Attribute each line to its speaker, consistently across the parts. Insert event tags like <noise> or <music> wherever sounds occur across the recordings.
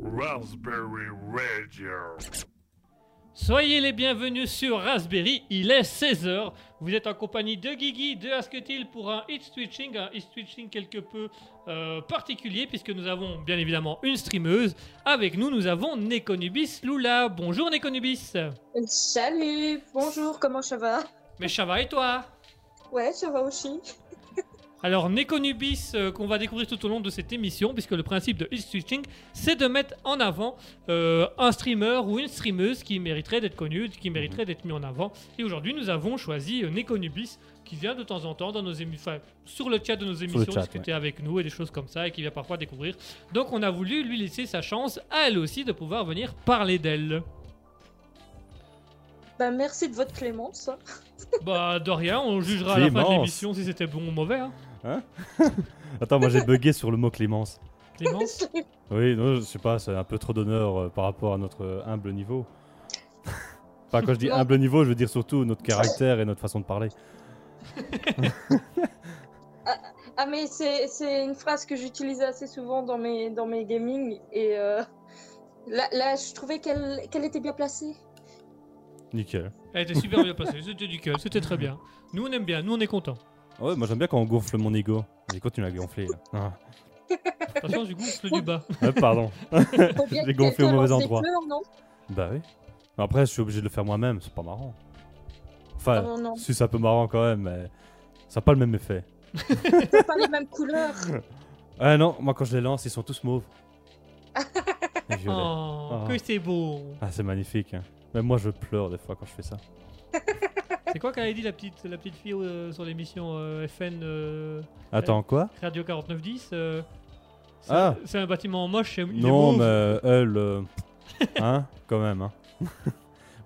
Speaker 1: Raspberry Radio.
Speaker 2: Soyez les bienvenus sur Raspberry, il est 16h. Vous êtes en compagnie de Guigui, de Asketil pour un hit switching, un hit switching quelque peu euh, particulier puisque nous avons bien évidemment une streameuse. Avec nous, nous avons Nekonubis Lula. Bonjour Nekonubis.
Speaker 3: Salut, bonjour, comment ça va
Speaker 2: Mais ça va et toi
Speaker 3: Ouais, ça va aussi.
Speaker 2: Alors, Nekonubis, euh, qu'on va découvrir tout au long de cette émission, puisque le principe de East Switching, c'est de mettre en avant euh, un streamer ou une streameuse qui mériterait d'être connue, qui
Speaker 4: Mhm.
Speaker 2: mériterait d'être mis en avant. Et aujourd'hui, nous avons choisi euh, Nekonubis, qui vient de temps en temps dans nos émi- enfin, sur le chat de nos émissions,
Speaker 4: chat,
Speaker 2: discuter avec nous et des choses comme ça, et qui vient parfois découvrir. Donc, on a voulu lui laisser sa chance, à elle aussi, de pouvoir venir parler
Speaker 4: <laughs>
Speaker 2: d'elle.
Speaker 3: Bah, merci de votre clémence.
Speaker 2: bah, de rien, on jugera à
Speaker 4: C'est
Speaker 2: la fin de
Speaker 4: immense.
Speaker 2: l'émission si c'était bon ou mauvais. hein.
Speaker 4: Attends, moi j'ai bugué sur le mot Clémence.
Speaker 2: Clémence
Speaker 4: Oui, non, je sais pas, c'est un peu trop d'honneur euh, par rapport à notre euh, humble niveau. <laughs> enfin, quand je dis
Speaker 3: Non.
Speaker 4: humble niveau, je veux dire surtout notre caractère et notre façon de parler.
Speaker 3: Ah, mais c'est c'est une phrase que j'utilisais assez souvent dans mes, dans mes gaming et euh, là, là, je trouvais qu'elle qu'elle était bien
Speaker 4: <laughs>
Speaker 3: placée.
Speaker 4: Nickel.
Speaker 2: Elle était super bien passée, c'était du cœur, c'était très bien. Nous on aime bien, nous on est content.
Speaker 4: Ah Ouais, moi j'aime bien quand on gonfle mon ego. J'ai continué à gonfler. là. Ah.
Speaker 2: De toute façon, du coup, on se le du bas.
Speaker 4: Ah, pardon.
Speaker 3: Faut bien que
Speaker 4: J'ai gonflé au
Speaker 3: quelqu'un lance
Speaker 4: mauvais
Speaker 3: des
Speaker 4: endroit.
Speaker 3: fleurs, non
Speaker 4: <laughs> Bah oui. Mais Après, je suis obligé de le faire moi-même, c'est pas marrant.
Speaker 3: Ah
Speaker 4: Enfin,
Speaker 3: Non, non,
Speaker 4: si c'est un peu marrant quand même, mais ça n'a pas le même effet.
Speaker 3: c'est pas les mêmes couleurs.
Speaker 4: Ah non, moi quand je les lance, ils sont tous mauves. Et violets.
Speaker 2: Oh,
Speaker 4: Ah.
Speaker 2: que c'est beau.
Speaker 4: Ah, c'est magnifique. hein. Même moi, je pleure des fois quand je fais ça.
Speaker 2: C'est quoi qu'avait dit la petite, la petite fille euh, sur l'émission euh, FN euh,
Speaker 4: Attends, quoi
Speaker 2: Radio 4910 euh, c'est-
Speaker 4: Ah.
Speaker 2: C'est un bâtiment moche, c'est il est
Speaker 4: Non,
Speaker 2: mauve.
Speaker 4: mais euh, elle. euh, hein <laughs> Quand même, hein.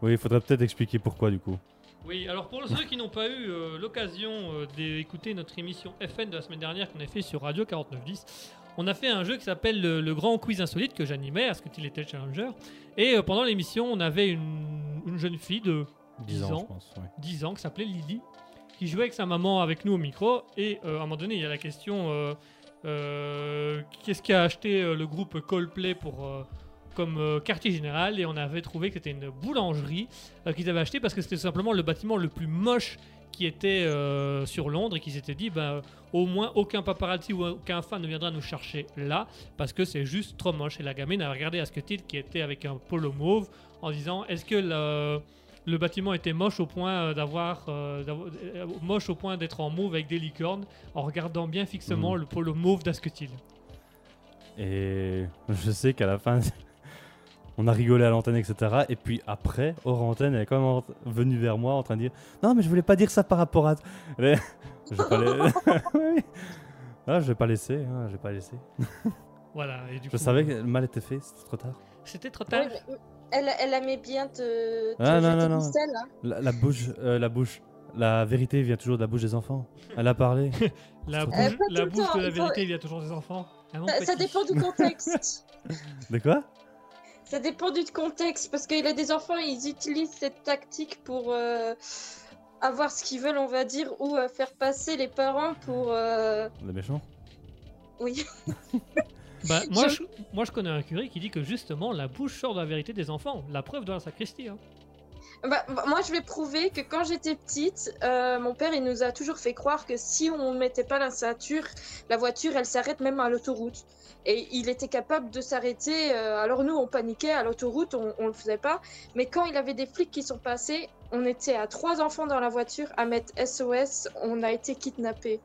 Speaker 4: oui, il faudrait peut-être expliquer pourquoi, du coup.
Speaker 2: Oui, alors pour ceux qui n'ont pas eu euh, l'occasion euh, d'écouter notre émission FN de la semaine dernière qu'on a fait sur Radio 4910, on a fait un jeu qui s'appelle le, le Grand Quiz Insolite que j'animais, parce que il était challenger. Et euh, pendant l'émission, on avait une, une jeune fille de 10 ans,
Speaker 4: je pense. ouais.
Speaker 2: 10 ans, qui s'appelait Lily, qui jouait avec sa maman avec nous au micro. Et euh, à un moment donné, il y a la question euh, euh, qu'est-ce qu'a acheté euh, le groupe Coldplay pour, euh, comme euh, quartier général Et on avait trouvé que c'était une boulangerie euh, qu'ils avaient acheté parce que c'était simplement le bâtiment le plus moche qui était euh, sur Londres et qui s'était dit bah, au moins aucun paparazzi ou aucun fan ne viendra nous chercher là parce que c'est juste trop moche. Et la gamine a regardé à ce titre qui était avec un polo mauve en disant est-ce que le, le bâtiment était moche au point euh, d'avoir euh, d'avo- euh, moche au point d'être en mauve avec des licornes en regardant bien fixement
Speaker 4: Mhm.
Speaker 2: le polo mauve d'Asketil.
Speaker 4: Et je sais qu'à la fin, <laughs> on a rigolé à l'antenne, etc. Et puis après, hors antenne, elle est quand même en- venue vers moi en train de dire Non, mais je voulais pas dire ça par rapport à. t- Mais- <laughs> je vais pas, la- <laughs> Oui. Ah, je vais pas laisser. hein, je vais pas laisser.
Speaker 2: Voilà. Et du
Speaker 4: Je
Speaker 2: coup,
Speaker 4: savais que
Speaker 2: euh,
Speaker 4: le mal était fait, c'était trop tard.
Speaker 2: C'était trop
Speaker 3: Ouais,
Speaker 2: tard.
Speaker 3: mais euh, Elle, elle aimait bien te. te
Speaker 4: Ah, non,
Speaker 3: jeter
Speaker 4: non,
Speaker 3: du
Speaker 4: non.
Speaker 3: sel, hein.
Speaker 4: La, la bouche, euh, la bouche, la vérité vient toujours de la bouche des enfants. Elle
Speaker 2: <laughs>
Speaker 4: a parlé.
Speaker 2: La
Speaker 4: Eh,
Speaker 2: bouche,
Speaker 3: pas tout
Speaker 2: la
Speaker 3: le
Speaker 2: bouche
Speaker 3: temps,
Speaker 2: de la
Speaker 3: il faut-
Speaker 2: vérité, il y a toujours des enfants. Ah, mon
Speaker 3: Ça, ça
Speaker 2: petit.
Speaker 3: dépend du contexte.
Speaker 4: De quoi
Speaker 3: Ça dépend du contexte, parce qu'il y a des enfants, ils utilisent cette tactique pour euh, avoir ce qu'ils veulent, on va dire, ou euh, faire passer les parents pour... euh,
Speaker 4: Les méchants
Speaker 3: Oui,
Speaker 2: Bah, moi,
Speaker 3: Je-
Speaker 2: je, moi, je connais un curé qui dit que justement la bouche sort de la vérité des enfants. La preuve dans la sacristie. hein.
Speaker 3: Bah, bah, moi je vais prouver que quand j'étais petite, euh, mon père, il nous a toujours fait croire que si on ne mettait pas la ceinture, la voiture, elle s'arrête même à l'autoroute. Et il était capable de s'arrêter. euh, alors nous, on paniquait à l'autoroute, on ne le faisait pas. Mais quand il avait des flics qui sont passés, on était à trois enfants dans la voiture à mettre SOS, on a été kidnappés.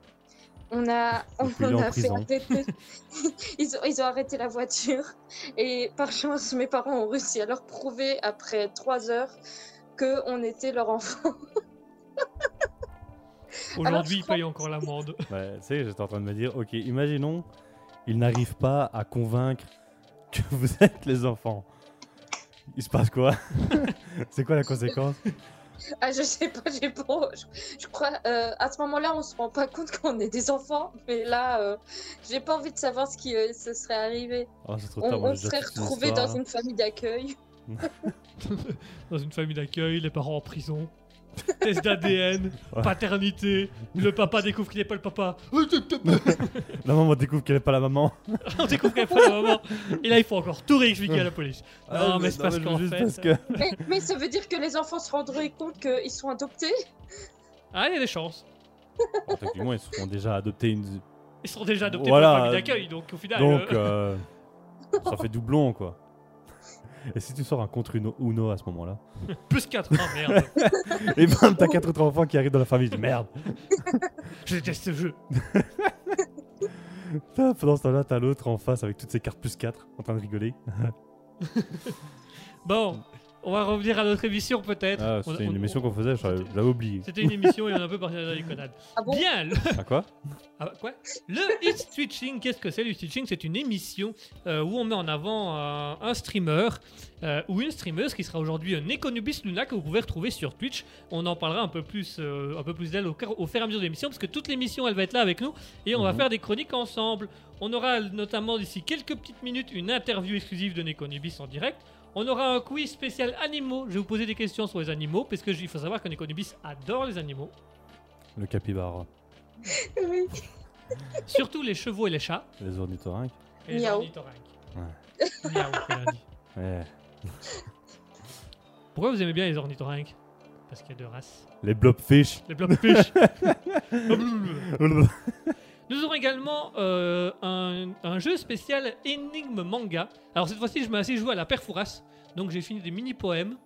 Speaker 3: On a, on
Speaker 4: Ils l'ont
Speaker 3: en
Speaker 4: en
Speaker 3: a fait
Speaker 4: prison.
Speaker 3: arrêter. <laughs> ils, ont, ils ont arrêté la voiture. Et par chance, mes parents ont réussi à leur prouver après trois heures que on était leur enfant.
Speaker 2: Aujourd'hui, il
Speaker 3: crois-
Speaker 2: paye encore <laughs> l'amende.
Speaker 4: Ouais, tu sais, j'étais en train de me dire, ok, imaginons, ils n'arrivent pas à convaincre que <laughs> vous êtes les enfants. Il se passe quoi <laughs> C'est quoi la conséquence
Speaker 3: Ah, je sais pas, j'ai pas. Je, je crois. euh, à ce moment-là, on se rend pas compte qu'on est des enfants. Mais là, euh, j'ai pas envie de savoir ce qui euh, se serait arrivé.
Speaker 4: Oh, c'est trop
Speaker 3: On,
Speaker 4: tard, moi,
Speaker 3: on
Speaker 4: j'ai déjà
Speaker 3: serait
Speaker 4: toute une
Speaker 3: retrouvés
Speaker 4: histoire,
Speaker 3: dans
Speaker 4: là. <laughs>
Speaker 3: une famille d'accueil.
Speaker 2: dans une famille d'accueil, les parents en prison. <laughs> Test d'ADN, paternité,
Speaker 4: <laughs>
Speaker 2: le papa découvre qu'il n'est pas le papa. <laughs>
Speaker 4: La hein. maman découvre qu'elle est pas la maman.
Speaker 2: On découvre qu'elle fait la maman. Et là, il faut encore tout réexpliquer à la police. Non,
Speaker 4: Ah,
Speaker 2: mais c'est parce
Speaker 4: je-
Speaker 2: qu'en
Speaker 4: juste
Speaker 2: fait-
Speaker 4: parce que-
Speaker 2: <laughs>
Speaker 3: mais, mais ça veut dire que les enfants se rendront compte qu'ils sont
Speaker 4: <laughs>
Speaker 3: adoptés
Speaker 2: Ah, il y a des chances.
Speaker 4: Bon, techniquement, ils se sont déjà adoptés une.
Speaker 2: Ils sont déjà adoptés
Speaker 4: Voilà.
Speaker 2: par une famille d'accueil, donc au final.
Speaker 4: Donc,
Speaker 2: euh,
Speaker 4: euh, ça fait doublon, quoi. Et si tu sors un contre Uno, Uno à ce moment-là
Speaker 2: Plus 4. Ah
Speaker 4: <laughs>
Speaker 2: merde,
Speaker 4: Et bam, t'as quatre autres enfants qui arrivent dans la famille. Merde
Speaker 2: je déteste ce jeu.
Speaker 4: Putain, Pendant ce temps-là, t'as l'autre en face avec toutes ses cartes plus 4 en train de rigoler.
Speaker 2: Bon, on va revenir à notre émission peut-être.
Speaker 4: Ah,
Speaker 2: On-
Speaker 4: c'était
Speaker 2: on-
Speaker 4: une émission
Speaker 2: on-
Speaker 4: qu'on faisait, j'avais- je l'avais <laughs> oublié.
Speaker 2: C'était une émission et on a un peu parti dans les connards.
Speaker 3: Ah bon
Speaker 2: Bien, le...
Speaker 4: À quoi
Speaker 2: Ah, quoi Le hit switching, qu'est-ce que c'est Le hit switching, c'est une émission euh, où on met en avant euh, un streamer euh, ou une streameuse qui sera aujourd'hui euh, Nekonubis Luna que vous pouvez retrouver sur Twitch. On en parlera un peu plus, euh, un peu plus d'elle au, cœur- au fur et à mesure de l'émission parce que toute l'émission elle va être là avec nous et on va
Speaker 4: Mhm.
Speaker 2: faire des chroniques ensemble. On aura notamment d'ici quelques petites minutes une interview exclusive de Nekonubis en direct. On aura un quiz spécial animaux. Je vais vous poser des questions sur les animaux parce que j- il faut savoir que Nekonubis adore les animaux,
Speaker 4: Le capybara,
Speaker 3: Oui.
Speaker 2: surtout les chevaux et les chats.
Speaker 4: les ornithorynques.
Speaker 2: Et les
Speaker 3: Miaou.
Speaker 2: ornithorynques. Miaou, qu'elle a dit.
Speaker 4: Ouais.
Speaker 2: Pourquoi vous aimez bien les ornithorynques Parce qu'il y a deux races.
Speaker 4: Les <laughs> blobfish.
Speaker 2: Les blobfish Nous aurons également euh, un, un jeu spécial énigme manga. Alors cette fois-ci, je m'ai assez joué à la perforace. Donc j'ai fini des mini-poèmes.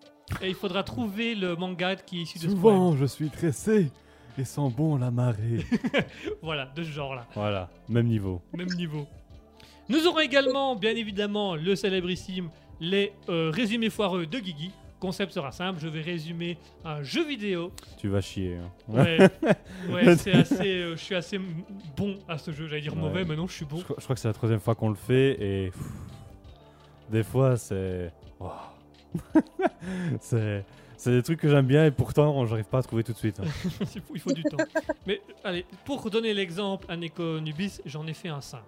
Speaker 2: Et il faudra trouver le manga qui est issu de ce poème.
Speaker 4: Souvent, je suis tressé et sens bon la marée.
Speaker 2: Voilà, de ce genre-là.
Speaker 4: <laughs> voilà, même niveau.
Speaker 2: Même niveau. Nous aurons également, bien évidemment, le célébrissime Les euh, résumés foireux de Guigui. Concept sera simple, je vais résumer un jeu vidéo
Speaker 4: Tu vas chier. hein.
Speaker 2: Ouais, ouais c'est assez. euh, je suis assez m- bon à ce jeu. J'allais dire
Speaker 4: Ouais.
Speaker 2: mauvais, mais non, je suis bon.
Speaker 4: Je, crois, je crois que c'est la troisième fois qu'on le fait et. pff, des fois, c'est. Wouah. <laughs> c'est. C'est des trucs que j'aime bien et pourtant, j'arrive pas à trouver tout de <laughs> suite. hein.
Speaker 2: <laughs> Il faut, il faut du temps. Mais allez, pour donner l'exemple à Neko Nubis, j'en ai fait un simple.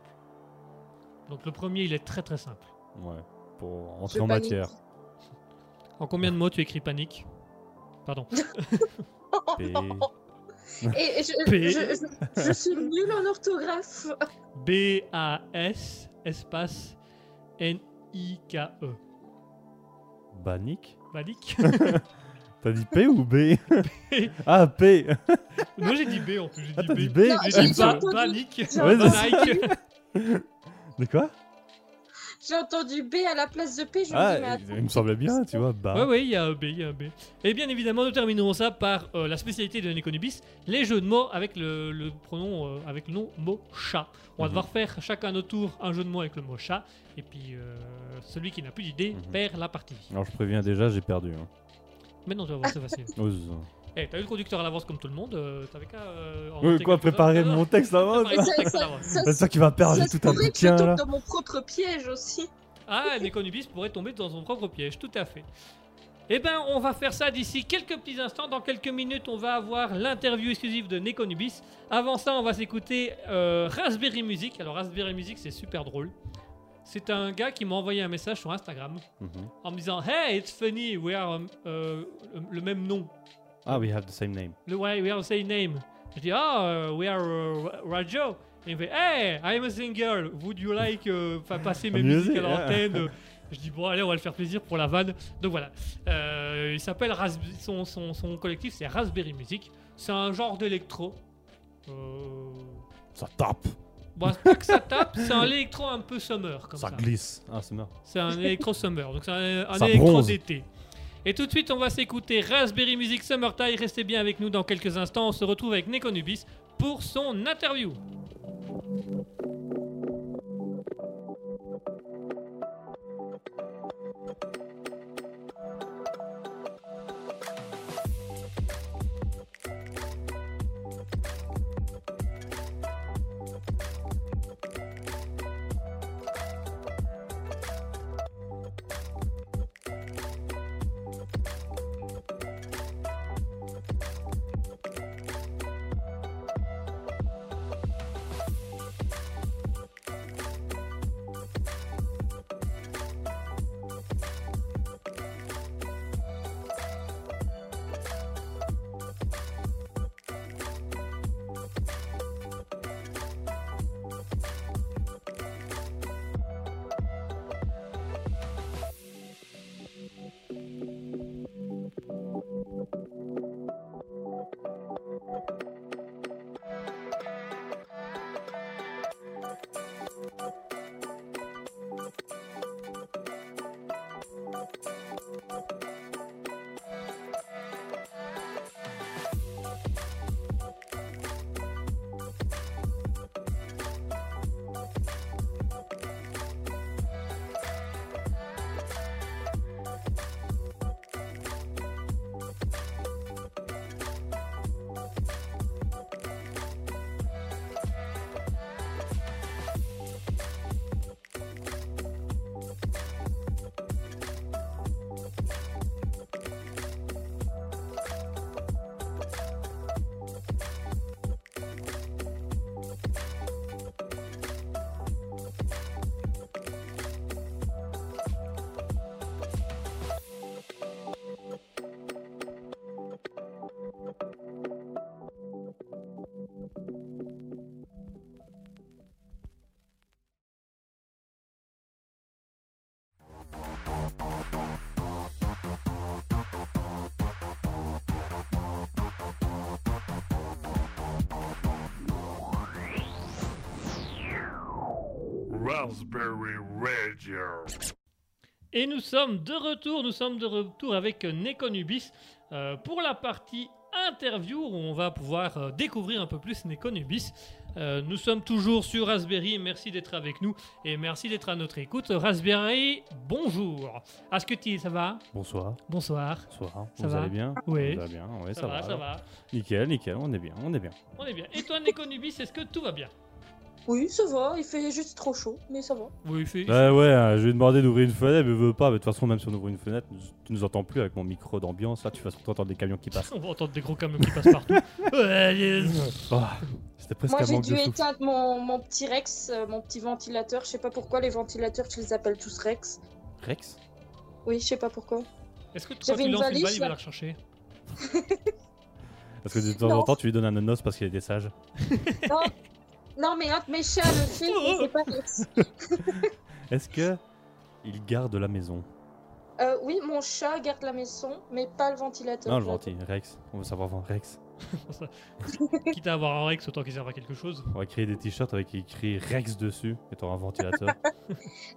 Speaker 2: Donc le premier, il est très très simple.
Speaker 4: Ouais, pour
Speaker 3: Je
Speaker 4: entrer en
Speaker 3: panique. <laughs>
Speaker 4: matière.
Speaker 2: En combien de mots tu écris panique Pardon.
Speaker 4: P.
Speaker 3: Et je,
Speaker 2: P.
Speaker 3: je- je- je suis nulle en orthographe.
Speaker 2: B-A-S espace N-I-K-E.
Speaker 4: Banik
Speaker 2: <laughs> Panique
Speaker 4: T'as dit P ou B Ah, <laughs> P
Speaker 2: Non, j'ai dit B en plus. J'ai
Speaker 4: Ah, t'as
Speaker 2: dit
Speaker 4: dit
Speaker 2: B.
Speaker 4: B
Speaker 3: Non,
Speaker 2: J'ai dit
Speaker 3: J'ai
Speaker 2: pas
Speaker 3: entendu-
Speaker 2: panique.
Speaker 3: j'ai
Speaker 4: Ouais,
Speaker 3: entendu-
Speaker 2: Nike.
Speaker 4: De quoi
Speaker 3: J'ai entendu B à la place de P. Je me
Speaker 4: Ah,
Speaker 3: dis, mais
Speaker 4: il
Speaker 3: attends.
Speaker 4: il me semblait bien, tu vois, bah.
Speaker 3: Ah.
Speaker 2: Ouais, ouais, il y a un B, il y a un B. Et bien évidemment, nous terminerons ça par euh, la spécialité de Nekonubis, les jeux de mots avec le, le pronom, euh, avec le nom mot chat. On va
Speaker 4: Mhm.
Speaker 2: devoir faire chacun à notre tour un jeu de mots avec le mot chat, et puis euh, celui qui n'a plus d'idée
Speaker 4: Mhm.
Speaker 2: perd la partie.
Speaker 4: Alors je préviens déjà, j'ai perdu. hein.
Speaker 2: Mais non, tu vas voir, c'est facile.
Speaker 4: Ose.
Speaker 2: Eh, t'as eu le conducteur à l'avance comme tout le monde, euh, t'avais qu'à. euh, en
Speaker 4: Oui,
Speaker 2: noter
Speaker 4: quoi,
Speaker 2: quelque chose.
Speaker 4: préparer
Speaker 2: Non, non,
Speaker 4: mon texte avant
Speaker 2: préparer
Speaker 4: toi
Speaker 2: ton texte à l'avance.
Speaker 3: Ça,
Speaker 4: <laughs> C'est sûr qu'il va perdre
Speaker 3: ça
Speaker 4: tout
Speaker 3: se
Speaker 4: un
Speaker 3: pourrait que je
Speaker 4: bouquin
Speaker 3: tombe
Speaker 4: là.
Speaker 3: dans mon propre piège aussi.
Speaker 2: Ah, Nekonubis pourrait tomber dans son propre piège, tout à fait. Eh ben, on va faire ça d'ici quelques petits instants. Dans quelques minutes, on va avoir l'interview exclusive de Nekonubis. Avant ça, on va s'écouter euh, Raspberry Music. Alors, Raspberry Music, c'est super drôle. C'est un gars qui m'a envoyé un message sur Instagram
Speaker 4: Mhm.
Speaker 2: en me disant Hey, it's funny, we are um, euh, le même nom.
Speaker 4: Ah, we have the same name.
Speaker 2: Le, ouais, we are the same name. Je dis Ah, euh, we are euh, Ra- Rajo. Et il me fait Hey, I'm a single. Would you like euh, fa- passer mes
Speaker 4: Music,
Speaker 2: musiques à
Speaker 4: yeah.
Speaker 2: l'antenne Je dis Bon, allez, on va le faire plaisir pour la vanne. Donc voilà. Euh, il s'appelle Ras- son, son, son collectif, c'est Raspberry Music. C'est un genre d'électro. Euh...
Speaker 4: Ça tape,
Speaker 2: Bon, c'est pas que ça tape, c'est un électro un peu summer comme ça.
Speaker 4: ça glisse. Ah, c'est mort.
Speaker 2: C'est
Speaker 4: <laughs>
Speaker 2: un électro summer, donc c'est un, un
Speaker 4: Ça
Speaker 2: électro
Speaker 4: bronze.
Speaker 2: d'été. Et tout de suite, on va s'écouter Raspberry Music Summertime. Restez bien avec nous dans quelques instants. On se retrouve avec Nekonubis pour son interview.
Speaker 1: Raspberry Radio.
Speaker 2: Et nous sommes de retour, nous sommes de retour avec Nekonubis euh, pour la partie interview où on va pouvoir euh, découvrir un peu plus Nekonubis. Euh, nous sommes toujours sur Raspberry, merci d'être avec nous et merci d'être à notre écoute. Raspberry, bonjour. Ascuti, ça va
Speaker 4: Bonsoir.
Speaker 2: Bonsoir.
Speaker 4: Bonsoir.
Speaker 2: Ça
Speaker 4: vous
Speaker 2: va
Speaker 4: allez bien
Speaker 2: Oui.
Speaker 4: Vous allez bien, ouais, ça,
Speaker 2: va, ça
Speaker 4: alors.
Speaker 2: va.
Speaker 4: Nickel, nickel, on est bien, on est bien.
Speaker 2: On est bien. Et toi, Nekonubis, est-ce que tout va bien
Speaker 3: Oui, ça va, il fait juste trop chaud, mais ça va.
Speaker 2: Oui, il fait- <laughs>
Speaker 4: Bah ouais, euh, je lui ai demandé d'ouvrir une fenêtre, mais il veut pas. Mais de toute façon, même si on ouvre une fenêtre, tu nous entends plus avec mon micro d'ambiance. Là, tu vas surtout entendre des camions qui passent.
Speaker 2: On va entendre des gros camions qui passent <laughs> partout. Ouais, yes.
Speaker 4: Oh, C'était presque
Speaker 3: Moi,
Speaker 4: un
Speaker 3: j'ai
Speaker 4: manque
Speaker 3: dû
Speaker 4: de souffle.
Speaker 3: éteindre mon, mon petit Rex, euh, mon petit ventilateur. Je sais pas pourquoi les ventilateurs, je les appelle tous Rex.
Speaker 4: Rex
Speaker 3: Oui, je sais pas pourquoi.
Speaker 2: Est-ce que quand
Speaker 3: J'avais
Speaker 2: tu
Speaker 3: une
Speaker 2: lances une
Speaker 3: valise,
Speaker 2: balle, il va
Speaker 3: là.
Speaker 2: la rechercher
Speaker 4: Parce que de temps en
Speaker 3: Non.
Speaker 4: temps, tu lui donnes un nonos parce qu'il est des sages.
Speaker 3: Non, mais un de mes chats le fait, mais c'est pas Rex.
Speaker 4: Est-ce que il garde la maison
Speaker 3: Euh, oui, mon chat garde la maison, mais pas le ventilateur.
Speaker 4: Non, le gentil, Rex. On veut savoir voir Rex.
Speaker 2: Quitte à avoir un Rex, autant qu'il serve à quelque chose.
Speaker 4: On va créer des t-shirts avec écrit Rex dessus et t'auras
Speaker 3: <laughs>
Speaker 4: un ventilateur.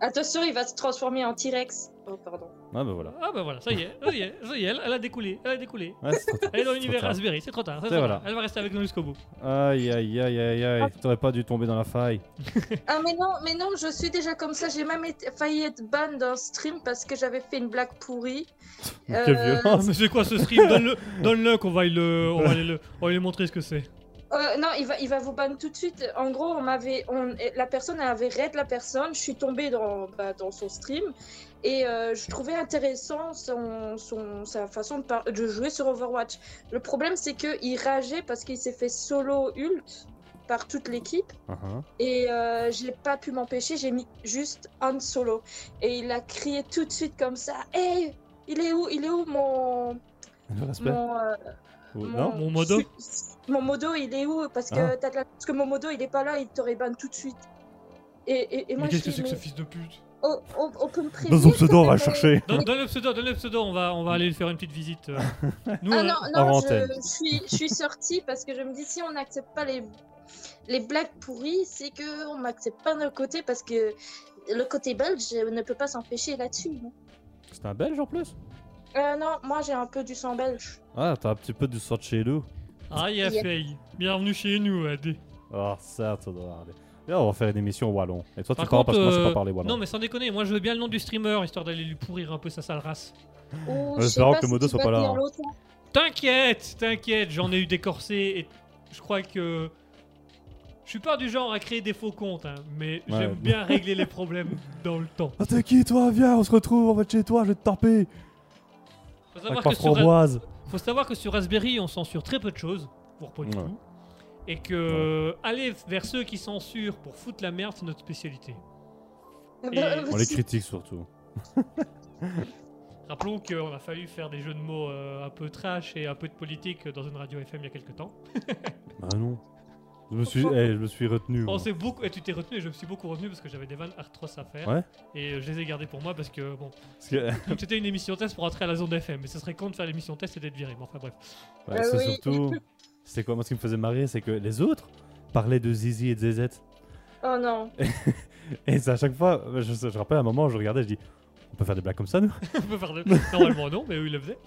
Speaker 3: Attention, il va se transformer en T-Rex. Oh, pardon.
Speaker 4: ah bah voilà.
Speaker 2: Ah bah voilà, ça y est, ça y est, ça y est, elle, elle a découlé, elle a découlé.
Speaker 4: Ouais, c'est trop tard,
Speaker 2: Elle est dans
Speaker 4: c'est trop
Speaker 2: l'univers
Speaker 4: tard.
Speaker 2: Raspberry, c'est trop tard. c'est
Speaker 4: C'est
Speaker 2: trop
Speaker 4: voilà.
Speaker 2: tard. Elle va rester avec nous jusqu'au bout.
Speaker 4: Aïe aïe aïe aïe aïe, t'aurais pas dû tomber dans la faille.
Speaker 3: Ah, mais non, mais non, je suis déjà comme ça. J'ai même été- failli être ban d'un stream parce que j'avais fait une blague pourrie. Euh,
Speaker 4: Quelle violence
Speaker 2: mais c'est quoi ce stream Donne-le, donne-le qu'on va, le, on va aller le, on va lui montrer ce que c'est.
Speaker 3: Euh, non, il va, il va vous ban tout de suite. En gros, on m'avait, on, la personne elle avait raid la personne. Je suis tombée dans, bah, dans son stream et euh, je trouvais intéressant son, son, sa façon de, par- de jouer sur Overwatch. Le problème, c'est que il rageait parce qu'il s'est fait solo ult par toute l'équipe
Speaker 4: Uh-huh.
Speaker 3: et euh, j'ai pas pu m'empêcher. J'ai mis juste un solo et il a crié tout de suite comme ça. Hey, il est où Il est où mon,
Speaker 4: Le respect
Speaker 3: mon euh,
Speaker 4: Ou- Non
Speaker 2: Mon modo
Speaker 3: <laughs> Mon modo, il est où Parce que,
Speaker 4: Ah.
Speaker 3: t'as de la- Parce que mon modo, il est pas là, il t'aurait ban tout de suite. Et, et, et moi,
Speaker 2: Mais qu'est-ce
Speaker 3: je
Speaker 2: que
Speaker 3: dis,
Speaker 2: c'est que ce
Speaker 3: mais
Speaker 2: fils de pute
Speaker 3: on, on- on peut me prévenir. <laughs>
Speaker 4: Dans son pseudo, on va
Speaker 3: quand même.
Speaker 4: le chercher.
Speaker 2: donne, donne le pseudo, donne le pseudo, on va, on va aller lui faire une petite visite.
Speaker 3: <laughs>
Speaker 2: euh. Nous,
Speaker 3: Ah
Speaker 2: on-
Speaker 3: non,
Speaker 4: Hors
Speaker 3: non, je,
Speaker 4: antenne.
Speaker 3: je suis, je suis sortie parce que je me dis, si on n'accepte pas les, les blagues pourries, c'est que on m'accepte pas de notre côté parce que le côté belge ne peut pas s'empêcher là-dessus. non.
Speaker 4: C'est un belge en plus
Speaker 3: Euh, non, moi, j'ai un peu du sang belge.
Speaker 4: Ah, t'as un petit peu du sort de chez nous.
Speaker 2: Ah, y a
Speaker 3: Yeah.
Speaker 2: Faye. Bienvenue chez nous, AD.
Speaker 4: Ah, ça, ça doit aller. Là, on va faire une émission wallon. Et toi,
Speaker 2: Par
Speaker 4: tu parles parce que moi, je sais
Speaker 2: euh,
Speaker 4: pas parler wallon.
Speaker 2: Non, mais sans déconner, moi je veux bien le nom du streamer histoire d'aller lui pourrir un peu sa sale race.
Speaker 3: Ou,
Speaker 4: Ouais,
Speaker 3: je
Speaker 4: c'est
Speaker 3: sais
Speaker 4: rare que
Speaker 3: si
Speaker 4: Modo
Speaker 3: tu
Speaker 4: soit
Speaker 3: vas
Speaker 4: pas là,
Speaker 3: dire
Speaker 4: hein.
Speaker 3: l'autre.
Speaker 2: T'inquiète, t'inquiète, j'en ai eu des corsets et je crois que. Je suis pas du genre à créer des faux comptes, hein, mais
Speaker 4: Ouais.
Speaker 2: j'aime bien régler les problèmes dans le temps.
Speaker 4: Ah, t'es qui, toi Viens, on se retrouve, on va chez toi, je vais te taper
Speaker 2: Faut
Speaker 4: Avec
Speaker 2: savoir,
Speaker 4: ma
Speaker 2: que sur, Ra-
Speaker 4: framboise
Speaker 2: faut savoir que sur Raspberry, on censure très peu de choses, pour pas du
Speaker 4: Ouais.
Speaker 2: tout. Et que aller vers ceux qui censurent pour foutre la merde, c'est notre spécialité. Et-
Speaker 4: On les critique surtout.
Speaker 2: Rappelons qu'on a fallu faire des jeux de mots euh, un peu trash et un peu de politique dans une radio FM il y a quelques temps.
Speaker 4: Ah non. Je me suis, eh, je me suis retenu.
Speaker 2: On
Speaker 4: moi.
Speaker 2: s'est beaucoup, et tu t'es retenu et je me suis beaucoup retenu parce que j'avais des vannes atroces à faire.
Speaker 4: Ouais.
Speaker 2: Et euh, je les ai gardées pour moi parce que bon,
Speaker 4: Parce que- <laughs>
Speaker 2: donc c'était une émission test pour entrer à la zone FM. Mais ce serait con de faire l'émission test et d'être viré. Mais enfin bref. <laughs>
Speaker 4: Ouais,
Speaker 3: Ah
Speaker 4: c'est
Speaker 3: oui.
Speaker 4: surtout. C'est quoi Moi, ce qui me faisait marrer, c'est que les autres parlaient de Zizi et de Zezette.
Speaker 3: <laughs> Oh non.
Speaker 4: Et c'est à chaque fois, je, je rappelle à un moment, je regardais, je dis On peut faire des blagues comme ça, nous
Speaker 2: On peut faire de-
Speaker 4: <laughs>
Speaker 2: Normalement non, mais eux ils le faisaient.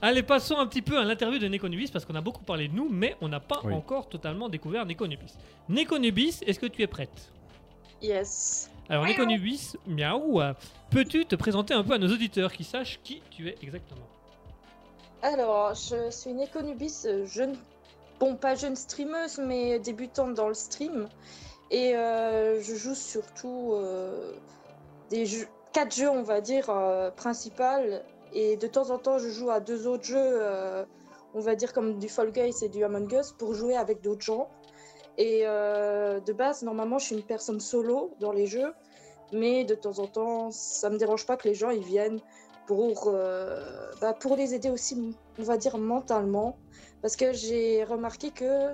Speaker 2: Allez, passons un petit peu à l'interview de Nekonubis parce qu'on a beaucoup parlé de nous, mais on n'a pas
Speaker 4: Oui.
Speaker 2: encore totalement découvert Nekonubis. Nekonubis, est-ce que tu es prête
Speaker 3: Yes.
Speaker 2: Alors Nekonubis, miaou, euh, peux-tu te présenter un peu à nos auditeurs qui sachent qui tu es exactement
Speaker 3: Alors, je suis une éconubis, euh, jeune, bon pas jeune streameuse, mais débutante dans le stream. Et euh, je joue surtout euh, des jeux, quatre jeux, on va dire, euh, principales. Et de temps en temps, je joue à deux autres jeux, euh, on va dire comme du Fall Guys et du Among Us, pour jouer avec d'autres gens. Et euh, de base, normalement, je suis une personne solo dans les jeux. Mais de temps en temps, ça me dérange pas que les gens ils viennent pour, euh, bah, pour les aider aussi, on va dire, mentalement. Parce que j'ai remarqué que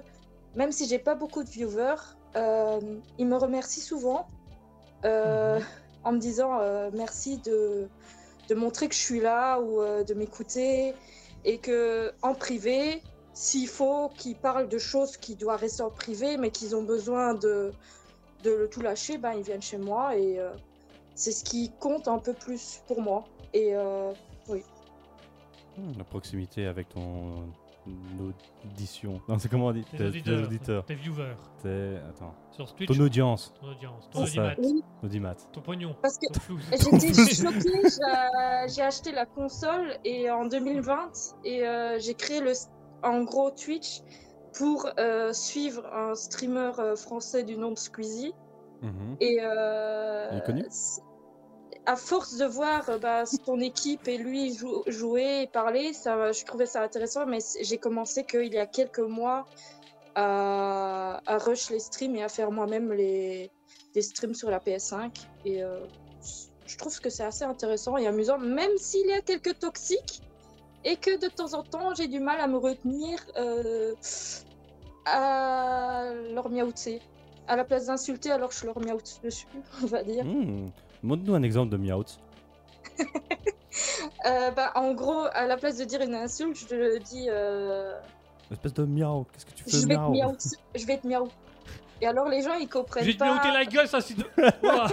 Speaker 3: même si j'ai pas beaucoup de viewers, euh, ils me remercient souvent euh, en me disant euh, merci de, de montrer que je suis là ou euh, de m'écouter et que en privé, s'il faut qu'ils parlent de choses qui doivent rester en privé mais qu'ils ont besoin de de le tout lâcher, ben, ils viennent chez moi et euh, c'est ce qui compte un peu plus pour moi. Et euh,
Speaker 4: Hmm, La proximité avec ton audition. Non, c'est comment on dit
Speaker 2: Tes
Speaker 4: Tes-
Speaker 2: auditeurs.
Speaker 4: Tes auditeurs.
Speaker 2: Tes viewers
Speaker 4: Tes- Attends.
Speaker 2: sur Twitch,
Speaker 4: Ton
Speaker 2: ton,
Speaker 4: audience.
Speaker 2: audience, ton
Speaker 4: C'est ça.
Speaker 2: audimat,
Speaker 3: oui,
Speaker 4: Audimat.
Speaker 2: ton pognon,
Speaker 3: parce que
Speaker 2: ton flouze.
Speaker 3: j'étais choquée, j'ai- j'ai acheté la console et en 2020 et euh, j'ai créé le, en gros Twitch pour euh, suivre un streamer euh, français du nom de Squeezie.
Speaker 4: Mhm.
Speaker 3: Et euh,
Speaker 4: Il est connu
Speaker 3: c- À force de voir euh, bah, ton équipe et lui jou- jouer et parler, ça, je trouvais ça intéressant, mais c- j'ai commencé qu'il y a quelques mois à, à rush les streams et à faire moi-même les, les streams sur la PS5. Et euh, c- je trouve que c'est assez intéressant et amusant, même s'il y a quelques toxiques et que de temps en temps j'ai du mal à me retenir euh, à leur miaouter à la place d'insulter, alors je leur miaute dessus, <laughs> on va dire.
Speaker 4: Hmm. Montre-nous un exemple de Meowth.
Speaker 3: Euh, bah, en gros, à la place de dire une insulte, je le dis euh,
Speaker 4: Espèce de miaou. Qu'est-ce que tu fais
Speaker 3: je, vais te
Speaker 4: miaou
Speaker 3: miaute, je vais te miaute. Et alors les gens ils
Speaker 2: <laughs>
Speaker 3: comprennent
Speaker 2: J'ai te
Speaker 3: pas.
Speaker 2: miaouté la gueule, ça c'est
Speaker 3: <laughs>
Speaker 2: de. Ouah.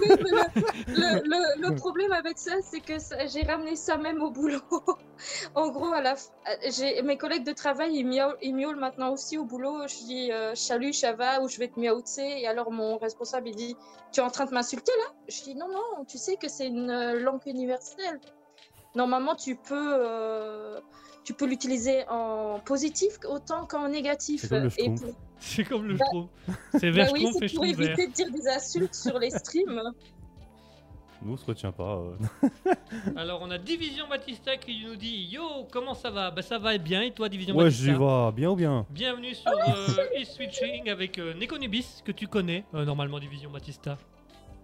Speaker 3: Oui, mais le, le- le- le problème avec ça, c'est que ça- j'ai ramené ça même au boulot. <laughs> en gros, à la, f- j'ai- mes collègues de travail, ils miaulent, ils miaulent maintenant aussi au boulot. Je dis euh, Salut, ça va ou je vais te miaouter. Et alors, mon responsable, il dit Tu es en train de m'insulter là Je dis Non, non, tu sais que c'est une euh, langue universelle. Normalement, tu peux. euh, tu peux l'utiliser en positif autant qu'en négatif.
Speaker 4: C'est comme le
Speaker 3: Et
Speaker 4: schtroumpf.
Speaker 3: pour-
Speaker 2: C'est comme le schtroumpf. C'est
Speaker 3: Bah
Speaker 2: vert
Speaker 3: oui,
Speaker 2: schtroumpf et
Speaker 3: c'est pour
Speaker 2: schtroumpf vert.
Speaker 3: éviter de dire des insultes sur
Speaker 4: <laughs>
Speaker 3: les streams.
Speaker 4: Nous, on se retient pas. euh.
Speaker 2: Alors on a Division Batista qui nous dit Yo, comment ça va Bah ça va bien et toi Division
Speaker 4: Ouais,
Speaker 2: Batista
Speaker 4: j'y vais. Bien ou bien
Speaker 2: Bienvenue sur
Speaker 3: Ah,
Speaker 2: euh, East Switching avec euh, Nekonubis que tu connais euh, normalement Division Batista.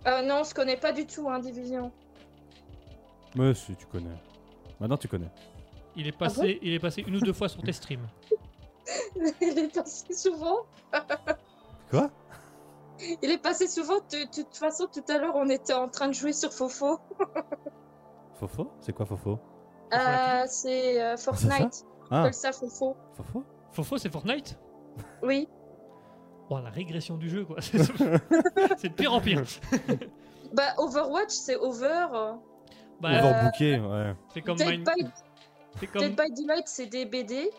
Speaker 3: Euh, non, on se connaît pas du tout, hein, Division. <laughs>
Speaker 4: Mais si, tu connais. Maintenant, tu connais.
Speaker 2: Il
Speaker 3: Ah
Speaker 2: est passé, il est passé une ou deux fois sur tes streams.
Speaker 3: Il est passé souvent.
Speaker 4: Quoi
Speaker 3: Il est passé souvent. De de toute façon, tout à l'heure, on était en train de jouer sur Fofo.
Speaker 4: Fofo C'est quoi Fofo
Speaker 3: Euh, c'est euh, Fortnite.
Speaker 4: Ah,
Speaker 3: Appelle ça Fofo.
Speaker 4: Fofo
Speaker 2: Fofo, c'est Fortnite
Speaker 3: Oui.
Speaker 2: Oh, la régression du jeu, quoi. <laughs>
Speaker 3: <laughs>
Speaker 2: C'est c'est de pire en pire.
Speaker 3: Bah, Overwatch, c'est Over.
Speaker 2: Bah,
Speaker 4: Overbooké, ouais.
Speaker 2: c'est comme,
Speaker 3: Dead
Speaker 2: Mine-
Speaker 3: by,
Speaker 2: c'est comme,
Speaker 3: Dead by Daylight, c'est des BD.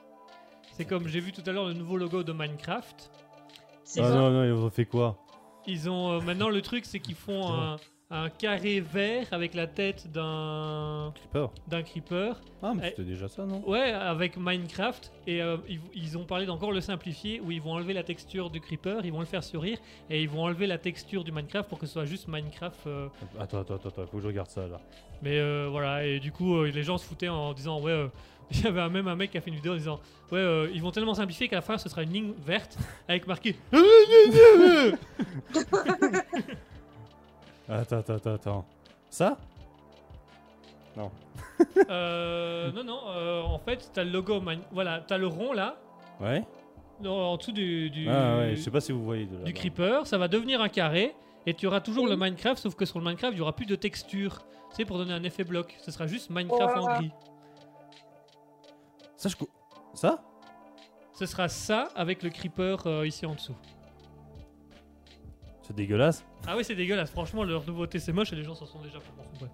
Speaker 2: c'est comme j'ai vu tout à l'heure le nouveau logo de Minecraft.
Speaker 3: C'est
Speaker 4: Ah
Speaker 3: ça.
Speaker 4: non, non, ils ont fait quoi
Speaker 2: Ils ont euh, maintenant le truc, c'est qu'ils font un, un carré vert avec la tête d'un
Speaker 4: Creeper
Speaker 2: d'un creeper.
Speaker 4: Ah, mais
Speaker 2: Eh.
Speaker 4: c'était déjà ça, non
Speaker 2: Ouais, avec Minecraft et euh, ils, ils ont parlé d'encore le simplifier où ils vont enlever la texture du creeper, ils vont le faire sourire et ils vont enlever la texture du Minecraft pour que ce soit juste Minecraft. euh,
Speaker 4: Attends, attends, attends, attends, faut que je
Speaker 3: <laughs>
Speaker 4: regarde ça là.
Speaker 2: Mais euh, voilà, et du coup, euh, les gens se foutaient en disant, ouais, euh, <laughs> il y avait un- même un mec qui a fait une vidéo en disant, ouais, euh, ils vont tellement simplifier qu'à la fin, ce sera une ligne verte avec marqué.
Speaker 4: Attends, attends, attends, attends. Ça
Speaker 2: Euh, non, non, euh, en fait, t'as le logo, Mine- voilà, t'as le rond là,
Speaker 4: Ouais
Speaker 2: en- en dessous du, du,
Speaker 4: Ah ouais, je sais pas si vous voyez de là.
Speaker 2: du creeper, ça va devenir un carré, et tu auras toujours le Minecraft, sauf que sur le Minecraft, il y aura plus de texture, tu sais, pour donner un effet bloc, ce sera juste Minecraft en
Speaker 3: Voilà.
Speaker 2: gris.
Speaker 4: Ça, je. co- Ça
Speaker 2: Ce sera ça avec le creeper euh, ici en dessous.
Speaker 4: C'est dégueulasse.
Speaker 2: Ah oui, c'est dégueulasse, franchement, leur nouveauté c'est moche et les gens s'en sont déjà pour moi. Ouais.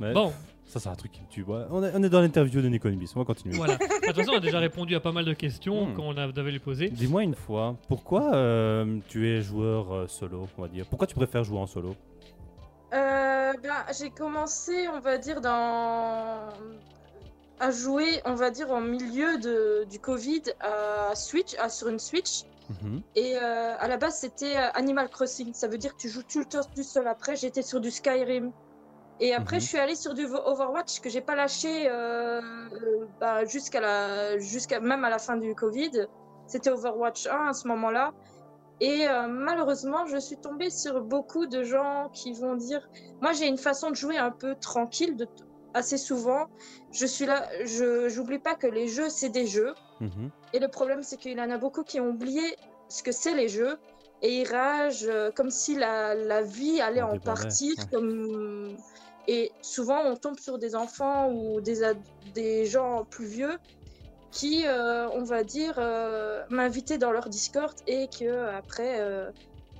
Speaker 4: Mais
Speaker 2: Bon,
Speaker 4: Ça, c'est un truc qui me tue. Ouais, on, est, on est dans l'interview de Nekonibis, on va continuer.
Speaker 2: Voilà. De toute façon, on a déjà répondu à pas mal de questions
Speaker 4: Hmm.
Speaker 2: quand on avait les posées.
Speaker 4: Dis-moi une fois, pourquoi euh, tu es joueur euh, solo, on va dire Pourquoi tu préfères jouer en solo
Speaker 3: Euh, ben, j'ai commencé, on va dire, dans... à jouer, on va dire, en milieu de, du Covid à Switch, à, sur une Switch.
Speaker 4: Mm-hmm.
Speaker 3: Et euh, à la base, c'était euh, Animal Crossing. Ça veut dire que tu joues tout le temps du seul. Après, j'étais sur du Skyrim. Et après,
Speaker 4: Mhm.
Speaker 3: je suis allée sur du Vo- Overwatch que j'ai pas lâché euh, euh, bah, jusqu'à la, jusqu'à même à la fin du Covid. C'était Overwatch 1 à ce moment-là. Et euh, malheureusement, je suis tombée sur beaucoup de gens qui vont dire. Moi, j'ai une façon de jouer un peu tranquille, de assez souvent. Je suis là. Je j'oublie pas que les jeux, c'est des jeux.
Speaker 4: Mhm.
Speaker 3: Et le problème, c'est qu'il y en a beaucoup qui ont oublié ce que c'est les jeux et ils ragent euh, comme si la, la vie allait
Speaker 4: En
Speaker 3: en
Speaker 4: dépendait,
Speaker 3: partir.
Speaker 4: ouais.
Speaker 3: Comme... Et souvent, on tombe sur des enfants ou des, ad- des gens plus vieux qui, euh, on va dire, euh, m'invitaient dans leur Discord et que après, euh,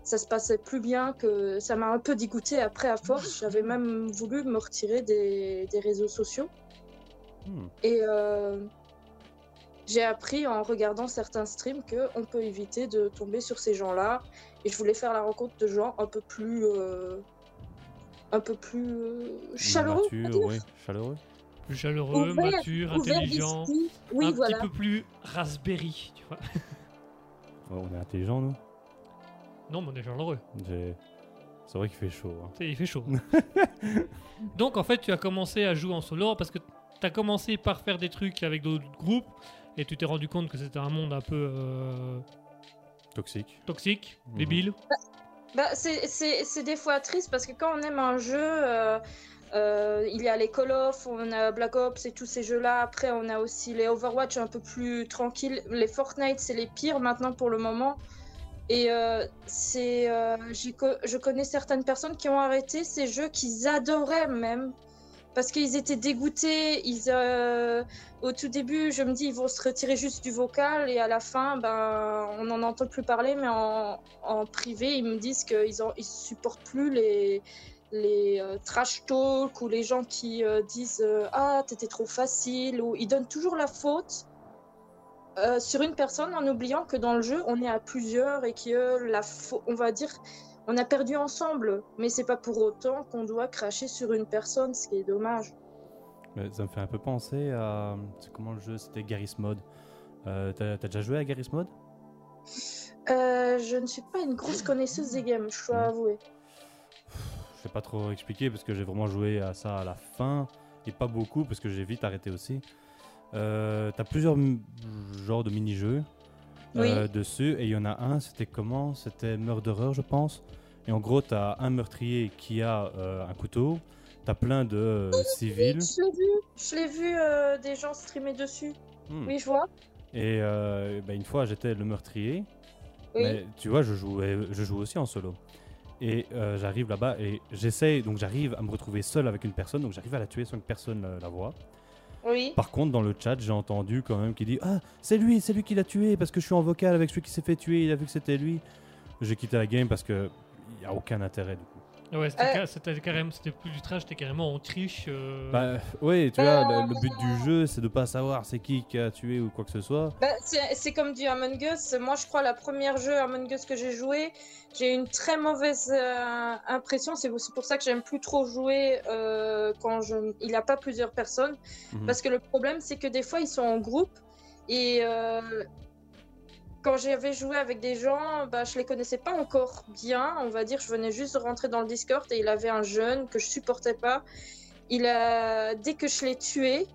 Speaker 3: ça se passait plus bien, que ça m'a un peu dégoûté après à
Speaker 4: <laughs>
Speaker 3: force. J'avais même voulu me retirer des, des réseaux sociaux.
Speaker 4: Hmm.
Speaker 3: Et euh, j'ai appris en regardant certains streams que on peut éviter de tomber sur ces gens-là. Et je voulais faire la rencontre de gens un peu plus, euh, un peu plus euh, chaleureux. on va
Speaker 4: Mature,
Speaker 3: dire.
Speaker 4: oui, chaleureux.
Speaker 2: Plus chaleureux,
Speaker 3: Ouvert-
Speaker 2: mature,
Speaker 3: Ouvert
Speaker 2: intelligent.
Speaker 3: d'esprit. Oui,
Speaker 2: un
Speaker 3: voilà.
Speaker 2: petit peu plus raspberry, tu vois.
Speaker 4: Ouais, Oh, on est intelligent, nous.
Speaker 2: Non, mais on est chaleureux.
Speaker 4: J'ai- C'est vrai qu'il fait chaud. hein.
Speaker 2: Tu sais, Il fait
Speaker 4: <laughs>
Speaker 2: chaud. Donc, en fait, tu as commencé à jouer en solo parce que tu as commencé par faire des trucs avec d'autres groupes et tu t'es rendu compte que c'était un monde un peu euh,
Speaker 4: Toxique.
Speaker 2: toxique,
Speaker 4: Mhm.
Speaker 2: débile.
Speaker 3: Bah, c'est- c'est c'est des fois triste parce que quand on aime un jeu, euh, euh, il y a les Call of, on a Black Ops et tous ces jeux-là. Après, on a aussi les Overwatch un peu plus tranquilles. Les Fortnite, c'est les pires maintenant pour le moment. Et euh, c'est, euh, j'ai co- je connais certaines personnes qui ont arrêté ces jeux qu'ils adoraient même. Parce qu'ils étaient dégoûtés. Ils, euh, au tout début, je me dis, ils vont se retirer juste du vocal. Et à la fin, ben, on n'en entend plus parler. Mais en, en privé, ils me disent qu'ils ne ils supportent plus les, les euh, trash talk ou les gens qui euh, disent euh, Ah, t'étais trop facile. Ou ils donnent toujours la faute euh, sur une personne en oubliant que dans le jeu, on est à plusieurs et que la fau- on va dire. On a perdu ensemble, mais c'est pas pour autant qu'on doit cracher sur une personne, ce qui est dommage.
Speaker 4: Mais ça me fait un peu penser à. C'est comment le jeu C'était Garry's Mod. Euh, T'as t'as déjà joué à Garry's Mod
Speaker 3: Euh, je ne suis pas une grosse connaisseuse des games, je dois
Speaker 4: Mm.
Speaker 3: avouer.
Speaker 4: Je sais pas trop expliquer parce que j'ai vraiment joué à ça à la fin et pas beaucoup parce que j'ai vite arrêté aussi. Euh, T'as plusieurs m- genres de mini-jeux euh, dessus et il y en a un, c'était comment C'était Murderer, je pense. Et en gros, t'as un meurtrier qui a euh, un couteau, t'as plein de euh, civils.
Speaker 3: Je l'ai vu, je l'ai vu euh, des gens streamer dessus.
Speaker 4: Hmm.
Speaker 3: Oui, je vois.
Speaker 4: Et euh, bah, une fois, j'étais le meurtrier.
Speaker 3: Oui.
Speaker 4: Mais tu vois, je joue, je joue aussi en solo. Et euh, j'arrive là-bas et j'essaye, donc j'arrive à me retrouver seul avec une personne, donc j'arrive à la tuer sans que personne euh, la voie.
Speaker 3: Oui.
Speaker 4: Par contre, dans le chat, j'ai entendu quand même qui dit Ah, c'est lui, c'est lui qui l'a tué parce que je suis en vocal avec celui qui s'est fait tuer, il a vu que c'était lui. J'ai quitté la game parce que il y a aucun intérêt du coup.
Speaker 2: Ah Ouais, c'était
Speaker 3: Euh.
Speaker 2: ca- c'était carrément, c'était plus du trash, c'était carrément on triche. euh,
Speaker 4: Bah, oui, tu vois, le, le but du jeu, c'est de pas savoir c'est qui qui a tué ou quoi que ce soit.
Speaker 3: Bah, c'est c'est comme du Among Us. Moi, je crois la première jeu Among Us que j'ai joué, j'ai eu une très mauvaise euh, impression. C'est aussi pour ça que j'aime plus trop jouer euh, quand je... il n'y a pas plusieurs personnes.
Speaker 4: Mhm.
Speaker 3: Parce que le problème, c'est que des fois, ils sont en groupe. Et euh, quand j'avais joué avec des gens, bah, je les connaissais pas encore bien. On va dire, je venais juste de rentrer dans le Discord et il avait un jeune que je supportais pas. Il a, dès que je l'ai tué,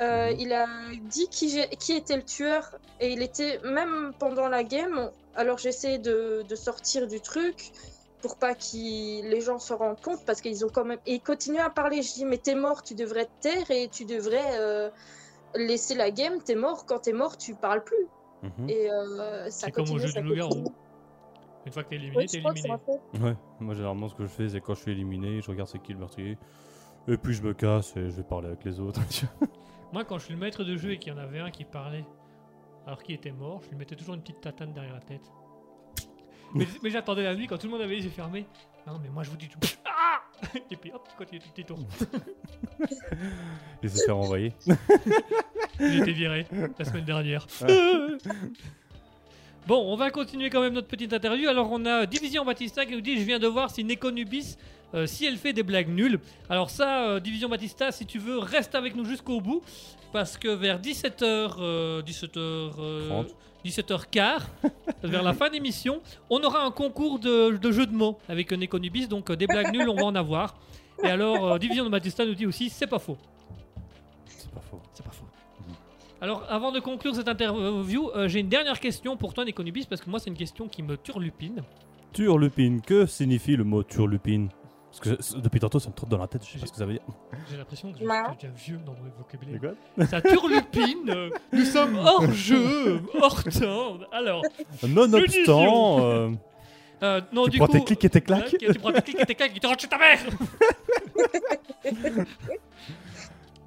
Speaker 3: euh,
Speaker 4: Mhm.
Speaker 3: il a dit qui, j'ai- qui était le tueur. Et il était, même pendant la game, alors j'essayais de, de sortir du truc pour pas que les gens se rendent compte parce qu'ils ont quand même. Et ils continuaient à parler. Je dis, mais t'es mort, tu devrais te taire et tu devrais euh, laisser la game. T'es mort, quand t'es mort, tu parles plus.
Speaker 4: Mhm.
Speaker 3: Et euh, ça
Speaker 2: C'est comme au
Speaker 3: continue,
Speaker 2: jeu
Speaker 3: ça
Speaker 2: du loup-garou.
Speaker 3: continue.
Speaker 2: Une fois que t'es éliminé,
Speaker 3: Oui,
Speaker 2: t'es
Speaker 3: je crois que c'est
Speaker 2: éliminé.
Speaker 3: un peu-
Speaker 4: Ouais, moi généralement ce que je fais c'est quand je suis éliminé, je regarde c'est qui le meurtrier, et puis je me casse et je vais parler avec les autres. <laughs> tu vois.
Speaker 2: Moi, quand je suis le maître de jeu et qu'il y en avait un qui parlait alors qu'il était mort, je lui mettais toujours une petite tatane derrière la tête. Mais, mais j'attendais la nuit quand tout le monde avait les yeux fermés. Non, mais moi je vous dis. tout- Ah Et puis hop, tu continues ton petit tour.
Speaker 4: et se faire envoyer.
Speaker 2: J'ai été viré la semaine dernière. bon, on va continuer quand même notre petite interview. Alors, on a Division Batista qui nous dit Je viens de voir si Neko Nubis, euh, si elle fait des blagues nulles. Alors, ça, euh, Division Batista, si tu veux, reste avec nous jusqu'au bout. Parce que vers euh, 17h, 17h, euh,
Speaker 4: 30.
Speaker 2: 17h15, vers la fin d'émission, on aura un concours de, de jeux de mots avec Neko Nubis. Donc, euh, des blagues nulles, on va en avoir. Et alors, euh, Division Batista nous dit aussi C'est pas faux.
Speaker 4: C'est pas faux.
Speaker 2: C'est pas faux. Mhm. Alors, avant de conclure cette interview, euh, j'ai une dernière question pour toi, Nekonubis, parce que moi, c'est une question qui me turlupine.
Speaker 4: Turlupine, que signifie le mot turlupine Parce que c- depuis tantôt ça me trotte dans la tête, je sais pas ce que ça veut dire.
Speaker 2: J'ai l'impression que je
Speaker 3: Ouais.
Speaker 2: suis déjà vieux dans mon vocabulaire.
Speaker 4: quoi
Speaker 2: Ça turlupine euh,
Speaker 4: <laughs>
Speaker 2: Nous sommes hors jeu, hors temps Alors,
Speaker 4: Nonobstant, euh,
Speaker 2: euh, non,
Speaker 4: tu
Speaker 2: du
Speaker 4: prends
Speaker 2: coup...
Speaker 4: tes clics et tes
Speaker 2: euh,
Speaker 4: claques
Speaker 2: Tu prends tes clics et tes claques, tu te rentres chez ta
Speaker 4: <laughs>
Speaker 2: mère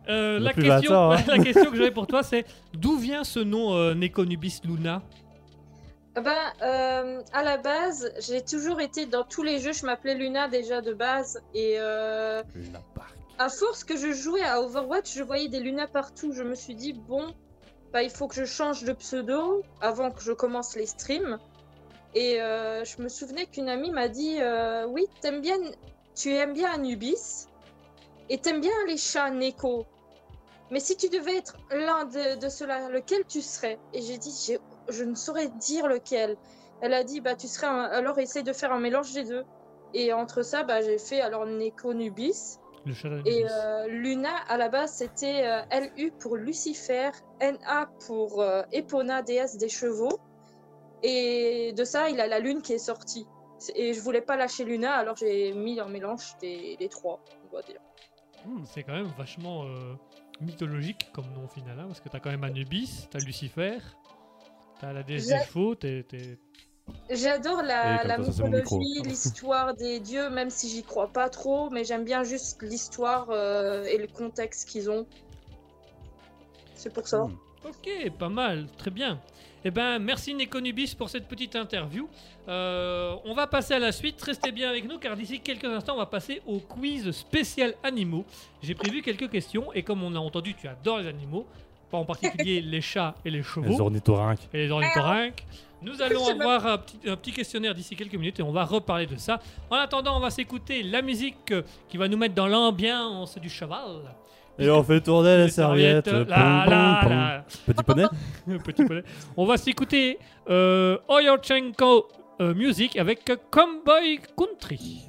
Speaker 2: Euh,
Speaker 4: On
Speaker 2: <laughs>
Speaker 4: a
Speaker 2: la,
Speaker 4: plus vingt
Speaker 2: question,
Speaker 4: ans, hein.
Speaker 2: la question que j'avais pour toi, c'est d'où vient ce nom euh, Nekonubis Luna
Speaker 3: Ah Ben, euh, à la base, j'ai toujours été dans tous les jeux. Je m'appelais Luna déjà de base. Et euh,
Speaker 4: Luna Park.
Speaker 3: à force que je jouais à Overwatch, je voyais des Luna partout. Je me suis dit, bon, bah, il faut que je change de pseudo avant que je commence les streams. Et euh, je me souvenais qu'une amie m'a dit, euh, oui, t'aimes bien, tu aimes bien Anubis et t'aimes bien les chats Neko. Mais si tu devais être l'un de, de ceux-là, lequel tu serais Et j'ai dit, J'ai- je ne saurais dire lequel. Elle a dit, bah tu serais un- alors essaye de faire un mélange des deux. Et entre ça, bah, j'ai fait alors Neko Nubis.
Speaker 2: Le chat
Speaker 3: Et
Speaker 2: d'Anubis.
Speaker 3: euh, Luna, à la base, c'était euh, LU pour Lucifer, NA pour euh, Epona, déesse des chevaux. Et de ça, il a la lune qui est sortie. C'est- Et je voulais pas lâcher Luna, alors j'ai mis un mélange des, des trois, on va dire.
Speaker 2: Hmm, c'est quand même vachement euh, mythologique comme nom au final, hein, parce que t'as quand même Anubis, t'as Lucifer, t'as la déesse
Speaker 3: J'ai-
Speaker 2: des chevaux, t'es- t'es-
Speaker 3: J'adore
Speaker 4: Et
Speaker 3: la,
Speaker 4: comme
Speaker 3: la
Speaker 4: ça, c'est mon micro.
Speaker 3: mythologie, l'histoire des dieux, même si j'y crois pas trop, mais j'aime bien juste l'histoire euh, et le contexte qu'ils ont. C'est pour ça.
Speaker 4: Hmm.
Speaker 2: Ok, pas mal, très bien. Eh ben, merci Nekonubis pour cette petite interview. Euh, on va passer à la suite. Restez bien avec nous car d'ici quelques instants, on va passer au quiz spécial animaux. J'ai prévu quelques questions et comme on a entendu, tu adores les animaux, pas en particulier <laughs> les chats et les
Speaker 4: Les
Speaker 2: chevaux
Speaker 4: ornithorynques.
Speaker 2: et les ornithorynques. Nous allons
Speaker 3: Je sais pas.
Speaker 2: avoir un petit, un petit questionnaire d'ici quelques minutes et on va reparler de ça. En attendant, on va s'écouter la musique euh, qui va nous mettre dans l'ambiance du cheval.
Speaker 4: Et on fait tourner la serviette.
Speaker 2: Là,
Speaker 4: Pom,
Speaker 2: là,
Speaker 4: pom,
Speaker 2: là. <laughs>
Speaker 4: pom. Petit poney
Speaker 2: Petit poney. On va s'écouter euh, Oyochenko euh, Music avec Comboy Country.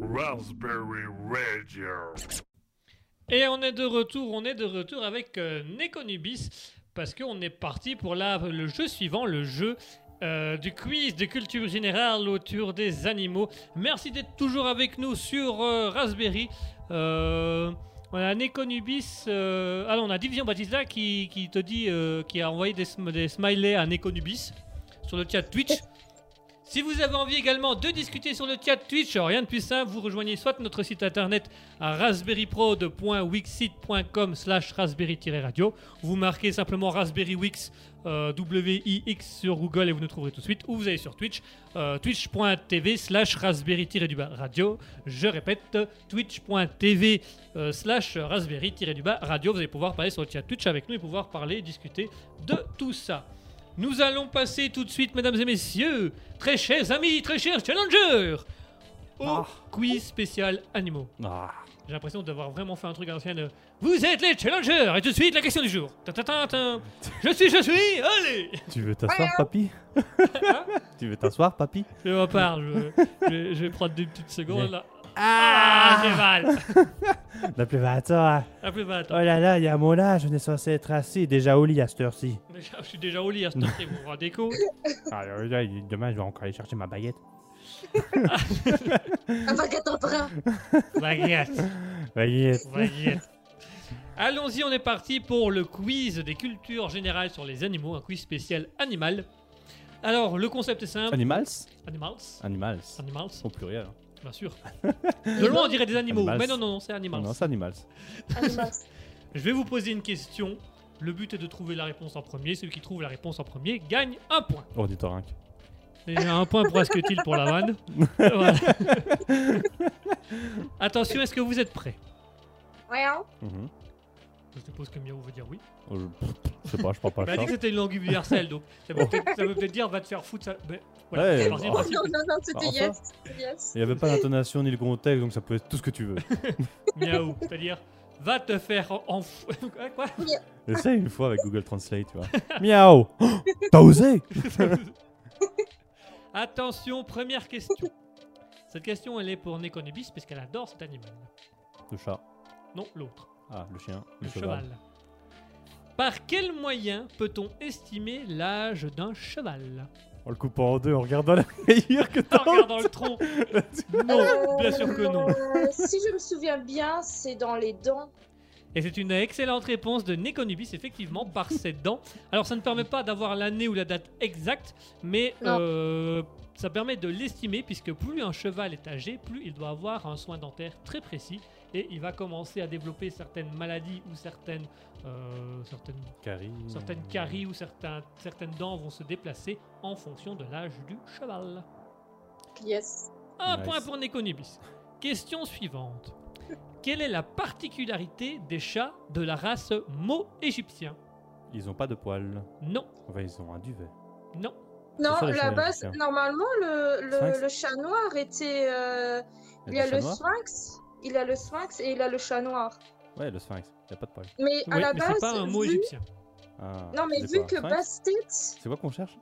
Speaker 1: Raspberry Radio.
Speaker 2: Et on est de retour, on est de retour avec euh, Nekonubis parce qu'on est parti pour la- le jeu suivant, le jeu euh, du quiz de culture générale autour des animaux. Merci d'être toujours avec nous sur euh, Raspberry. Euh, on a Nekonubis, euh, ah non, on a Division Batista qui, qui te dit, euh, qui a envoyé des, sm- des smileys à Nekonubis sur le chat Twitch. Si vous avez envie également de discuter sur le chat Twitch, rien de plus simple, vous rejoignez soit notre site internet à raspberryprod.wixit.com slash raspberry-radio. Vous marquez simplement Raspberry Wix, euh, W-I-X sur Google et vous nous trouverez tout de suite. Ou vous allez sur Twitch, euh, twitch.tv slash raspberry-radio. Je répète, twitch.tv euh, slash raspberry-du-bas radio. Vous allez pouvoir parler sur le chat Twitch avec nous et pouvoir parler, discuter de tout ça. Nous allons passer tout de suite, mesdames et messieurs, très chers amis, très chers challengers, au
Speaker 4: Ah.
Speaker 2: quiz spécial animaux.
Speaker 4: Ah.
Speaker 2: J'ai l'impression d'avoir vraiment fait un truc à l'ancienne. euh, Vous êtes les challengers Et tout de suite, la question du jour. Tintintintin. Je suis, je suis, allez
Speaker 4: Tu veux t'asseoir, papy
Speaker 2: Hein
Speaker 4: Tu veux t'asseoir, papy
Speaker 2: Je me parle, je, je- je vais prendre deux petites secondes là. Ah, j'ai mal
Speaker 4: N'appelez pas à ça. hein.
Speaker 2: Un peu mal, attends.
Speaker 4: Oh là là, il y a mon âge, on est censé être assis, déjà au lit à cette heure-ci.
Speaker 2: Déjà, je suis déjà au lit à ce temps vous vous rendez compte
Speaker 4: Ah, là, là, demain, je vais encore aller chercher ma baguette.
Speaker 3: Un baguette en bras.
Speaker 2: Baguette,
Speaker 4: Baguette.
Speaker 2: baguette. Allons-y, on est parti pour le quiz des cultures générales sur les animaux, un quiz spécial animal. Alors, le concept est simple.
Speaker 4: Animals
Speaker 2: Animals.
Speaker 4: Animals.
Speaker 2: Animals,
Speaker 4: Au pluriel. hein.
Speaker 2: bien
Speaker 4: <laughs>
Speaker 2: sûr. De loin, on dirait des animaux,
Speaker 4: Animals.
Speaker 2: mais non, non, non, c'est animals.
Speaker 4: Non, c'est animals.
Speaker 3: <laughs> Animal.
Speaker 2: Je vais vous poser une question. Le but est de trouver la réponse en premier. Celui qui trouve la réponse en premier gagne un point.
Speaker 4: Ornithorynque.
Speaker 2: Et un point pour Asketil pour la vanne. Voilà. Attention, est-ce que vous êtes prêts
Speaker 3: Ouais, hein.
Speaker 4: Mhm.
Speaker 2: Je suppose que Miaou veut dire oui.
Speaker 4: Oh, Je, pff, je sais pas, je parle pas
Speaker 2: Elle a dit que
Speaker 4: chat.
Speaker 2: c'était une langue universelle, donc ça veut peut-être ça veut peut-être dire va te faire foutre. Ça... mais voilà,
Speaker 4: Ouais,
Speaker 2: c'est parti du
Speaker 4: bah.
Speaker 2: principe
Speaker 3: Non, non, non,
Speaker 4: Bah,
Speaker 3: c'était
Speaker 4: enfin.
Speaker 3: yes. c'était yes.
Speaker 4: Il y
Speaker 2: <laughs>
Speaker 4: avait pas d'intonation ni le contexte, donc ça peut être tout ce que tu veux. <laughs>
Speaker 2: que Miaou, c'est-à-dire va te faire en- en fou- <laughs> Quoi, quoi
Speaker 4: Essaye une fois avec Google Translate, tu vois. <laughs> Miaou <gasps> Oh, T'as osé
Speaker 2: Attention, première question. Cette question, elle est pour Nekonubis, puisqu'elle adore cet animal.
Speaker 4: Le chat.
Speaker 2: Non, l'autre.
Speaker 4: Ah, le chien.
Speaker 2: Le cheval. Par quel moyen peut-on estimer l'âge d'un cheval
Speaker 4: On le coupe en deux en regardant <laughs> la meilleure que
Speaker 2: En
Speaker 4: t'as. <laughs>
Speaker 2: regardant le <laughs> tronc Non, bien sûr que non.
Speaker 3: Euh, si je me souviens bien, c'est dans les dents.
Speaker 2: Et c'est une excellente réponse de Nekonubis, effectivement, par ses dents. Alors, ça ne permet pas d'avoir l'année ou la date exacte, mais
Speaker 3: Non.
Speaker 2: euh, ça permet de l'estimer, puisque plus un cheval est âgé, plus il doit avoir un soin dentaire très précis, et il va commencer à développer certaines maladies ou certaines, euh, certaines
Speaker 4: Carie.
Speaker 2: Certaines caries ou certains, certaines dents vont se déplacer en fonction de l'âge du cheval.
Speaker 3: Yes.
Speaker 2: Un
Speaker 4: Nice.
Speaker 2: point pour Nekonubis. Question suivante. Quelle est la particularité des chats de la race mot égyptien
Speaker 4: Ils ont pas de poils.
Speaker 2: Non,
Speaker 4: Enfin, ils ont un duvet.
Speaker 2: non.
Speaker 3: Non,
Speaker 4: ça, les
Speaker 3: là-bas,
Speaker 4: chiens, les chiens.
Speaker 3: normalement, le,
Speaker 4: Sphinx.
Speaker 3: le, le chat noir était. euh, il
Speaker 4: Il y
Speaker 3: y a
Speaker 4: des chats
Speaker 3: le
Speaker 4: noirs
Speaker 3: sphinx. Il a le sphinx et il a le chat noir.
Speaker 4: Ouais, le sphinx. Il a pas de poils.
Speaker 3: Mais à
Speaker 2: Oui,
Speaker 3: la
Speaker 2: mais
Speaker 3: base.
Speaker 2: c'est pas un mot
Speaker 3: vu-
Speaker 2: égyptien.
Speaker 4: Ah,
Speaker 3: Non, mais
Speaker 4: c'est
Speaker 3: vu
Speaker 4: quoi,
Speaker 3: que
Speaker 4: un sphinx
Speaker 3: Bastet.
Speaker 4: C'est quoi qu'on cherche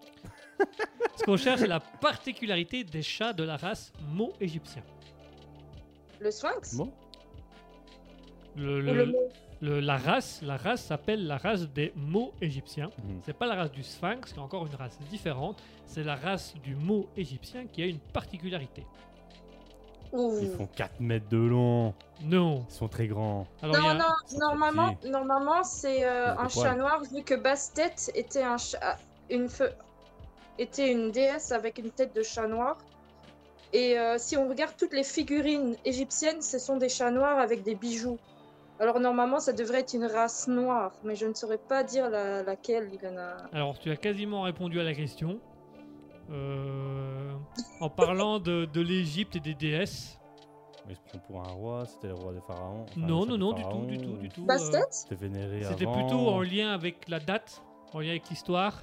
Speaker 2: Ce qu'on cherche, c'est la particularité des chats de la race mot égyptien.
Speaker 3: Le sphinx
Speaker 4: Bon.
Speaker 2: Le-
Speaker 3: Ou
Speaker 2: le-
Speaker 3: le mot
Speaker 2: le- la race, la race s'appelle la race des mots égyptiens.
Speaker 3: Euh.
Speaker 4: Mhm.
Speaker 2: C'est pas la race du sphinx, qui est encore une race différente. C'est la race du mot égyptien qui a une particularité.
Speaker 4: Ils
Speaker 3: Ouh.
Speaker 4: font 4 mètres de long.
Speaker 2: Non.
Speaker 4: Ils sont très grands.
Speaker 2: Alors, il y
Speaker 3: Non,
Speaker 2: a-
Speaker 3: non,
Speaker 4: c'est
Speaker 3: normalement,
Speaker 4: petit.
Speaker 3: normalement c'est euh,
Speaker 4: Il a des
Speaker 3: un
Speaker 4: poils.
Speaker 3: chat noir vu que Bastet était un chat, une feu, était une déesse avec une tête de chat noir. Et euh, si on regarde toutes les figurines égyptiennes, ce sont des chats noirs avec des bijoux. Alors normalement, ça devrait être une race noire, mais je ne saurais pas dire la- laquelle. Il y en a.
Speaker 2: Alors, tu as quasiment répondu à la question. Euh, en parlant de, de l'Égypte et des déesses.
Speaker 4: Mais ils se prend pour un roi. C'était le roi des pharaons. Enfin,
Speaker 2: non,
Speaker 4: le
Speaker 2: non,
Speaker 4: chef
Speaker 2: non,
Speaker 4: des
Speaker 2: du tout, du tout,
Speaker 4: pharaons.
Speaker 2: du tout.
Speaker 3: Bastet
Speaker 2: euh,
Speaker 4: C'était vénéré
Speaker 2: C'était
Speaker 4: avant.
Speaker 2: plutôt en lien avec la date, en lien avec l'histoire.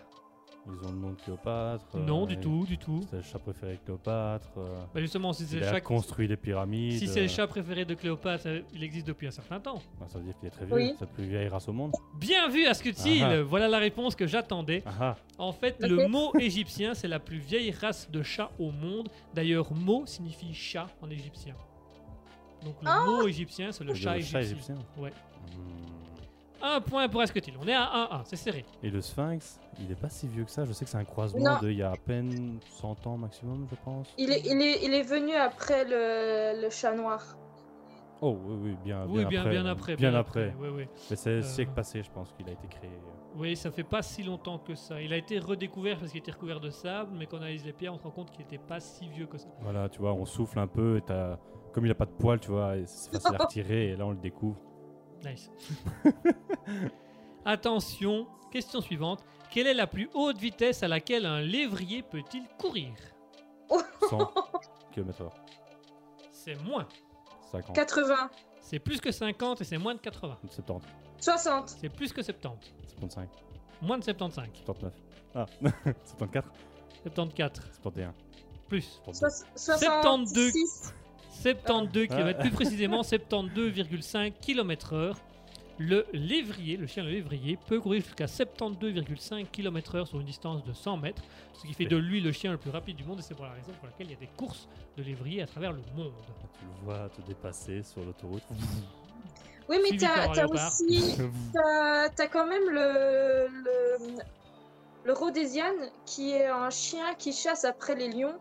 Speaker 4: Ils ont le nom de Cléopâtre.
Speaker 2: non,
Speaker 4: euh,
Speaker 2: du tout, du tout.
Speaker 4: C'était le chat préféré de Cléopâtre. euh,
Speaker 2: Bah justement, si c'est
Speaker 4: il
Speaker 2: le
Speaker 4: a
Speaker 2: chat,
Speaker 4: construit les pyramides.
Speaker 2: si c'est le
Speaker 4: euh,
Speaker 2: chat préféré de Cléopâtre, euh, il existe depuis un certain temps.
Speaker 4: bah, ça veut dire qu'il est très vieux.
Speaker 3: Oui.
Speaker 4: C'est la plus vieille race au monde.
Speaker 2: Bien vu, Asketil
Speaker 4: Ah ah.
Speaker 2: Voilà la réponse que j'attendais.
Speaker 4: Ah ah.
Speaker 2: En fait,
Speaker 3: Ok.
Speaker 2: le mot égyptien, c'est la plus vieille race de chat au monde. D'ailleurs, mot signifie chat en égyptien. Donc le mot égyptien, c'est le chat
Speaker 4: Le
Speaker 2: égyptien.
Speaker 4: chat égyptien.
Speaker 2: Ouais.
Speaker 4: Hmm.
Speaker 2: Un point pour Asketil. On est à 1-1, c'est serré.
Speaker 4: Et le sphinx, il est pas si vieux que ça. Je sais que c'est un croisement
Speaker 3: Non.
Speaker 4: de il y a à peine 100 ans maximum, je pense.
Speaker 3: Il est, il, est, il est venu après le, le chat noir.
Speaker 4: Oh oui, oui, bien,
Speaker 2: oui, bien,
Speaker 4: après.
Speaker 2: bien
Speaker 4: euh,
Speaker 2: après.
Speaker 4: Bien après.
Speaker 2: Oui, oui.
Speaker 4: Mais c'est
Speaker 2: Euh.
Speaker 4: le siècle passé, je pense, qu'il a été créé.
Speaker 2: Oui, ça fait pas si longtemps que ça. Il a été redécouvert parce qu'il était recouvert de sable, mais quand on analyse les pierres, on se rend compte qu'il n'était pas si vieux que ça.
Speaker 4: Voilà, tu vois, on souffle un peu et t'as- Comme il a pas de poils, tu vois, et
Speaker 3: <laughs>
Speaker 4: c'est facile à retirer et là on le découvre. <laughs>
Speaker 2: Nice. Attention, question suivante. Quelle est la plus haute vitesse à laquelle un lévrier peut-il courir
Speaker 3: <laughs>
Speaker 4: 100 km/h.
Speaker 2: C'est moins.
Speaker 4: 50.
Speaker 3: 80,
Speaker 2: C'est plus que 50 et c'est moins de 80.
Speaker 4: 70.
Speaker 3: 60,
Speaker 2: C'est plus que 70.
Speaker 4: 75.
Speaker 2: Moins de 75.
Speaker 4: 79. Ah, <laughs> 74.
Speaker 2: 74.
Speaker 4: 71.
Speaker 2: Plus.
Speaker 4: 72.
Speaker 3: soix- 66,
Speaker 2: 72
Speaker 4: Ah.
Speaker 2: km,
Speaker 4: <laughs>
Speaker 2: plus précisément 72,5 km/h. Le lévrier, le chien de lévrier, peut courir jusqu'à 72,5 km/h sur une distance de 100 mètres, ce qui fait de lui le chien le plus rapide du monde, et c'est pour la raison pour laquelle il y a des courses de lévrier à travers le monde.
Speaker 4: Tu le vois te dépasser sur <laughs> l'autoroute.
Speaker 3: Oui, mais
Speaker 2: Suivi
Speaker 3: t'as
Speaker 2: par un
Speaker 3: t'as
Speaker 2: léopard.
Speaker 3: aussi. T'as t'as quand même le. le... Le Rhodesian, qui est un chien qui chasse après les lions,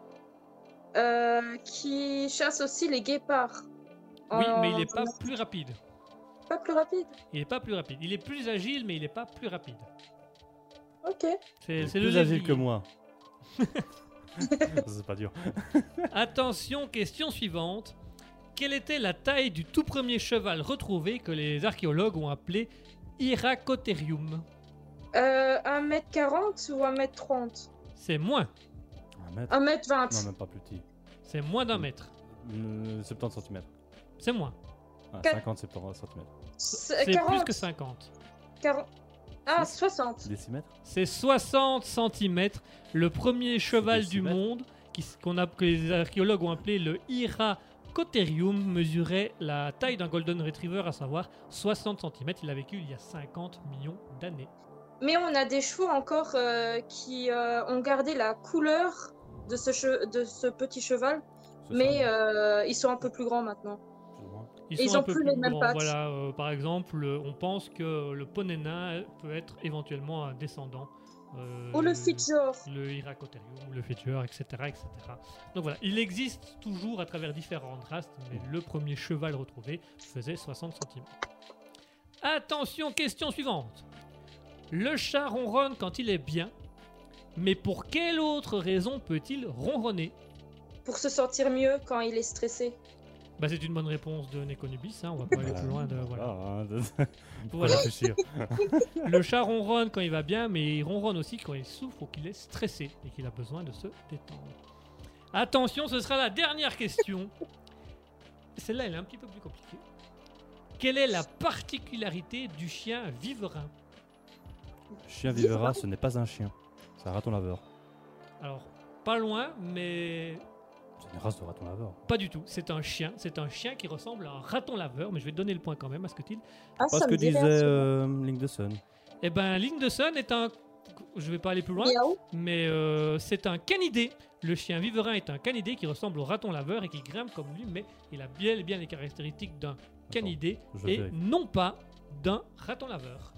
Speaker 3: euh, qui chasse aussi les guépards.
Speaker 2: Oui,
Speaker 3: En-
Speaker 2: mais il n'est pas plus rapide.
Speaker 3: pas plus rapide.
Speaker 2: Il n'est pas plus rapide. Il est plus agile, mais il n'est pas plus rapide.
Speaker 3: Ok.
Speaker 2: C'est c'est le
Speaker 4: plus agile
Speaker 2: lévrier. <laughs>
Speaker 4: que moi. Ça, c'est pas dur.
Speaker 2: Attention, question suivante. Quelle était la taille du tout premier cheval retrouvé que les archéologues ont appelé Iracotherium
Speaker 3: Euh, 1m40 ou 1m30
Speaker 2: C'est moins.
Speaker 4: Un mètre
Speaker 3: 1m20.
Speaker 4: Non, même pas plus petit.
Speaker 2: C'est moins d'un mètre.
Speaker 4: Euh, 70 cm.
Speaker 2: C'est moins.
Speaker 4: Ah,
Speaker 3: Quatre-
Speaker 4: 50 cm.
Speaker 3: C'est
Speaker 2: C'est plus
Speaker 3: 40,
Speaker 2: que 50.
Speaker 3: 40. Ah, 60.
Speaker 4: Décimètre
Speaker 2: C'est 60 cm. Le premier cheval du
Speaker 4: décimètre.
Speaker 2: monde, qui s- qu'on a, que les archéologues ont appelé le Iracotherium, mesurait la taille d'un golden retriever, à savoir 60 cm. Il a vécu il y a 50 millions d'années.
Speaker 3: Mais on a des chevaux encore euh, qui euh, ont gardé la couleur de ce, che- de ce petit cheval,
Speaker 4: C'est
Speaker 3: mais
Speaker 4: ça,
Speaker 3: euh, ils sont un peu plus grands maintenant.
Speaker 4: plus ou moins.
Speaker 2: Ils,
Speaker 3: Et
Speaker 2: sont
Speaker 3: ils
Speaker 2: un
Speaker 3: ont
Speaker 2: peu
Speaker 3: plus les mêmes
Speaker 2: grands.
Speaker 3: pattes.
Speaker 2: Voilà, euh, par exemple, euh, on pense que le poney nain peut être éventuellement un descendant. euh,
Speaker 4: Hmm.
Speaker 3: Ou Oh, le Fitjor.
Speaker 2: le Iracotherium, le Fétueur, etc., etc. Donc voilà, il existe toujours à travers différentes races, mais le premier cheval retrouvé faisait 60 cm. Attention, question suivante. Le chat ronronne quand il est bien, mais pour quelle autre raison peut-il ronronner
Speaker 3: Pour se sentir mieux quand il est stressé.
Speaker 2: bah, C'est une bonne réponse de Nekonubis, hein, on va pas aller
Speaker 4: Voilà.
Speaker 2: plus loin. De, voilà.
Speaker 4: Ah, hein, de-
Speaker 2: Voilà.
Speaker 4: réfléchir.
Speaker 2: Le chat ronronne quand il va bien, mais il ronronne aussi quand il souffre ou qu'il est stressé et qu'il a besoin de se détendre. Attention, ce sera la dernière question. Celle-là, elle est un petit peu plus compliquée. Quelle est la particularité du chien viverain
Speaker 4: Chien vivera, ce n'est pas un chien. C'est un raton laveur.
Speaker 2: Alors, pas loin, mais
Speaker 4: C'est une race de raton laveur.
Speaker 3: Ah,
Speaker 2: pas du tout. C'est un chien. C'est un chien qui ressemble à un raton laveur, mais je vais te donner le point quand même à ce que
Speaker 3: Ah,
Speaker 4: Parce
Speaker 3: ça
Speaker 4: que
Speaker 3: me
Speaker 4: disait
Speaker 3: dérange.
Speaker 4: euh, Link de Sun.
Speaker 2: Eh ben, Lindson est un. Je vais pas aller plus loin.
Speaker 3: Miaou.
Speaker 2: Mais euh, c'est un canidé. Le chien viverain est un canidé qui ressemble au raton laveur et qui grimpe comme lui, mais il a bien, bien les caractéristiques d'un canidé
Speaker 4: je
Speaker 2: et
Speaker 4: vérifie.
Speaker 2: non pas d'un raton laveur.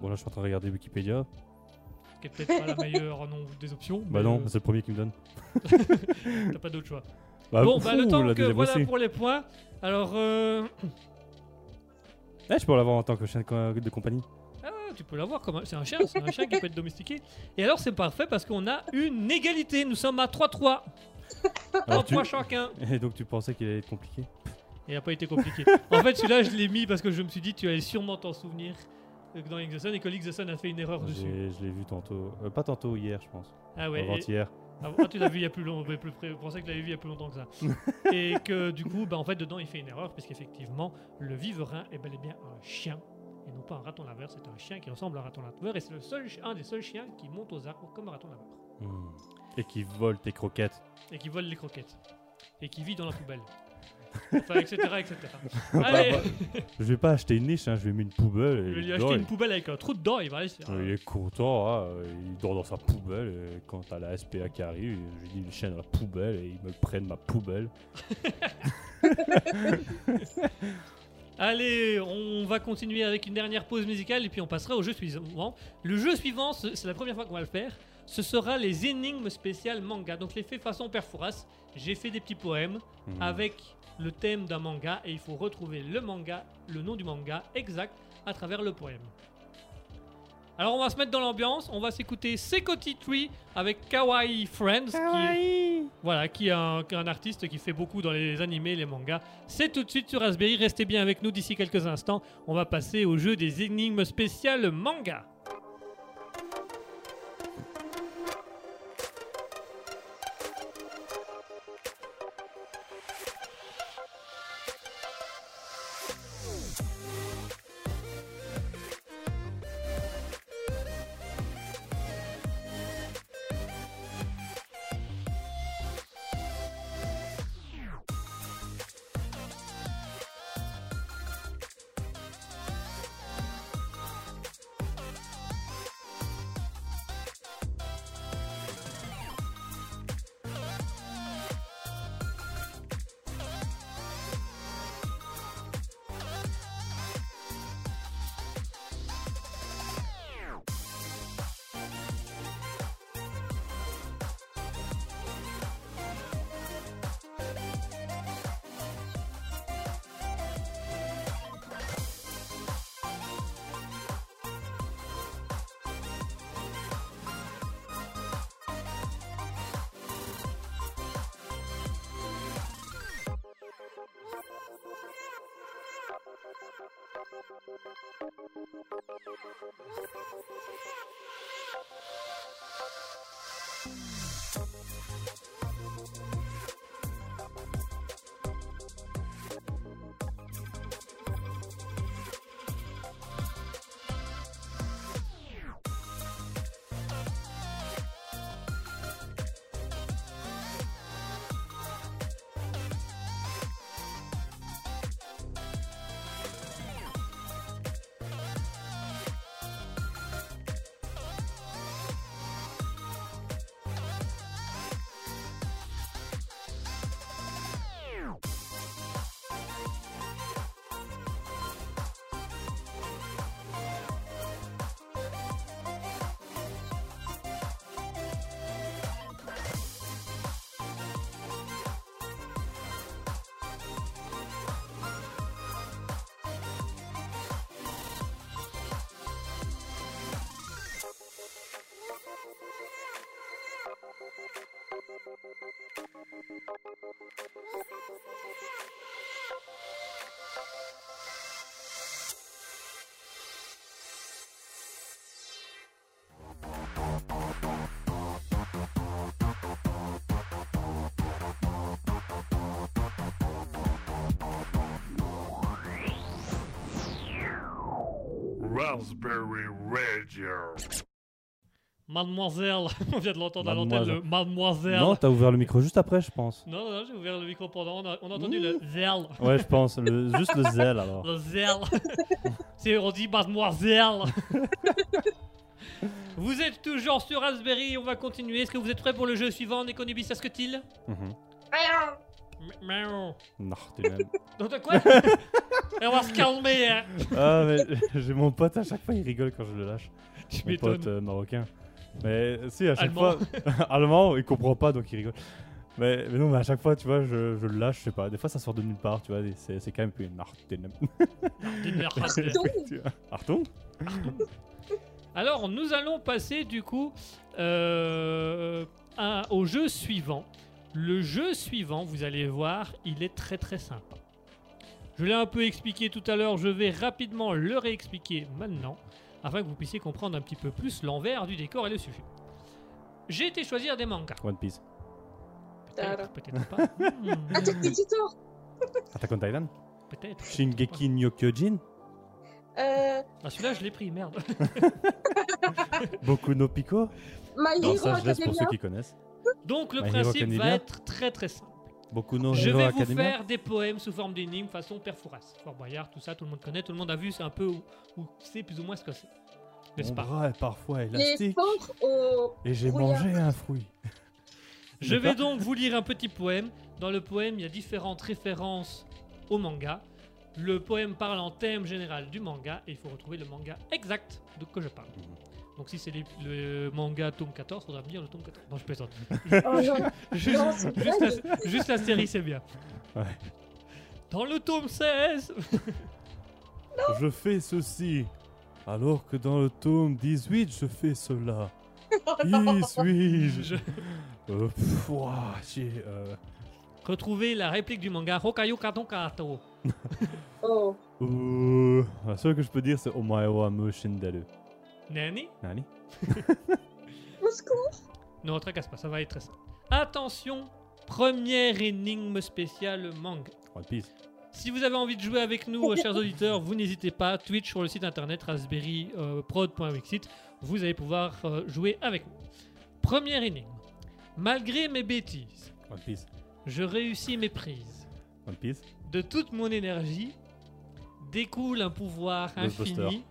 Speaker 4: Bon, là, je suis en train de regarder Wikipédia.
Speaker 2: Ce qui est peut-être pas
Speaker 4: <laughs>
Speaker 2: la meilleure non, des options.
Speaker 4: Bah
Speaker 2: mais,
Speaker 4: non,
Speaker 2: euh,
Speaker 4: c'est le premier qui me donne.
Speaker 2: t'as pas d'autre choix.
Speaker 4: Bah,
Speaker 2: bon, bah le
Speaker 4: fou,
Speaker 2: temps
Speaker 4: la
Speaker 2: que
Speaker 4: deuxième
Speaker 2: voilà
Speaker 4: aussi.
Speaker 2: pour les points. Alors, euh,
Speaker 4: Eh, je peux l'avoir en tant que chien de co- de compagnie.
Speaker 2: ah, tu peux l'avoir comme un... c'est un chien, c'est un chien qui peut être domestiqué. Et alors c'est parfait parce qu'on a une égalité. Nous sommes à 3-3,
Speaker 4: Alors,
Speaker 2: 3
Speaker 4: Ah, tu-
Speaker 2: points chacun.
Speaker 4: <laughs> Et donc, tu pensais qu'il allait être compliqué
Speaker 2: Il n'a pas été compliqué. en fait, celui-là, je l'ai mis parce que je me suis dit, tu allais sûrement t'en souvenir euh, dans Link the Sun et que Link the Sun a fait une erreur dessus.
Speaker 4: Ah, J'ai- Je l'ai vu tantôt. Euh, pas tantôt, hier, je pense.
Speaker 2: Ah ouais. et-
Speaker 4: Avant-hier.
Speaker 2: ah, ah, tu l'as vu il y a plus longtemps. Plus près, je pensais que tu l'avais vu il y a plus longtemps que ça. et que du coup, bah, en fait, dedans, il fait une erreur parce qu'effectivement, le viverain est bel et bien un chien et non pas un raton laveur. C'est un chien qui ressemble à un raton laveur et c'est le seul, un des seuls chiens qui monte aux arbres comme un raton laveur
Speaker 4: Hmm. Et qui vole tes croquettes.
Speaker 2: et qui vole les croquettes et qui vit dans la poubelle. Enfin, etc. etc. Allez,
Speaker 4: Je vais pas acheter une niche, hein, je lui ai mis une poubelle. et
Speaker 2: je vais lui
Speaker 4: il
Speaker 2: acheter
Speaker 4: dort,
Speaker 2: une poubelle avec un trou dedans, il va laisser.
Speaker 4: il- Il est content, hein, il dort dans sa poubelle. et quand t'as la SPA qui arrive, je lui dis le chien dans la poubelle et ils me le prennent ma poubelle.
Speaker 2: Allez, on va continuer avec une dernière pause musicale et puis on passera au jeu suivant. Le jeu suivant, ce- c'est la première fois qu'on va le faire, ce sera les énigmes spéciales manga. Donc les faits façon Perforas, j'ai fait des petits poèmes
Speaker 4: Hmm.
Speaker 2: avec le thème d'un manga et il faut retrouver le manga, le nom du manga exact à travers le poème. Alors on va se mettre dans l'ambiance, on va s'écouter Sekoti Tree avec Kawaii Friends, qui, voilà, qui est un, un artiste qui fait beaucoup dans les animés, les mangas. C'est tout de suite sur Raspberry, restez bien avec nous d'ici quelques instants, on va passer au jeu des énigmes spéciales manga.
Speaker 1: Raspberry Radio.
Speaker 2: Mademoiselle, <laughs> on vient de l'entendre à l'antenne, le mademoiselle.
Speaker 4: Non, t'as ouvert le micro juste après, je pense.
Speaker 2: non, non, non, j'ai ouvert le micro pendant, on a, on a entendu
Speaker 4: Mmh.
Speaker 2: le zèle.
Speaker 4: Ouais, je pense. le- juste le
Speaker 2: <laughs>
Speaker 4: zèle alors.
Speaker 2: Le zèle. C'est on dit mademoiselle. <laughs> vous êtes toujours sur Raspberry, on va continuer. Est-ce que vous êtes prêts pour le jeu suivant, Nekonubis Asketil
Speaker 4: Mhm.
Speaker 3: Ah,
Speaker 2: Non,
Speaker 4: Non, t'es même.
Speaker 2: t'as quoi Et On va se calmer. hein.
Speaker 4: Ah, mais <laughs> j'ai mon pote, à chaque fois, il rigole quand je le lâche.
Speaker 2: Tu
Speaker 4: Mon pote
Speaker 2: m'étonnes.
Speaker 4: euh, marocain. Mais euh, si, à chaque
Speaker 2: Allemand.
Speaker 4: fois. <laughs> Allemand, il comprend pas, donc il rigole. Mais, mais non, mais à chaque fois, tu vois, je, je le lâche, je sais pas. Des fois, ça sort de nulle part, tu vois. et C'est c'est quand même plus une arténum.
Speaker 2: Des merdes.
Speaker 4: <laughs> Arton
Speaker 2: Alors, nous allons passer du coup euh, à- au jeu suivant. Le jeu suivant, vous allez voir, il est très très sympa. Je l'ai un peu expliqué tout à l'heure, je vais rapidement le réexpliquer maintenant, afin que vous puissiez comprendre un petit peu plus l'envers du décor et le sujet. J'ai été choisir des mangas.
Speaker 4: One Piece.
Speaker 2: Peut-être, peut-être pas. Hmm,
Speaker 3: Attaque des titans
Speaker 4: Attack on Thailand
Speaker 2: peut-être.
Speaker 4: Shingeki no Kyojin
Speaker 3: euh,
Speaker 2: Ah, celui-là, je l'ai pris,
Speaker 4: <laughs>
Speaker 2: merde.
Speaker 4: Boku no Pico
Speaker 3: My
Speaker 4: Non,
Speaker 3: Hero
Speaker 4: ça, je laisse pour
Speaker 3: Academia
Speaker 4: ceux qui connaissent.
Speaker 2: Donc le
Speaker 4: My Bah, Hero
Speaker 2: principe va
Speaker 4: Academia.
Speaker 2: être très très simple.
Speaker 4: Beaucoup no
Speaker 2: Je
Speaker 4: Hero
Speaker 2: vais vous
Speaker 4: Academia.
Speaker 2: faire des poèmes sous forme d'énigmes façon Père Fouras. Fort Boyard, tout ça, tout le monde connaît, tout le monde a vu, c'est un peu où, où c'est plus ou moins ce que c'est. N'est-ce
Speaker 4: Mon
Speaker 2: pas
Speaker 4: bras est parfois
Speaker 3: Les
Speaker 4: élastique
Speaker 3: porcs au.
Speaker 4: et j'ai
Speaker 3: brouillard.
Speaker 4: mangé
Speaker 2: <laughs>
Speaker 4: un fruit.
Speaker 2: Je vais
Speaker 4: D'accord. <laughs>
Speaker 2: donc vous lire un petit poème. Dans le poème, il y a différentes références au manga. Le poème parle en thème général du manga et il faut retrouver le manga exact de que je parle. Donc si c'est les- le manga tome 14, faudra me dire le tome 14. Non, je plaisante.
Speaker 3: Oh non,
Speaker 2: <laughs> Juste,
Speaker 3: Non, c'est
Speaker 2: juste la, juste la série, c'est bien.
Speaker 4: Ouais.
Speaker 2: Dans le tome 16,
Speaker 4: Je fais ceci, alors que dans le tome 18, je
Speaker 2: <laughs>
Speaker 4: fais cela. <laughs> Qui suis-je
Speaker 2: je...
Speaker 4: Euh, pff, ouah, j'ai, euh,
Speaker 2: retrouvez la réplique du manga Hokayo Katonkato.
Speaker 3: <laughs> Oh.
Speaker 4: euh, La seule que je peux dire, c'est Omae wa Mushindaru.
Speaker 2: Nani
Speaker 4: Nani
Speaker 3: Au secours.
Speaker 2: Ne tracasse pas, ça va être très simple. Attention, première énigme spéciale manga.
Speaker 4: One Piece.
Speaker 2: Si vous avez envie de jouer avec nous, euh, chers auditeurs, vous n'hésitez pas. Twitch sur le site internet euh, raspberryprod.wixit. vous allez pouvoir euh, jouer avec nous. Première énigme. Malgré mes bêtises,
Speaker 4: One Piece.
Speaker 2: je réussis mes prises.
Speaker 4: One Piece.
Speaker 2: De toute mon énergie découle un pouvoir
Speaker 4: Ghostbuster.
Speaker 2: infini.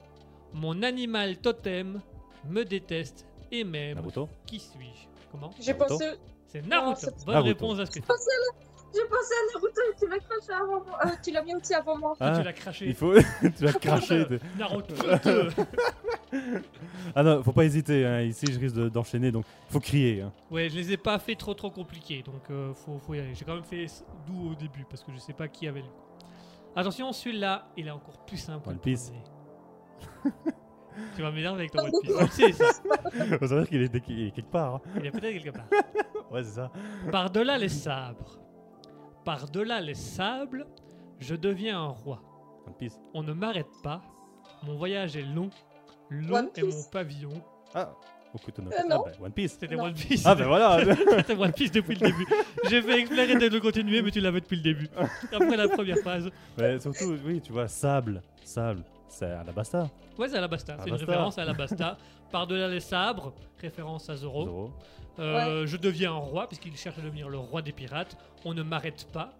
Speaker 2: Mon animal totem me déteste et même
Speaker 4: Naruto.
Speaker 2: qui suis-je Comment
Speaker 3: J'ai
Speaker 4: Naruto.
Speaker 3: pensé,
Speaker 2: C'est Naruto.
Speaker 3: Non, c'est-
Speaker 2: Bonne
Speaker 4: Naruto.
Speaker 2: réponse à ce que tu
Speaker 3: j'ai pensé à Naruto et tu l'as craché avant moi. Euh, tu l'as mis aussi avant moi.
Speaker 4: Ah,
Speaker 2: tu l'as craché.
Speaker 4: il faut. <laughs> tu vas cracher.
Speaker 2: <laughs>
Speaker 4: t'es- <laughs>
Speaker 2: Naruto. te-
Speaker 4: Ah non, faut pas hésiter. hein, Ici, je risque de- d'enchaîner, donc faut crier. hein. <laughs>
Speaker 2: Ouais, je les ai pas fait trop trop compliqués, donc euh, faut, faut y aller. J'ai quand même fait s- doux au début parce que je sais pas qui avait le. Attention, celui-là, il est encore plus simple. que le
Speaker 4: One Piece. <laughs>
Speaker 2: premier. tu vas m'énerver avec ton One Piece. On le sait, ça.
Speaker 4: faut savoir qu'il est, qu'il est quelque part.
Speaker 2: Il est peut-être quelque part.
Speaker 4: hein. Ouais, c'est ça.
Speaker 2: Par-delà les sabres, par-delà les sables, je deviens un roi.
Speaker 4: One Piece.
Speaker 2: On ne m'arrête pas. Mon voyage est long. L'eau
Speaker 3: One
Speaker 2: est mon
Speaker 3: Piece.
Speaker 2: pavillon.
Speaker 4: Ah, beaucoup de
Speaker 3: Euh, non.
Speaker 4: One Piece.
Speaker 2: C'était
Speaker 3: Non.
Speaker 2: One Piece.
Speaker 4: Ah,
Speaker 2: <laughs>
Speaker 4: ben voilà. <laughs>
Speaker 2: C'était One Piece depuis le début. J'ai fait exprès de le continuer, mais tu l'avais depuis le début. Après la première phase.
Speaker 4: Mais surtout, oui, tu vois, sable. Sable. C'est à la basta.
Speaker 2: Ouais, c'est Alabasta. C'est une
Speaker 4: Alabasta.
Speaker 2: référence à Alabasta. Par-delà les sabres, référence à Zoro.
Speaker 4: Zoro.
Speaker 2: Euh, Je deviens un roi, puisqu'il cherche à devenir le roi des pirates. On ne m'arrête pas.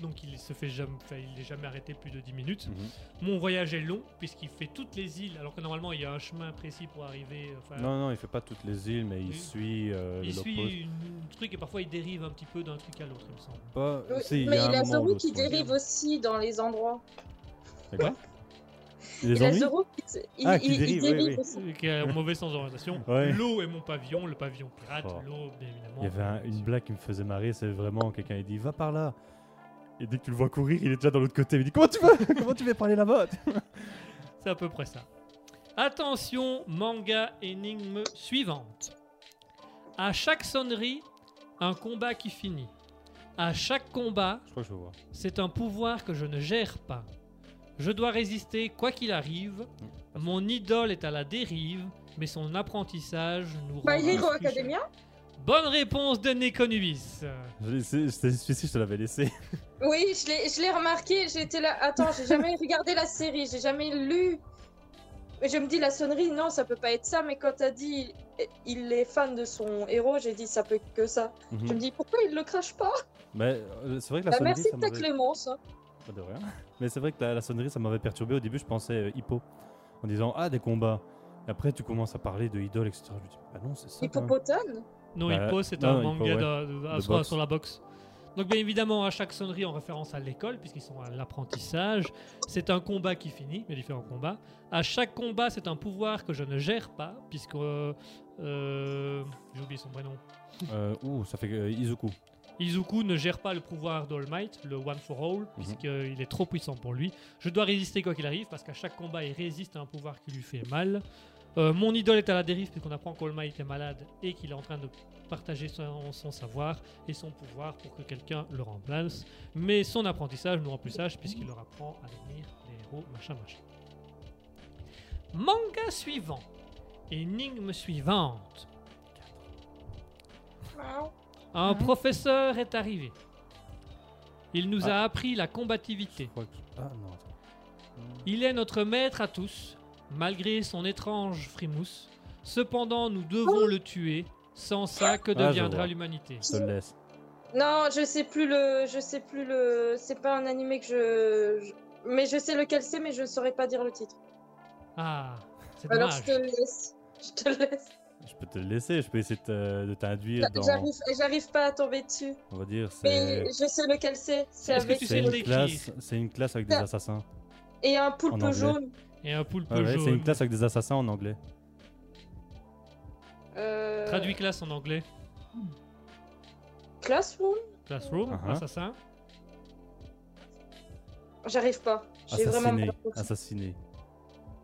Speaker 2: Donc il se fait jamais, enfin, il n'est jamais arrêté plus de 10 minutes.
Speaker 4: Mhm.
Speaker 2: Mon voyage est long puisqu'il fait toutes les îles, alors que normalement il y a un chemin précis pour arriver. euh, enfin,
Speaker 4: Non, non, il fait pas toutes les îles, mais il
Speaker 2: Oui.
Speaker 4: suit euh,
Speaker 2: il
Speaker 4: le
Speaker 2: suit une- un truc et parfois il dérive un petit peu d'un truc à l'autre, il me semble.
Speaker 4: Pas...
Speaker 3: Oui,
Speaker 4: si,
Speaker 3: mais
Speaker 4: y a
Speaker 3: il
Speaker 4: un
Speaker 3: a
Speaker 4: moment ou
Speaker 3: Zoro
Speaker 4: l'autre,
Speaker 3: qui
Speaker 4: ouais.
Speaker 3: dérive aussi dans les endroits.
Speaker 4: C'est quoi Les
Speaker 3: Il a
Speaker 4: ennuis
Speaker 3: Zoro qui, il,
Speaker 4: Ah, qui
Speaker 3: il- il
Speaker 4: dérive, oui, oui.
Speaker 3: aussi.
Speaker 2: Et qui est en mauvais sens d'orientation.
Speaker 4: <laughs> Ouais.
Speaker 2: L'eau est mon pavillon, le pavillon pirate,
Speaker 4: Oh.
Speaker 2: l'eau, bien évidemment.
Speaker 4: Il y avait un- une blague qui me faisait marrer, c'est vraiment quelqu'un il dit va par là. Et dès que tu le vois courir, il est déjà dans l'autre côté. Il dit comment tu vas <laughs> Comment tu vas parler là-bas
Speaker 2: C'est à peu près ça. Attention, manga énigme suivante. À chaque sonnerie, un combat qui finit. À chaque combat,
Speaker 4: Je crois que je vois.
Speaker 2: c'est un pouvoir que je ne gère pas. Je dois résister quoi qu'il arrive. Mon idole est à la dérive, mais son apprentissage nous rend.
Speaker 3: My Bah, Hero
Speaker 2: plus puissants.
Speaker 3: Academia
Speaker 2: Bonne réponse de Nekonubis.
Speaker 4: Celui-ci, je te l'avais laissé.
Speaker 3: Oui, je l'ai- je l'ai remarqué. J'étais là. Attends, j'ai jamais regardé la série, j'ai jamais lu. Mais je me dis, la sonnerie, non, ça peut pas être ça. Mais quand t'as dit eh, il est fan de son héros, j'ai dit, ça peut que ça.
Speaker 4: Mhm.
Speaker 3: Je me dis, pourquoi il le crache pas
Speaker 4: <laughs> Mais euh, c'est vrai que la
Speaker 3: Bah,
Speaker 4: Mm. sonnerie,
Speaker 3: Merci
Speaker 4: ça
Speaker 3: de ta
Speaker 4: m'avait...
Speaker 3: clémence. hein.
Speaker 4: Pas de rien. Mais c'est vrai que la, la sonnerie, ça m'avait perturbé. Au début, je pensais euh, hippo. En disant ah, des combats. Et après, tu commences à parler de idole, etc. Je me dis ah non, c'est ça. quand même.
Speaker 3: Hippopotame
Speaker 2: Non,
Speaker 4: Bah,
Speaker 2: Hippo, c'est
Speaker 4: non,
Speaker 2: un
Speaker 4: Hippo,
Speaker 2: manga
Speaker 4: ouais.
Speaker 2: d'un- d'un-
Speaker 4: De
Speaker 2: sur,
Speaker 4: boxe.
Speaker 2: sur la boxe. Donc, bien évidemment, à chaque sonnerie en référence à l'école, puisqu'ils sont à l'apprentissage, c'est un combat qui finit, les différents combats. À chaque combat, c'est un pouvoir que je ne gère pas, puisque. euh, euh, J'ai oublié son prénom.
Speaker 4: Euh, ouh, ça fait euh, Izuku.
Speaker 2: Izuku ne gère pas le pouvoir d'All Might, le One for All, puisqu'il est trop puissant pour lui. Je dois résister quoi qu'il arrive, parce qu'à chaque combat, il résiste à un pouvoir qui lui fait mal. Euh, mon idole est à la dérive, puisqu'on apprend qu'All Might est malade et qu'il est en train de partager son, son savoir et son pouvoir pour que quelqu'un le remplace. Mais son apprentissage nous rend plus sage, puisqu'il leur apprend à devenir des héros, machin, machin. Manga suivant. Énigme suivante. Un professeur est arrivé. Il nous
Speaker 4: Ah.
Speaker 2: a appris la
Speaker 4: Je
Speaker 2: combativité.
Speaker 4: crois que- Ah non, attends.
Speaker 2: Il est notre maître à tous, malgré son étrange frimousse. Cependant, nous devons le tuer. Sans ça, que
Speaker 4: Ah, je
Speaker 2: deviendra
Speaker 4: vois.
Speaker 2: l'humanité
Speaker 4: Je te le laisse.
Speaker 3: Non, je sais plus le. Je sais plus le. C'est pas un animé que je. je- Mais je sais lequel c'est, mais je ne saurais pas dire le titre.
Speaker 2: Ah, c'est
Speaker 3: Alors
Speaker 2: dommage.
Speaker 3: je te laisse. Je te laisse.
Speaker 4: Je peux te le laisser, je peux essayer de te- de t'induire dans.
Speaker 3: J'arrive, j'arrive pas à tomber dessus.
Speaker 4: On va dire, c'est.
Speaker 3: Mais je sais lequel c'est. C'est
Speaker 2: Est-ce que
Speaker 3: avec
Speaker 2: tu
Speaker 4: C'est
Speaker 2: sais
Speaker 3: le-
Speaker 2: le
Speaker 4: une, classe- c'est une classe avec des
Speaker 3: Ça-
Speaker 4: assassins.
Speaker 3: et un
Speaker 4: en
Speaker 3: poulpe
Speaker 4: anglais.
Speaker 3: jaune.
Speaker 2: Et un poulpe
Speaker 4: Ah ouais, c'est
Speaker 2: jaune.
Speaker 4: une classe avec des assassins en anglais.
Speaker 3: Euh,
Speaker 2: Traduis classe en anglais.
Speaker 3: Classroom.
Speaker 2: Classroom,
Speaker 4: Uh-huh.
Speaker 2: assassin.
Speaker 3: J'arrive pas. J'ai vraiment
Speaker 4: Assassinés.
Speaker 3: pas compris.
Speaker 4: Assassinés.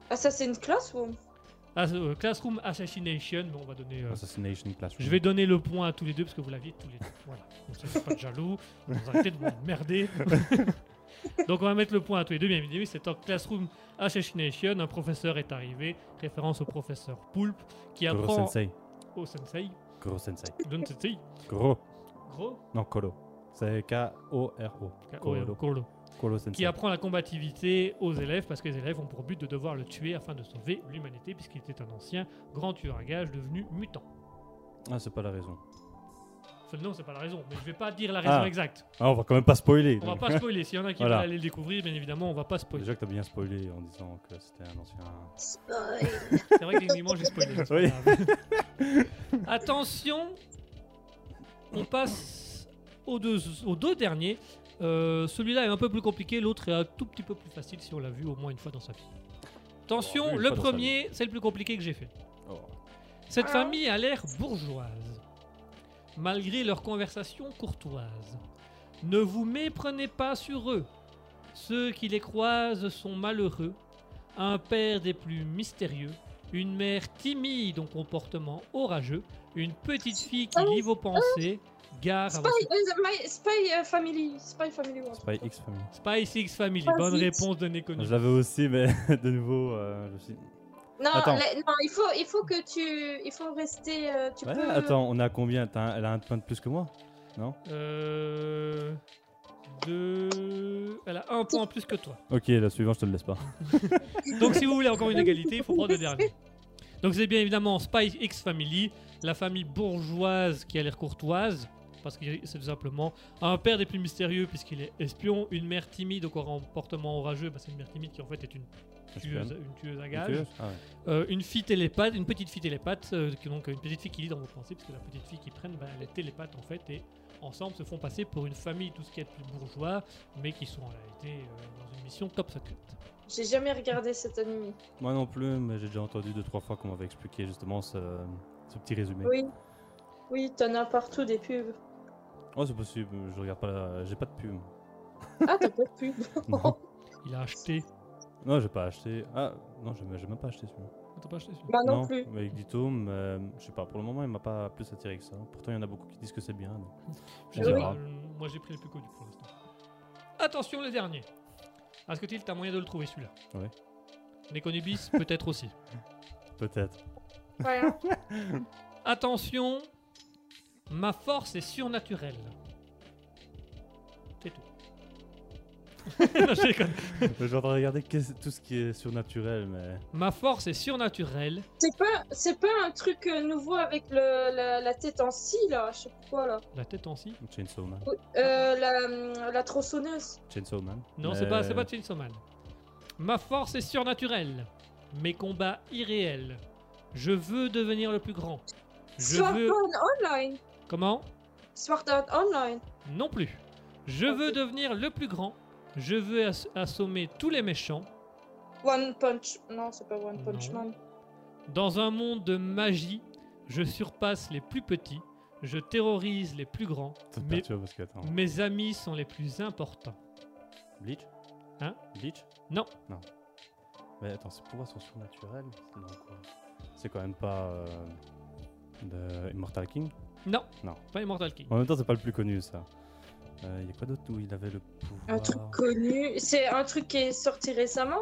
Speaker 3: Ah ça c'est une classroom.
Speaker 2: Ah, euh, classroom Assassination. Bon, on va donner. euh,
Speaker 4: Assassination Classroom.
Speaker 2: Je vais donner le point à tous les deux parce que vous l'aviez tous les deux. Voilà. Comme ça, je suis pas de jaloux. Vous arrêtez de m'emmerder. Donc on va mettre le point à tous les deux, bien évidemment. C'est en Classroom Assassination. Un professeur est arrivé, référence au professeur Poulpe, qui
Speaker 4: Gros
Speaker 2: apprend
Speaker 4: sensei.
Speaker 2: au sensei,
Speaker 4: Gros sensei.
Speaker 2: Don Sensei,
Speaker 4: Gros.
Speaker 2: gros,
Speaker 4: Non, Kolo. C'est K-O-R-O.
Speaker 2: Koro,
Speaker 4: Kolo.
Speaker 2: Koro,
Speaker 4: Kolo sensei.
Speaker 2: qui apprend la combativité aux élèves parce que les élèves ont pour but de devoir le tuer afin de sauver l'humanité puisqu'il était un ancien grand tueur à gages devenu mutant.
Speaker 4: Ah, c'est pas la raison.
Speaker 2: Enfin, non, c'est pas la raison, mais je vais pas dire la raison
Speaker 4: Ah.
Speaker 2: exacte.
Speaker 4: Ah, on va quand même pas spoiler.
Speaker 2: On va pas spoiler. S'il y en a qui
Speaker 4: Voilà.
Speaker 2: veulent aller le découvrir, bien évidemment, on va pas spoiler.
Speaker 4: Déjà que t'as bien spoilé en disant que c'était un ancien.
Speaker 3: Euh,
Speaker 2: C'est vrai que techniquement, j'ai spoilé. c'est pas
Speaker 4: Oui.
Speaker 2: grave. <laughs> Attention, on passe aux deux, aux deux derniers. Euh, Celui-là est un peu plus compliqué, l'autre est un tout petit peu plus facile si on l'a vu au moins une fois dans sa vie.
Speaker 4: Oh,
Speaker 2: Attention,
Speaker 4: une
Speaker 2: le
Speaker 4: fois dans sa
Speaker 2: premier, c'est le plus compliqué que j'ai fait.
Speaker 4: Oh.
Speaker 2: Cette
Speaker 3: Ah.
Speaker 2: famille a l'air bourgeoise, malgré leur conversation courtoise. Ne vous méprenez pas sur eux. Ceux qui les croisent sont malheureux. Un père des plus mystérieux, une mère timide au comportement orageux, une petite fille qui
Speaker 3: Ah oui.
Speaker 2: lit vos pensées. Gare à
Speaker 3: Spy,
Speaker 2: votre...
Speaker 3: euh, my- Spy euh, Family. Spy Family. One.
Speaker 4: C'est pas X Family.
Speaker 2: Spice X Family.
Speaker 3: Ah,
Speaker 2: Bonne
Speaker 3: zut.
Speaker 2: réponse de Nekono.
Speaker 4: Je l'avais aussi, mais <laughs> de nouveau, euh, je me suis.
Speaker 3: Non,
Speaker 4: Attends.
Speaker 3: la- non, il faut, il faut que tu, il faut rester. euh, tu
Speaker 4: Ouais,
Speaker 3: peux.
Speaker 4: attends, on a combien T'as un- Elle a un point de plus que moi
Speaker 2: Euh... Deux... Elle a un point en plus que toi.
Speaker 4: Ok, la suivante, je te le laisse pas.
Speaker 2: Donc si vous voulez encore une égalité, il faut prendre le dernier. Donc c'est bien évidemment Spy X Family, la famille bourgeoise qui a l'air courtoise, parce que c'est tout simplement un père des plus mystérieux puisqu'il est espion, une mère timide au comportement orageux, bah, c'est une mère timide qui en fait est une tueuse, une tueuse à gages,
Speaker 4: Ah ouais.
Speaker 2: Euh, une fille télépathe, une petite fille télépathe, euh, qui- donc une petite fille qui lit dans vos pensées, parce que la petite fille qu'ils prennent, bah, elle est télépathe en fait, et ensemble se font passer pour une famille tout ce qui est plus bourgeois, mais qui sont en réalité euh, dans une mission top secret.
Speaker 3: J'ai jamais regardé cet anime.
Speaker 4: Moi non plus, mais j'ai déjà entendu deux trois fois qu'on m'avait expliqué justement ce, ce petit résumé.
Speaker 3: Oui. Oui, t'en as partout des pubs.
Speaker 4: Oh, c'est possible, je regarde pas, la- j'ai pas de
Speaker 3: <laughs>
Speaker 4: pub.
Speaker 3: Ah, t'as pas de pub. <laughs>
Speaker 4: <laughs> non,
Speaker 2: Il a acheté
Speaker 4: non j'ai pas acheté. Ah, non, j'ai même j'ai même pas acheté celui-là.
Speaker 2: T'as pas acheté celui-là
Speaker 3: Moi Bah, Ah, non, plus.
Speaker 4: mais avec Ditome, euh, je sais pas, pour le moment, il m'a pas plus attiré que ça. Pourtant, il y en a beaucoup qui disent que c'est bien. donc.
Speaker 2: Je
Speaker 4: On
Speaker 2: sais
Speaker 4: verra.
Speaker 2: pas, euh, Moi j'ai pris le plus connu pour l'instant. Attention le dernier. Est-ce que tu as moyen de le trouver celui-là
Speaker 4: Ouais.
Speaker 2: Nekonubis <laughs> peut-être aussi.
Speaker 3: <laughs>
Speaker 4: Peut-être.
Speaker 3: Ouais. hein.
Speaker 2: Attention, ma force est surnaturelle. C'est tout. <laughs> Non, je déconne.
Speaker 4: je suis en train de regarder qu'est-ce- tout ce qui est surnaturel, mais.
Speaker 2: Ma force est surnaturelle.
Speaker 3: C'est pas, c'est pas un truc euh, nouveau avec le, la, la tête en scie là, je sais plus quoi là.
Speaker 2: La tête en scie
Speaker 4: Chainsaw Man.
Speaker 3: Euh, la, hum, la tronçonneuse.
Speaker 4: Chainsaw Man.
Speaker 2: Non,
Speaker 4: Mais-
Speaker 2: c'est pas, c'est pas Chainsaw Man. Ma force est surnaturelle. Mes combats irréels. Je veux devenir le plus grand. Je
Speaker 3: Sword
Speaker 2: veux.
Speaker 3: Art Online.
Speaker 2: Comment
Speaker 3: Sword Art Online.
Speaker 2: Non plus. Je veux
Speaker 3: Ok.
Speaker 2: devenir le plus grand. Je veux ass- assommer tous les méchants.
Speaker 3: One Punch. Non, c'est pas One Punch
Speaker 2: Non.
Speaker 3: Man.
Speaker 2: Dans un monde de magie, je surpasse les plus petits. Je terrorise les plus grands.
Speaker 4: Ça me
Speaker 2: Mes,
Speaker 4: perturbe hein. parce que, attends.
Speaker 2: mes amis sont les plus importants.
Speaker 4: Bleach
Speaker 2: Hein
Speaker 4: Bleach
Speaker 2: Non.
Speaker 4: Non. Mais attends, ses pouvoirs sont surnaturels C'est dans quoi C'est quand même pas. euh, de Immortal King
Speaker 2: Non.
Speaker 4: Non.
Speaker 2: Pas Immortal King.
Speaker 4: En même temps, c'est pas le plus connu ça. Il y a quoi d'autre où il avait le
Speaker 3: Un
Speaker 4: pouvoir
Speaker 3: truc connu. C'est un truc qui est sorti récemment.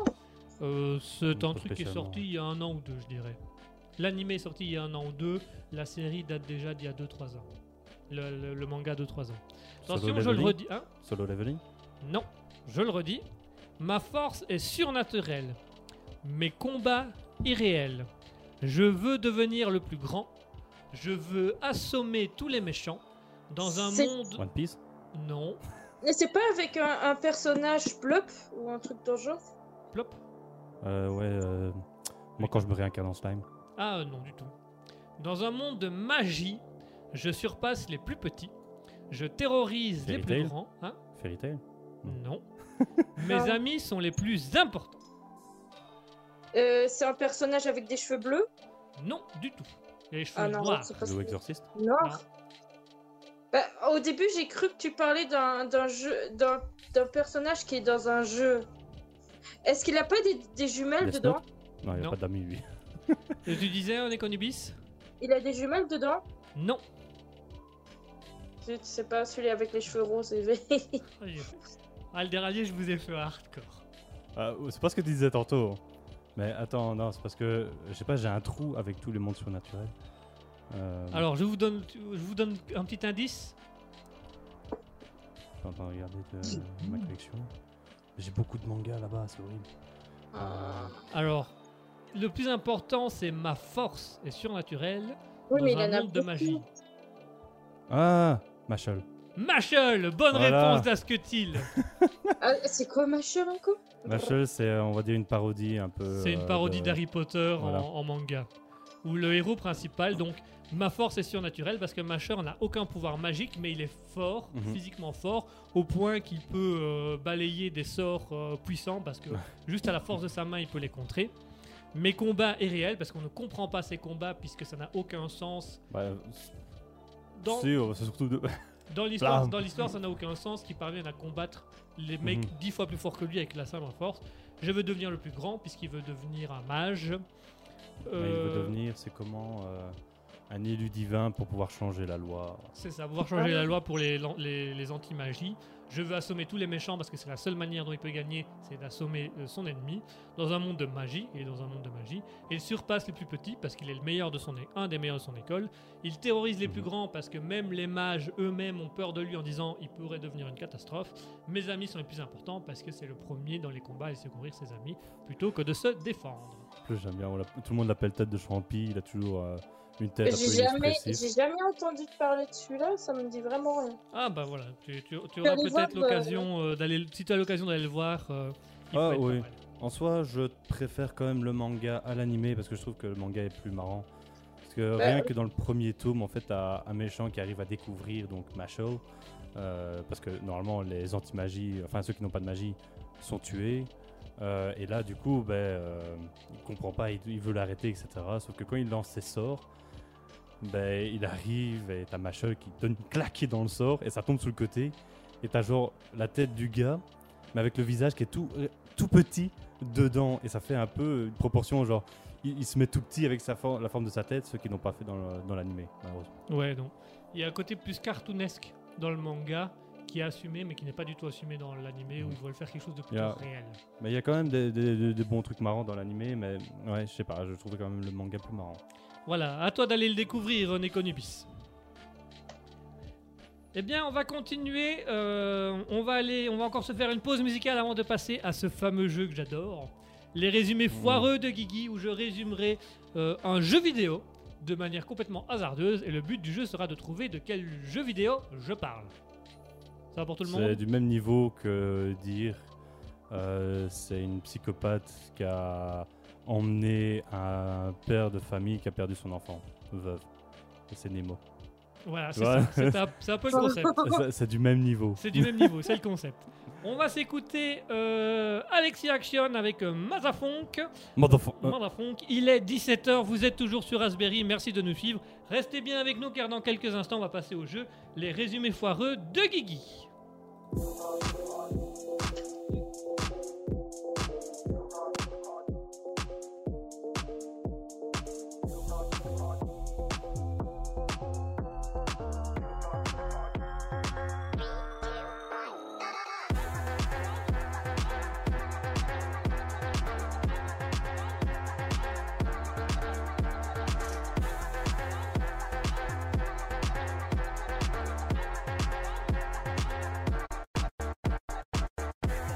Speaker 2: Euh, c'est
Speaker 4: Pas
Speaker 2: un truc qui est
Speaker 4: spécialement.
Speaker 2: sorti il y a un an ou deux, je dirais. L'anime est sorti il y a un an ou deux. La série date déjà d'il y a 2-3 ans. Le, le- le manga de 3 ans.
Speaker 4: Solo
Speaker 2: Attention, je le
Speaker 4: leveling
Speaker 2: redis. hein
Speaker 4: Solo leveling
Speaker 2: Non, je le redis, ma force est surnaturelle. Mes combats irréels. Je veux devenir le plus grand. Je veux assommer tous les méchants. Dans un
Speaker 3: C'est-
Speaker 2: monde.
Speaker 4: One Piece
Speaker 2: Non.
Speaker 3: Mais c'est pas avec un, un personnage plop ou un truc dans le genre
Speaker 2: Plop.
Speaker 4: Euh, Ouais. euh, Moi, quand je me réincarne en slime.
Speaker 2: Ah euh, non du tout. Dans un monde de magie, je surpasse les plus petits, je terrorise les
Speaker 4: Fairy
Speaker 2: plus
Speaker 4: Tail. Hmm.
Speaker 2: grands. Hein
Speaker 4: Fairy Tail <laughs>
Speaker 2: non.
Speaker 3: Ah.
Speaker 2: Mes amis sont les plus importants.
Speaker 3: Euh, C'est un personnage avec des cheveux bleus
Speaker 2: Non du tout. Il a les cheveux
Speaker 3: Ah non,
Speaker 2: noirs.
Speaker 3: c'est pas
Speaker 4: Exorciste
Speaker 3: ça.
Speaker 4: Exorcist
Speaker 3: Noir Bah, Au début, j'ai cru que tu parlais d'un d'un jeu d'un d'un personnage qui est dans un jeu. Est-ce qu'il a pas des, des jumelles
Speaker 4: Death
Speaker 3: dedans
Speaker 4: Non, il n'y
Speaker 2: Non.
Speaker 4: a pas d'amis, lui.
Speaker 2: Et tu disais on est connubis
Speaker 3: Il a des jumelles dedans
Speaker 2: Non.
Speaker 3: Zut, C'est pas celui avec les cheveux roses et <laughs>
Speaker 2: Ah le dernier je vous ai fait hardcore.
Speaker 4: Ah, c'est pas ce que tu disais tantôt. Mais attends, non, c'est parce que, je sais pas, j'ai un trou avec tous les mondes surnaturels. Euh,
Speaker 2: Alors je vous donne, je vous donne un petit indice.
Speaker 4: attends, attends, regardez de- ma collection. J'ai beaucoup de mangas là-bas, c'est horrible.
Speaker 2: Ah.
Speaker 4: Euh,
Speaker 2: Alors le plus important c'est ma force est surnaturelle
Speaker 3: Oui, mais
Speaker 2: dans
Speaker 3: il
Speaker 2: un
Speaker 3: en a
Speaker 2: monde de
Speaker 3: beaucoup.
Speaker 2: magie.
Speaker 4: Ah, Machel.
Speaker 2: Machel, bonne
Speaker 4: Voilà.
Speaker 2: réponse d'Asketil.
Speaker 3: Ah, c'est quoi ma chère encore
Speaker 4: Machel, c'est, euh, on va dire, une parodie un peu.
Speaker 2: C'est
Speaker 4: euh,
Speaker 2: une parodie
Speaker 4: de-
Speaker 2: d'Harry Potter en-
Speaker 4: voilà.
Speaker 2: en, manga. Où le héros principal, donc ma force est surnaturelle parce que Masher n'a aucun pouvoir magique, mais il est fort,
Speaker 4: Mhm.
Speaker 2: physiquement fort, au point qu'il peut euh, balayer des sorts euh, puissants parce que juste à la force de sa main, il peut les contrer. Mes combats est réel parce qu'on ne comprend pas ses combats puisque ça n'a aucun sens.
Speaker 4: Bah,
Speaker 2: Dans,
Speaker 4: si, euh, c'est surtout de. <laughs>
Speaker 2: dans l'histoire,
Speaker 4: Blam.
Speaker 2: dans l'histoire, ça n'a aucun sens qu'il parvienne à combattre les mecs
Speaker 4: Mhm.
Speaker 2: dix fois plus forts que lui avec la simple force. Je veux devenir le plus grand puisqu'il veut devenir un mage.
Speaker 4: Mais Bah, il veut
Speaker 2: Euh,
Speaker 4: devenir, c'est comment euh, Un élu divin pour pouvoir changer la loi.
Speaker 2: C'est ça, pouvoir changer la loi pour les, les, les anti-magies. Je veux assommer tous les méchants parce que c'est la seule manière dont il peut gagner, c'est d'assommer euh, son ennemi dans un monde de magie. Et dans un monde de magie, il surpasse les plus petits parce qu'il est le meilleur de son é- un des meilleurs de son école. Il terrorise les plus
Speaker 4: Mhm.
Speaker 2: grands parce que même les mages eux-mêmes ont peur de lui en disant il pourrait devenir une catastrophe. Mes amis sont les plus importants parce que c'est le premier dans les combats et secourir ses amis plutôt que de se défendre.
Speaker 4: En Plus j'aime bien, on l'a- tout le monde l'appelle tête de champi, il a toujours euh, une tête un peu
Speaker 3: J'ai jamais,
Speaker 4: inexpressive.
Speaker 3: j'ai jamais entendu parler de celui-là, ça me dit vraiment rien.
Speaker 2: Ah bah voilà, tu, tu- tu
Speaker 3: vas
Speaker 2: auras
Speaker 3: aller
Speaker 2: peut-être
Speaker 3: voir, bah,
Speaker 2: l'occasion euh, d'aller, si tu as l'occasion d'aller le voir. euh, il
Speaker 4: Ah
Speaker 2: peut être pas
Speaker 4: oui.
Speaker 2: mal.
Speaker 4: En soi, je préfère quand même le manga à l'animé parce que je trouve que le manga est plus marrant. Parce que
Speaker 3: Bah
Speaker 4: rien
Speaker 3: oui.
Speaker 4: que dans le premier tome, en fait, t'as un méchant qui arrive à découvrir donc Masho. euh, parce que normalement, les anti-magies, enfin ceux qui n'ont pas de magie, sont tués. Euh, et là, du coup, ben, euh, il comprend pas, il, il veut l'arrêter, etc. Sauf que quand il lance ses sorts, ben, il arrive et t'as Masho qui donne une claque dans le sort et ça tombe sous le côté. Et t'as genre la tête du gars, mais avec le visage qui est tout, euh, tout petit dedans et ça fait un peu une proportion genre il, il se met tout petit avec sa for- la forme de sa tête ceux qui n'ont pas fait dans le- dans l'animé malheureusement
Speaker 2: Ouais, non. Il y a un côté plus cartoonesque dans le manga qui est assumé, mais qui n'est pas du tout assumé dans l'animé où
Speaker 4: Mhm.
Speaker 2: ils veulent faire quelque chose de plus
Speaker 4: Il y a-
Speaker 2: réel.
Speaker 4: mais il y a quand même des, des- des- des bons trucs marrants dans l'animé mais ouais je sais pas je trouvais quand même le manga plus marrant
Speaker 2: Voilà, à toi d'aller le découvrir, Nekonubis. Eh bien, on va continuer. euh, on va aller, on va encore se faire une pause musicale avant de passer à ce fameux jeu que j'adore, les résumés foireux de Guigui, où je résumerai euh, un jeu vidéo de manière complètement hasardeuse, et le but du jeu sera de trouver de quel jeu vidéo je parle. Ça va pour tout le monde
Speaker 4: c'est du même niveau que dire euh, c'est une psychopathe qui a emmené un père de famille qui a perdu son enfant veuve Et c'est Nemo
Speaker 2: Voilà, c'est
Speaker 4: Voilà.
Speaker 2: ça. C'est un, c'est un peu le concept.
Speaker 4: C'est- c'est du même niveau
Speaker 2: C'est
Speaker 4: <laughs>
Speaker 2: du même niveau, c'est le concept. On va s'écouter euh, Alexis Action avec euh, Mazafunk.
Speaker 4: Motherf- euh,
Speaker 2: Mazafunk, il est 17h, vous êtes toujours sur Raspberry, merci de nous suivre. Restez bien avec nous car dans quelques instants, on va passer au jeu Les résumés foireux de Guigui.
Speaker 5: Thank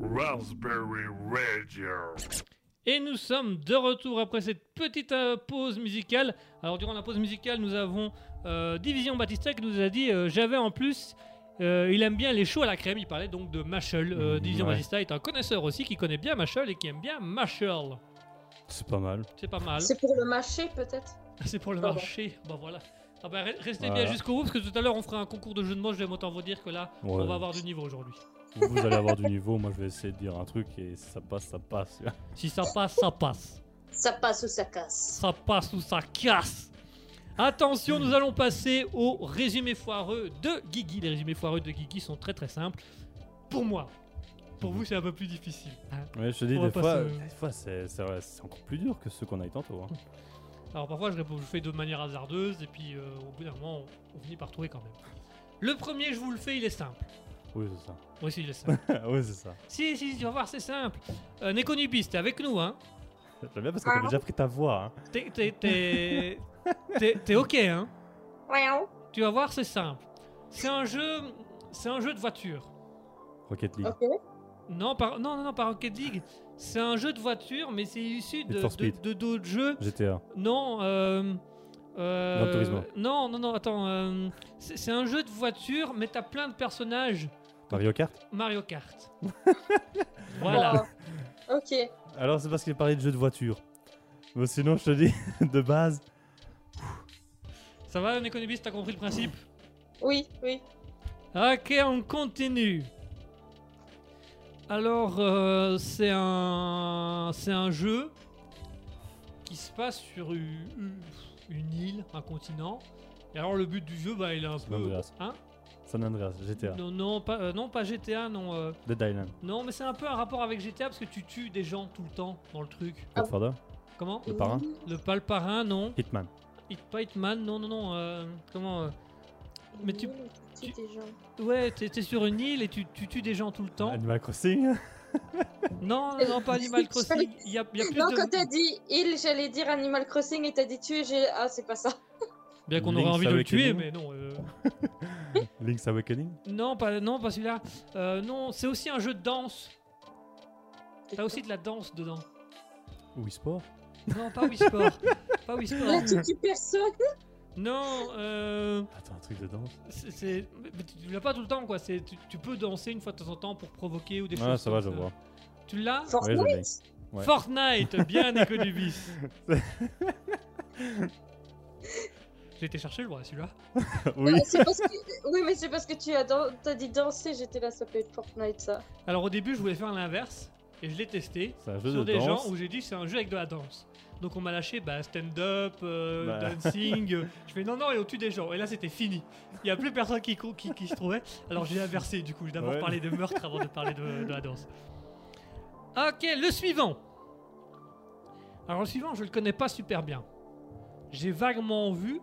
Speaker 1: Raspberry Radio.
Speaker 2: Et nous sommes de retour après cette petite euh, pause musicale. Alors durant la pause musicale, nous avons euh, Division Batista qui nous a dit euh, j'avais en plus. euh, il aime bien les shows à la crème, il parlait donc de Machel. Euh,
Speaker 4: Mhm,
Speaker 2: Division
Speaker 4: ouais.
Speaker 2: Batista est un connaisseur aussi qui connaît bien Machel et qui aime bien Machel.
Speaker 4: C'est pas mal.
Speaker 2: C'est pas mal.
Speaker 3: C'est pour le mâcher peut-être
Speaker 2: <laughs> C'est pour le
Speaker 3: Pardon.
Speaker 2: marché. Bah voilà. Ah bah, re- restez
Speaker 4: Voilà.
Speaker 2: bien jusqu'au bout parce que tout à l'heure on fera un concours de jeux de mots. Je vais autant vous dire que là
Speaker 4: Ouais.
Speaker 2: on va avoir du niveau aujourd'hui.
Speaker 4: Vous allez avoir du niveau, moi je vais essayer de dire un truc et si ça passe, ça passe.
Speaker 2: Si ça passe, ça passe.
Speaker 3: Ça passe ou ça casse
Speaker 2: ça passe ou ça casse. Attention, nous allons passer au résumé foireux de Guigui. Les résumés foireux de Guigui sont très très simples. Pour moi. Pour vous, c'est un peu plus difficile. hein.
Speaker 4: Ouais, je te dis,
Speaker 2: On va
Speaker 4: des
Speaker 2: pas
Speaker 4: fois,
Speaker 2: se-
Speaker 4: des fois c'est c'est- c'est encore plus dur que ceux qu'on a eu tantôt. hein.
Speaker 2: Alors parfois, je, réponds- je fais de manière hasardeuse et puis euh, au bout d'un moment, on, on finit par trouver quand même. Le premier, je vous le fais, il est simple.
Speaker 4: Oui, c'est ça.
Speaker 2: Oui, si, il est simple.
Speaker 4: <laughs> oui, c'est ça.
Speaker 2: si, si, tu vas voir, c'est simple. Euh, Nekonubis, t'es avec nous, hein
Speaker 4: J'aime bien parce que t'avais déjà pris ta voix. hein.
Speaker 2: T'es- T'es t'es- t'es- t'es ok, hein
Speaker 3: Miaou.
Speaker 2: Tu vas voir, c'est simple. C'est un jeu, c'est un jeu de voiture.
Speaker 4: Rocket League.
Speaker 3: Ok.
Speaker 2: Non, par... non, non, non, par Rocket League. C'est un jeu de voiture, mais c'est issu de
Speaker 4: Need for
Speaker 2: de-
Speaker 4: Speed.
Speaker 2: de d'autres jeux.
Speaker 4: GTA.
Speaker 2: Non, euh, euh,
Speaker 4: Gran Turismo.
Speaker 2: non, non, non, attends. euh, c'est c'est un jeu de voiture, mais t'as plein de personnages
Speaker 4: Mario Kart.
Speaker 2: Mario
Speaker 4: <laughs>
Speaker 2: Kart. voilà.
Speaker 3: Bon, euh, ok.
Speaker 4: Alors, c'est parce qu'il parlait de jeux de voiture. Mais sinon, je te dis, <laughs> de base,
Speaker 2: Ça va, Nekonubis, t'as compris le principe
Speaker 3: Oui, oui.
Speaker 2: Ok, on continue. Alors, euh, c'est un, c'est un jeu qui se passe sur u- u- une île, un continent. Et alors, le but du jeu, bah, il est un
Speaker 4: C'est
Speaker 2: peu.
Speaker 4: Andreas.
Speaker 2: Hein
Speaker 4: San Andreas, GTA.
Speaker 2: non, non, pas, euh, non, pas GTA, non. euh,
Speaker 4: Dead Island.
Speaker 2: non, mais c'est un peu un rapport avec GTA parce que tu tues des gens tout le temps dans le truc.
Speaker 4: Godfather.
Speaker 2: Comment
Speaker 4: Le parrain.
Speaker 2: Le palparin, non.
Speaker 4: Hitman.
Speaker 2: Hit, pas Hitman, non, non, non. euh, comment euh, Mais tu-
Speaker 3: Tu des gens.
Speaker 2: Ouais, t'es t'es sur une île et tu, tu tues des gens tout le temps.
Speaker 4: Animal Crossing. <laughs>
Speaker 2: Non, non, non, pas
Speaker 3: <laughs>
Speaker 2: Animal Crossing. Il y a, il y a plus
Speaker 3: Non,
Speaker 2: de-
Speaker 3: quand t'as dit il, j'allais dire Animal Crossing et t'as dit tuer, j'ai. Ah, c'est pas ça.
Speaker 2: Bien qu'on aurait
Speaker 4: Link's
Speaker 2: envie de le tuer,
Speaker 4: Awakening.
Speaker 2: mais non. euh,
Speaker 4: Link's Awakening.
Speaker 2: Non, pas, non, pas celui-là. Euh, non, c'est aussi un jeu de danse. T'as aussi de la danse dedans.
Speaker 4: Wii Sport.
Speaker 2: Non, pas Wii Sport.
Speaker 3: <laughs>
Speaker 2: pas Wii Sport.
Speaker 3: Là, tu tues personne.
Speaker 2: Non, euh,
Speaker 4: Attends, un truc de danse.
Speaker 2: c'est- c'est. mais tu- Tu l'as pas tout le temps, quoi. C'est- Tu, tu peux danser une fois de temps en temps pour provoquer ou des
Speaker 4: Ah,
Speaker 2: choses.
Speaker 4: ça va, je
Speaker 2: comme
Speaker 4: vois.
Speaker 2: Tu l'as
Speaker 4: Ouais, je l'ai.
Speaker 3: Fortnite
Speaker 4: Ouais.
Speaker 2: Fortnite,
Speaker 4: <laughs>
Speaker 2: bien du bis. J'ai été chercher, je vois celui-là. <laughs>
Speaker 4: oui.
Speaker 3: Ouais, c'est parce que- Oui, mais c'est parce que tu as, dan- t'as dit danser, j'étais là, ça peut être Fortnite ça.
Speaker 2: Alors au début, je voulais faire l'inverse et je l'ai testé
Speaker 4: C'est un jeu
Speaker 2: sur
Speaker 4: de
Speaker 2: des
Speaker 4: danse.
Speaker 2: gens où j'ai dit c'est un jeu avec de la danse. Donc on m'a lâché bah, stand-up, euh, <laughs>
Speaker 4: Bah.
Speaker 2: dancing. euh. je fais non, non, et on tue des gens. Et là c'était fini. Il n'y a plus personne qui, cou- qui, qui se trouvait. Alors j'ai inversé du coup. J'ai d'abord
Speaker 4: Ouais.
Speaker 2: parlé de meurtre avant de parler de, de la danse. Ok, le suivant. Alors le suivant, je le connais pas super bien. J'ai vaguement vu.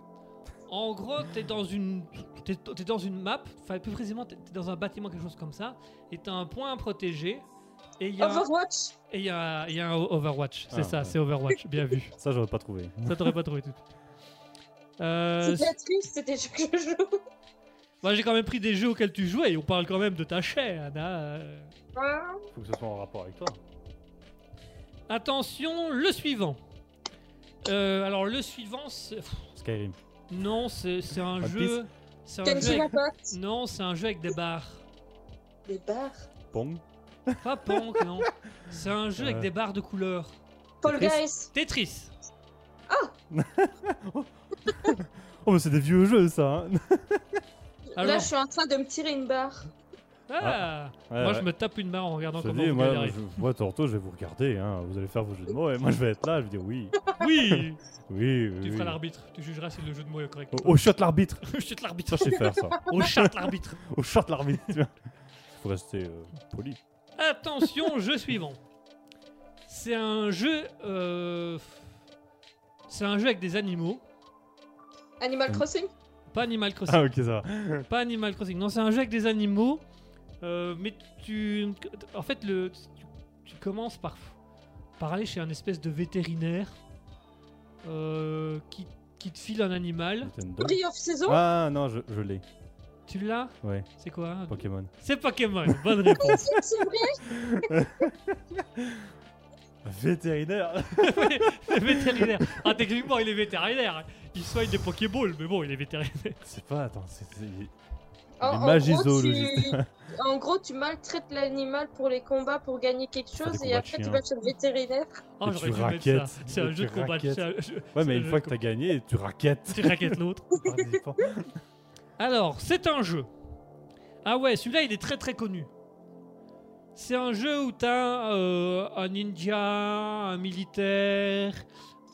Speaker 2: En gros, t'es dans une, t'es, t'es dans une map. Enfin, plus précisément, t'es, t'es dans un bâtiment, quelque chose comme ça. Et t'as un point à protéger. Et il
Speaker 3: Ah,
Speaker 2: y a,
Speaker 3: Overwatch
Speaker 2: et il y a- il y a un Overwatch. C'est
Speaker 4: Ah,
Speaker 2: ça,
Speaker 4: ouais.
Speaker 2: c'est Overwatch. Bien
Speaker 4: <laughs>
Speaker 2: vu.
Speaker 4: Ça, j'aurais pas trouvé.
Speaker 2: Ça t'aurais pas trouvé tout. de suite. Euh,
Speaker 3: C'est bien triste, c'était jeux que je joue.
Speaker 2: moi, j'ai quand même pris des jeux auxquels tu jouais. Et on parle quand même de ta chaîne. hein. Euh,
Speaker 3: Ah,
Speaker 4: Faut que ce soit en rapport avec toi.
Speaker 2: Attention, le suivant. Euh, alors le suivant, c'est- pff,
Speaker 4: Skyrim.
Speaker 2: non, c'est, c'est un
Speaker 4: One
Speaker 2: jeu. C'est un
Speaker 3: Kenji
Speaker 2: jeu avec-
Speaker 3: Impact
Speaker 2: Non, c'est un jeu avec des barres.
Speaker 3: Des bars
Speaker 4: Pong.
Speaker 2: Pas Punk, non. C'est un jeu avec
Speaker 4: Ouais.
Speaker 2: des barres de couleurs.
Speaker 3: Paul
Speaker 4: Tetris
Speaker 3: Guys
Speaker 2: Tetris.
Speaker 4: Oh, mais c'est des vieux jeux, ça. hein.
Speaker 2: Alors
Speaker 4: Ah
Speaker 3: Là, je suis en train de me tirer une barre.
Speaker 2: ah,
Speaker 4: Ouais,
Speaker 2: moi,
Speaker 4: ouais.
Speaker 2: je me tape une barre en regardant
Speaker 4: Je te
Speaker 2: comment
Speaker 4: dis,
Speaker 2: vous
Speaker 4: moi,
Speaker 2: galérez.
Speaker 4: je- moi, tantôt, je vais vous regarder, hein. vous allez faire vos jeux de mots, et moi, je vais être là, je vais dire oui,
Speaker 2: Oui,
Speaker 4: oui, oui.
Speaker 2: tu
Speaker 4: oui.
Speaker 2: feras l'arbitre. Tu jugeras si le jeu de mots est correct.
Speaker 4: Au, au shot l'arbitre
Speaker 2: Je chute l'arbitre.
Speaker 4: Ça, je sais faire, ça.
Speaker 2: On charte l'arbitre.
Speaker 4: Au shot <laughs> l'arbitre tu vois. Faut rester euh, poli.
Speaker 2: Attention, jeu suivant. C'est un jeu. euh, C'est un jeu avec des animaux.
Speaker 3: Animal
Speaker 4: Mm.
Speaker 3: Crossing
Speaker 2: Pas Animal Crossing.
Speaker 4: Ah, ok, ça va.
Speaker 2: Pas Animal Crossing. Non, c'est un jeu avec des animaux. euh, mais tu. En fait, le, tu, tu commences par, par aller chez un espèce de vétérinaire euh, qui, qui te file un animal.
Speaker 4: Nintendo.
Speaker 3: Free of Saison
Speaker 4: Ah, non, je, je l'ai.
Speaker 2: Tu l'as
Speaker 4: Ouais,
Speaker 2: C'est quoi
Speaker 4: Pokémon.
Speaker 2: C'est Pokémon. Bonne réponse.
Speaker 3: <laughs> C'est vrai,
Speaker 4: Vétérinaire
Speaker 2: Le <laughs> vétérinaire. Ah, techniquement, il est vétérinaire. Il soigne des Pokéballs, mais bon, il est vétérinaire.
Speaker 4: <laughs> C'est pas, attends, c'est. c'est- il-
Speaker 3: En,
Speaker 4: il est
Speaker 3: en gros, tu...
Speaker 4: <laughs> magizoologiste.
Speaker 3: en gros, tu maltraites l'animal pour les combats pour gagner quelque
Speaker 4: Faire des
Speaker 3: chose et
Speaker 4: combats de
Speaker 3: après tu
Speaker 4: chiens.
Speaker 3: vas chez le vétérinaire.
Speaker 2: Ah,
Speaker 4: Et
Speaker 2: j'aurais
Speaker 4: tu
Speaker 2: dû mettre ça.
Speaker 4: raquettes.
Speaker 2: C'est un
Speaker 4: Et
Speaker 2: jeu de
Speaker 4: tu
Speaker 2: combat. de-
Speaker 4: raquettes.
Speaker 2: c'est un jeu-
Speaker 4: Ouais,
Speaker 2: c'est un
Speaker 4: mais une
Speaker 2: jeu
Speaker 4: fois
Speaker 2: de
Speaker 4: que t'as gagné, tu raquettes.
Speaker 2: <laughs> Tu raquettes l'autre. Alors, c'est un jeu. Ah ouais, celui-là, il est très très connu. C'est un jeu où t'as euh, un ninja, un militaire,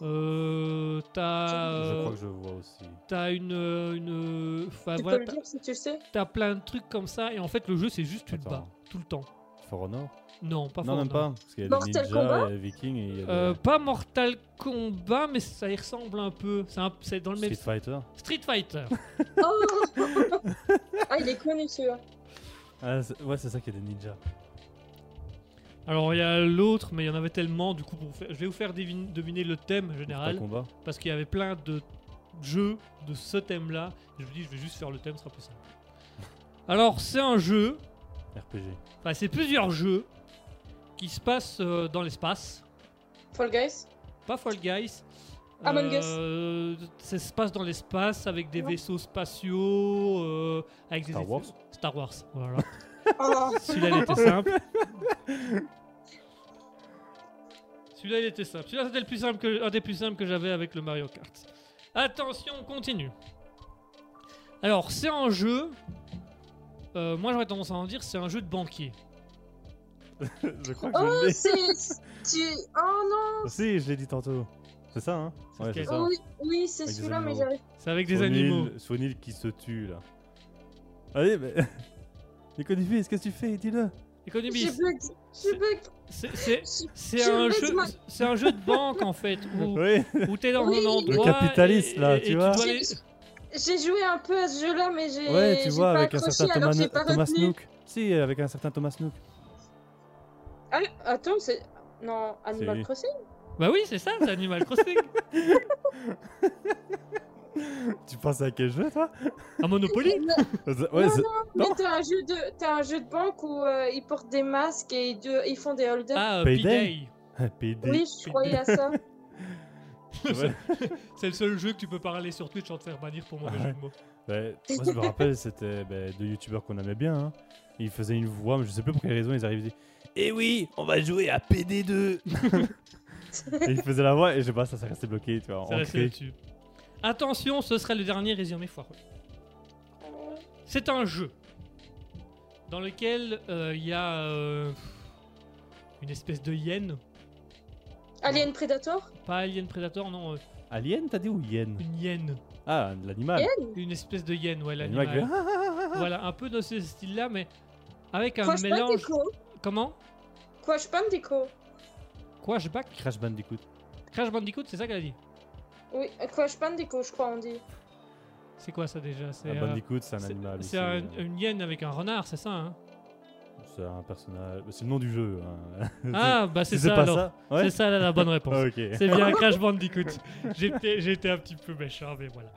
Speaker 2: euh, t'as
Speaker 4: Je
Speaker 2: euh,
Speaker 4: crois que je vois aussi.
Speaker 2: t'as une, euh, une, euh, enfin,
Speaker 4: Ah,
Speaker 3: tu
Speaker 2: voilà,
Speaker 3: peux le
Speaker 2: t'as-
Speaker 3: dire si tu sais.
Speaker 2: t'as plein de trucs comme ça et en fait le jeu c'est juste tu te
Speaker 4: Attends.
Speaker 2: bats tout le temps.
Speaker 4: For Honor
Speaker 2: Non, pas
Speaker 4: Non, même
Speaker 2: Fortnite.
Speaker 4: pas. Parce qu'il y a des
Speaker 3: Mortal
Speaker 4: ninjas,
Speaker 3: Kombat
Speaker 4: il y a des vikings et il y a des-
Speaker 2: Euh, pas Mortal Kombat, mais ça y ressemble un peu. C'est un- C'est dans le
Speaker 4: Street
Speaker 2: même
Speaker 4: Fighter.
Speaker 2: Street Fighter. <laughs>
Speaker 3: Oh
Speaker 4: <laughs>
Speaker 3: ah, il est connu celui-là.
Speaker 4: Ah, c'est- ouais, c'est ça qu'il y a des ninjas.
Speaker 2: Alors il y a l'autre, mais il y en avait tellement. Du coup, pour vous faire- je vais vous faire devin- deviner le thème
Speaker 4: Mortal
Speaker 2: général
Speaker 4: Kombat.
Speaker 2: parce qu'il y avait plein de jeux de ce thème-là. Je me dis, je vais juste faire le thème, ce sera plus
Speaker 4: <laughs>
Speaker 2: simple. Alors c'est un jeu. <laughs>
Speaker 4: RPG.
Speaker 2: Enfin, c'est plusieurs jeux qui se passent euh, dans l'espace.
Speaker 3: Fall
Speaker 4: <laughs>
Speaker 3: Guys.
Speaker 2: Pas Fall Guys.
Speaker 3: Among
Speaker 2: Euh, Ça se passe dans l'espace avec des
Speaker 3: Non.
Speaker 2: vaisseaux spatiaux, euh, avec des
Speaker 4: Star Wars.
Speaker 2: Star Wars. Voilà.
Speaker 3: Oh,
Speaker 2: Celui-là, il était simple. Celui-là, il était simple. Celui-là, c'était le plus simple que, un des plus simples que j'avais avec le Mario Kart. Attention, on continue. Alors, c'est un jeu. euh, moi, j'aurais tendance à en dire, c'est un jeu de banquier.
Speaker 4: je crois que
Speaker 3: oh
Speaker 4: je l'ai.
Speaker 3: c'est. Tu... Oh non
Speaker 4: Si, je l'ai dit tantôt. C'est ça, hein
Speaker 2: C'est
Speaker 4: Ouais,
Speaker 2: ce
Speaker 4: c'est
Speaker 2: qu'elle-
Speaker 4: ça.
Speaker 3: Oui, oui, c'est
Speaker 4: Avec des
Speaker 3: celui-là, mais
Speaker 4: animaux.
Speaker 3: j'arrive.
Speaker 2: C'est avec des
Speaker 4: Swanil-
Speaker 2: animaux.
Speaker 4: Swanil qui se tue, là. Allez, mais... <laughs> Nicolas, qu'est-ce que tu fais Dis-le.
Speaker 2: Économie,
Speaker 3: J'ai bug. J'ai bug.
Speaker 2: c'est- c'est-
Speaker 3: Je-
Speaker 2: c'est
Speaker 3: je
Speaker 2: un
Speaker 3: baisse
Speaker 2: jeu,
Speaker 3: ma-
Speaker 2: c'est un jeu de banque en fait,
Speaker 4: <laughs>
Speaker 2: où,
Speaker 4: Oui.
Speaker 2: où t'es dans
Speaker 3: Oui.
Speaker 2: un endroit.
Speaker 4: capitaliste, là, tu vois.
Speaker 2: dois aller-
Speaker 3: J'ai joué un peu à ce jeu-là, mais j'ai.
Speaker 4: Ouais, tu
Speaker 3: j'ai
Speaker 4: vois,
Speaker 3: pas
Speaker 4: avec un
Speaker 3: accroché,
Speaker 4: certain
Speaker 3: alors
Speaker 4: Thomas,
Speaker 3: j'ai pas
Speaker 4: Thomas
Speaker 3: retenu.
Speaker 4: Nook. Si, avec un certain Thomas Nook.
Speaker 3: Ah, attends, c'est. Non, Animal
Speaker 4: lui.
Speaker 3: Crossing
Speaker 2: Bah oui, c'est ça, c'est Animal
Speaker 4: <laughs>
Speaker 2: Crossing.
Speaker 4: Tu penses à quel jeu, toi
Speaker 2: un Monopoly.
Speaker 4: Ouais,
Speaker 3: Non,
Speaker 4: c'est-
Speaker 3: Mais
Speaker 4: Non.
Speaker 3: t'as un, jeu de... t'as un jeu de banque où euh, ils portent des masques et ils, de- ils font des hold-up.
Speaker 2: Ah, euh,
Speaker 4: Payday.
Speaker 2: Payday.
Speaker 4: <laughs> Ah, PD.
Speaker 3: oui, je croyais à
Speaker 4: <laughs>
Speaker 3: ça.
Speaker 4: Ouais.
Speaker 2: <laughs> C'est le seul jeu que tu peux parler sur Twitch sans te faire bannir pour mauvais jeu de mots.
Speaker 4: Ouais, Ben, moi, je me rappelle, c'était ben, deux youtubeurs qu'on aimait bien. hein. Ils faisaient une voix, mais je sais plus pour quelle raison ils arrivaient. Et eh oui, on va jouer à PD2. et ils faisaient la voix et je sais pas, ça, ça restait bloqué, tu vois.
Speaker 2: Ça reste
Speaker 4: ancré.
Speaker 2: là-dessus. Attention, ce serait le dernier résumé foireux. C'est un jeu dans lequel euh, il y a euh, une espèce de hyène,
Speaker 3: Alien Predator
Speaker 2: pas Alien Predator, non, euh,
Speaker 4: Alien, t'as dit ou Yen
Speaker 2: une hyène,
Speaker 4: Ah, l'animal.
Speaker 2: une espèce de hyène, ouais,
Speaker 4: L'animal qui fait, <laughs>
Speaker 2: l'animal.
Speaker 4: Ah, ah, ah, ah.
Speaker 2: Voilà, un peu de ce style-là, mais avec un
Speaker 3: Crash
Speaker 2: mélange.
Speaker 3: Bandicoot
Speaker 2: Comment
Speaker 3: Crash Bandicoot
Speaker 2: Quoi, je back
Speaker 4: Crash Bandicoot.
Speaker 2: Crash Bandicoot, c'est ça qu'elle a dit.
Speaker 3: Oui, euh, Crash Bandicoot, je crois, on dit.
Speaker 2: C'est quoi ça déjà C'est
Speaker 4: Un
Speaker 2: euh,
Speaker 4: Ah, Bandicoot, c'est un
Speaker 2: c'est-
Speaker 4: animal. aussi,
Speaker 2: c'est un-
Speaker 4: euh,
Speaker 2: une hyène avec un renard, c'est ça
Speaker 4: <laughs>
Speaker 2: hein
Speaker 4: C'est un personnage. C'est le nom du jeu. hein.
Speaker 2: Ah, bah <laughs> c'est
Speaker 4: Tu sais
Speaker 2: ça
Speaker 4: pas
Speaker 2: alors.
Speaker 4: ça Ouais.
Speaker 2: C'est ça là, la
Speaker 4: <laughs>
Speaker 2: bonne réponse.
Speaker 4: Ah, ok.
Speaker 2: C'est bien Crash Bandicoot. J'étais j'étais un petit peu méchant, mais voilà.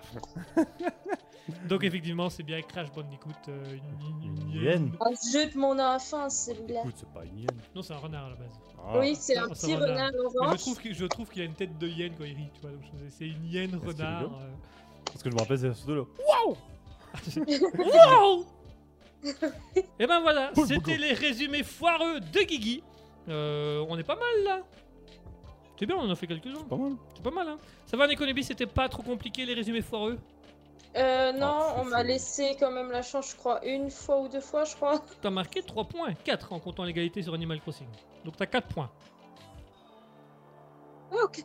Speaker 2: Donc effectivement, c'est bien Crash Bandicoot. euh, une- une-
Speaker 4: Une
Speaker 2: une-
Speaker 4: hyène.
Speaker 3: Un jeu de mon enfance, celui-là.
Speaker 4: Écoute, c'est pas une hyène.
Speaker 2: Non, c'est un renard à la base.
Speaker 4: Ah.
Speaker 3: oui, c'est
Speaker 2: ça-
Speaker 3: un
Speaker 2: ça
Speaker 3: petit
Speaker 2: revient.
Speaker 3: renard
Speaker 2: Mais je
Speaker 3: orange.
Speaker 2: trouve qu'il- je trouve qu'il a une tête de hyène quand il rit, tu vois. donc je sais, C'est une hyène
Speaker 4: qu'il est
Speaker 2: renard.
Speaker 4: rigolo Parce que je me rappelle, c'est surtout le.
Speaker 2: euh. Wow Et ben voilà, c'était les résumés foireux de Guigui. Euh, on est pas mal là. C'est bien, on en a fait quelques-uns.
Speaker 4: Pas mal.
Speaker 2: C'est pas mal, hein. Ça va, Nekonebi, c'était pas trop compliqué les résumés foireux
Speaker 3: Euh, non,
Speaker 4: Ah, c'est-
Speaker 3: on m'a
Speaker 4: c'est-
Speaker 3: laissé quand même la chance, je crois, une fois ou deux fois, je crois.
Speaker 2: T'as marqué 3 points, 4 en comptant l'égalité sur Animal Crossing. Donc t'as 4 points.
Speaker 3: Ah, ok.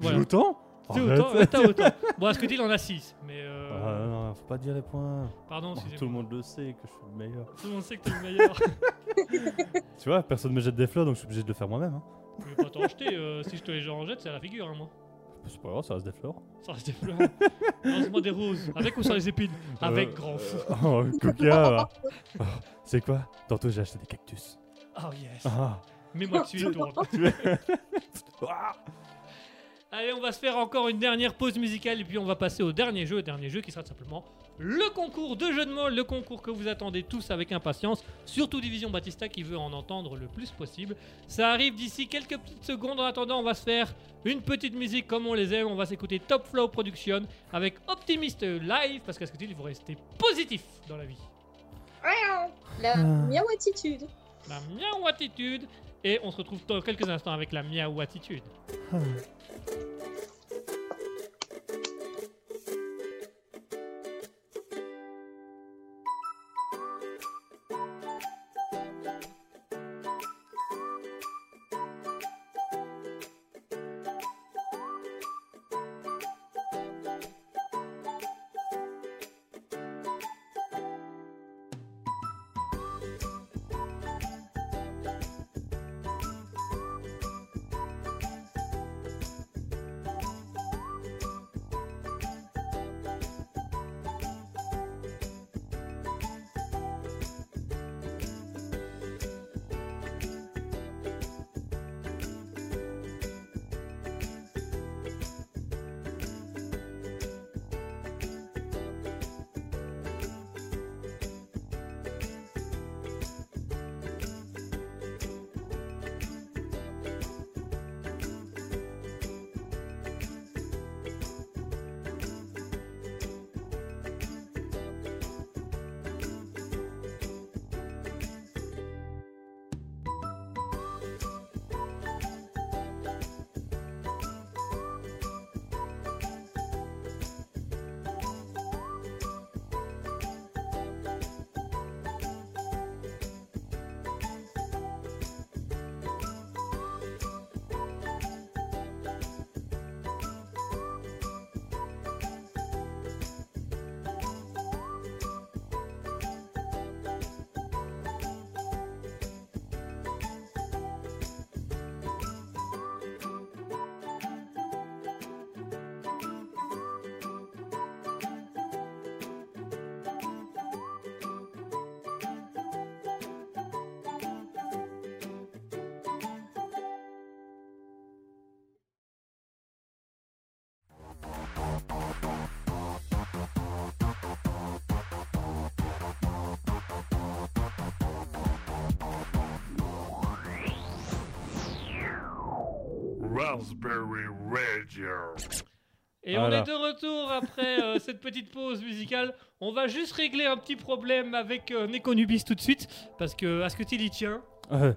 Speaker 2: Voilà.
Speaker 4: J'ai autant
Speaker 2: C'est
Speaker 4: Arrête.
Speaker 2: autant, euh, t'as autant. Bon, à ce que dit, il en a 6. Mais euh,
Speaker 4: Ah, non, non, faut pas dire les points.
Speaker 2: pardon,
Speaker 4: Oh,
Speaker 2: excusez-moi.
Speaker 4: tout le monde le sait que je suis le meilleur.
Speaker 2: Tout le monde sait que t'es le meilleur. <laughs>
Speaker 4: Tu vois, personne me jette des fleurs donc je suis obligé de le faire moi-même. hein.
Speaker 2: je vais pas t'en jeter. euh, si je te les jette, en jette, c'est à la figure, hein, moi.
Speaker 4: C'est pas grave, ça reste des fleurs.
Speaker 2: Ça reste des fleurs. Lance-moi des roses. Avec ou sans les épines Avec
Speaker 4: Euh,
Speaker 2: grand fou.
Speaker 4: euh, <laughs> oh, coca là. Oh, C'est quoi Tantôt j'ai acheté des cactus.
Speaker 2: Oh yes.
Speaker 4: Ah. <laughs>
Speaker 2: Mets-moi dessus et tourne.
Speaker 4: Tu- Ah.
Speaker 2: Allez, on va se faire encore une dernière pause musicale et puis on va passer au dernier jeu, dernier jeu qui sera tout simplement le concours de jeux de mots, le concours que vous attendez tous avec impatience, surtout Division Batista qui veut en entendre le plus possible. Ça arrive d'ici quelques petites secondes. En attendant, on va se faire une petite musique comme on les aime. On va s'écouter Top Flow Production avec Optimist Live parce qu'à ce que il faut rester positif dans la vie.
Speaker 4: Ah.
Speaker 3: La miaou attitude.
Speaker 2: La miaou attitude et on se retrouve dans quelques instants avec la miaou attitude.
Speaker 1: Raspberry Radio.
Speaker 2: Et
Speaker 4: Voilà.
Speaker 2: on est de retour après euh, cette petite pause musicale. On va juste régler un petit problème avec euh, Neko Nubis tout de suite, parce que Asketil il tient.
Speaker 4: Euh,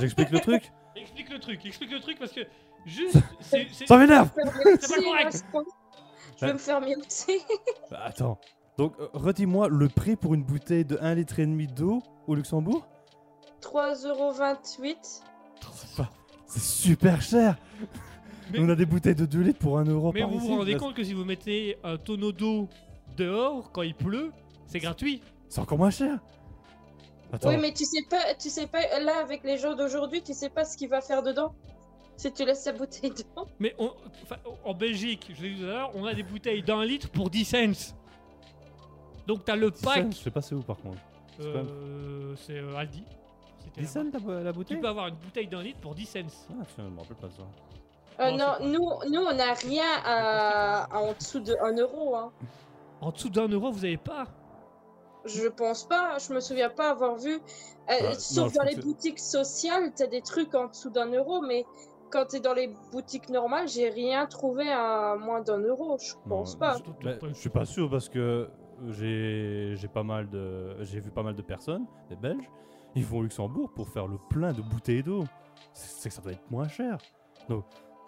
Speaker 4: J'explique le truc
Speaker 2: Explique le truc, explique le truc, parce que juste. c'est- c'est-
Speaker 4: Ça m'énerve
Speaker 3: Je vais me
Speaker 2: C'est
Speaker 3: faire
Speaker 2: pas correct.
Speaker 3: miauxer, moi, je pense. Je vais me faire miauxer. <laughs>
Speaker 4: Bah, Attends. Donc, euh, redis-moi le prix pour une bouteille de 1 litre et demi d'eau au Luxembourg
Speaker 3: 3,28€.
Speaker 4: C'est pas- C'est super cher
Speaker 2: Mais-
Speaker 4: Nous, On a des bouteilles de 2 litres pour 1 euro
Speaker 2: Mais
Speaker 4: hein. par
Speaker 2: vous
Speaker 4: ici.
Speaker 2: vous rendez
Speaker 4: Là,
Speaker 2: compte que si vous mettez un tonneau d'eau dehors quand il pleut, c'est gratuit.
Speaker 4: C'est encore moins cher Attends,
Speaker 3: Oui, mais tu sais pas, tu sais pas, là, avec les gens d'aujourd'hui, tu sais pas ce qu'il va faire dedans. Si tu laisses sa bouteille dedans. Euh,
Speaker 2: Mais on- enfin, en Belgique, je l'ai dit tout à l'heure, on a des bouteilles d'un litre pour 10 cents. Donc t'as le
Speaker 4: 10 cents,
Speaker 2: pack.
Speaker 4: Je sais pas c'est où par contre. c'est pas-
Speaker 2: euh, C'est euh, Aldi. Si t'es
Speaker 4: 10
Speaker 2: là-bas.
Speaker 4: cents la, la
Speaker 2: Tu
Speaker 4: bouteille
Speaker 2: peux avoir une bouteille d'un litre pour 10 cents.
Speaker 4: Ah, je me rappelle pas de ça.
Speaker 3: Euh,
Speaker 2: Non,
Speaker 3: non,
Speaker 2: c'est pas-
Speaker 3: nous, nous, on n'a rien à, à en dessous de 1 euro. Hein.
Speaker 2: En dessous d'un euro, vous avez pas.
Speaker 3: Je pense pas, je me souviens pas avoir vu. Euh,
Speaker 4: Ah, non,
Speaker 3: sauf
Speaker 4: je
Speaker 3: dans
Speaker 4: crois
Speaker 3: les
Speaker 4: que-
Speaker 3: boutiques sociales, t'as des trucs en dessous d'un euro, mais quand t'es dans les boutiques normales, j'ai rien trouvé à moins d'un euro, je pense
Speaker 4: euh,
Speaker 3: pas.
Speaker 2: surtout
Speaker 4: Bah,
Speaker 2: pas-
Speaker 4: je suis pas sûr parce que euh, j'ai j'ai pas mal de j'ai vu pas mal de personnes, des Belges, ils vont au Luxembourg pour faire le plein de bouteilles d'eau. C'est c'est que ça doit être moins cher. Donc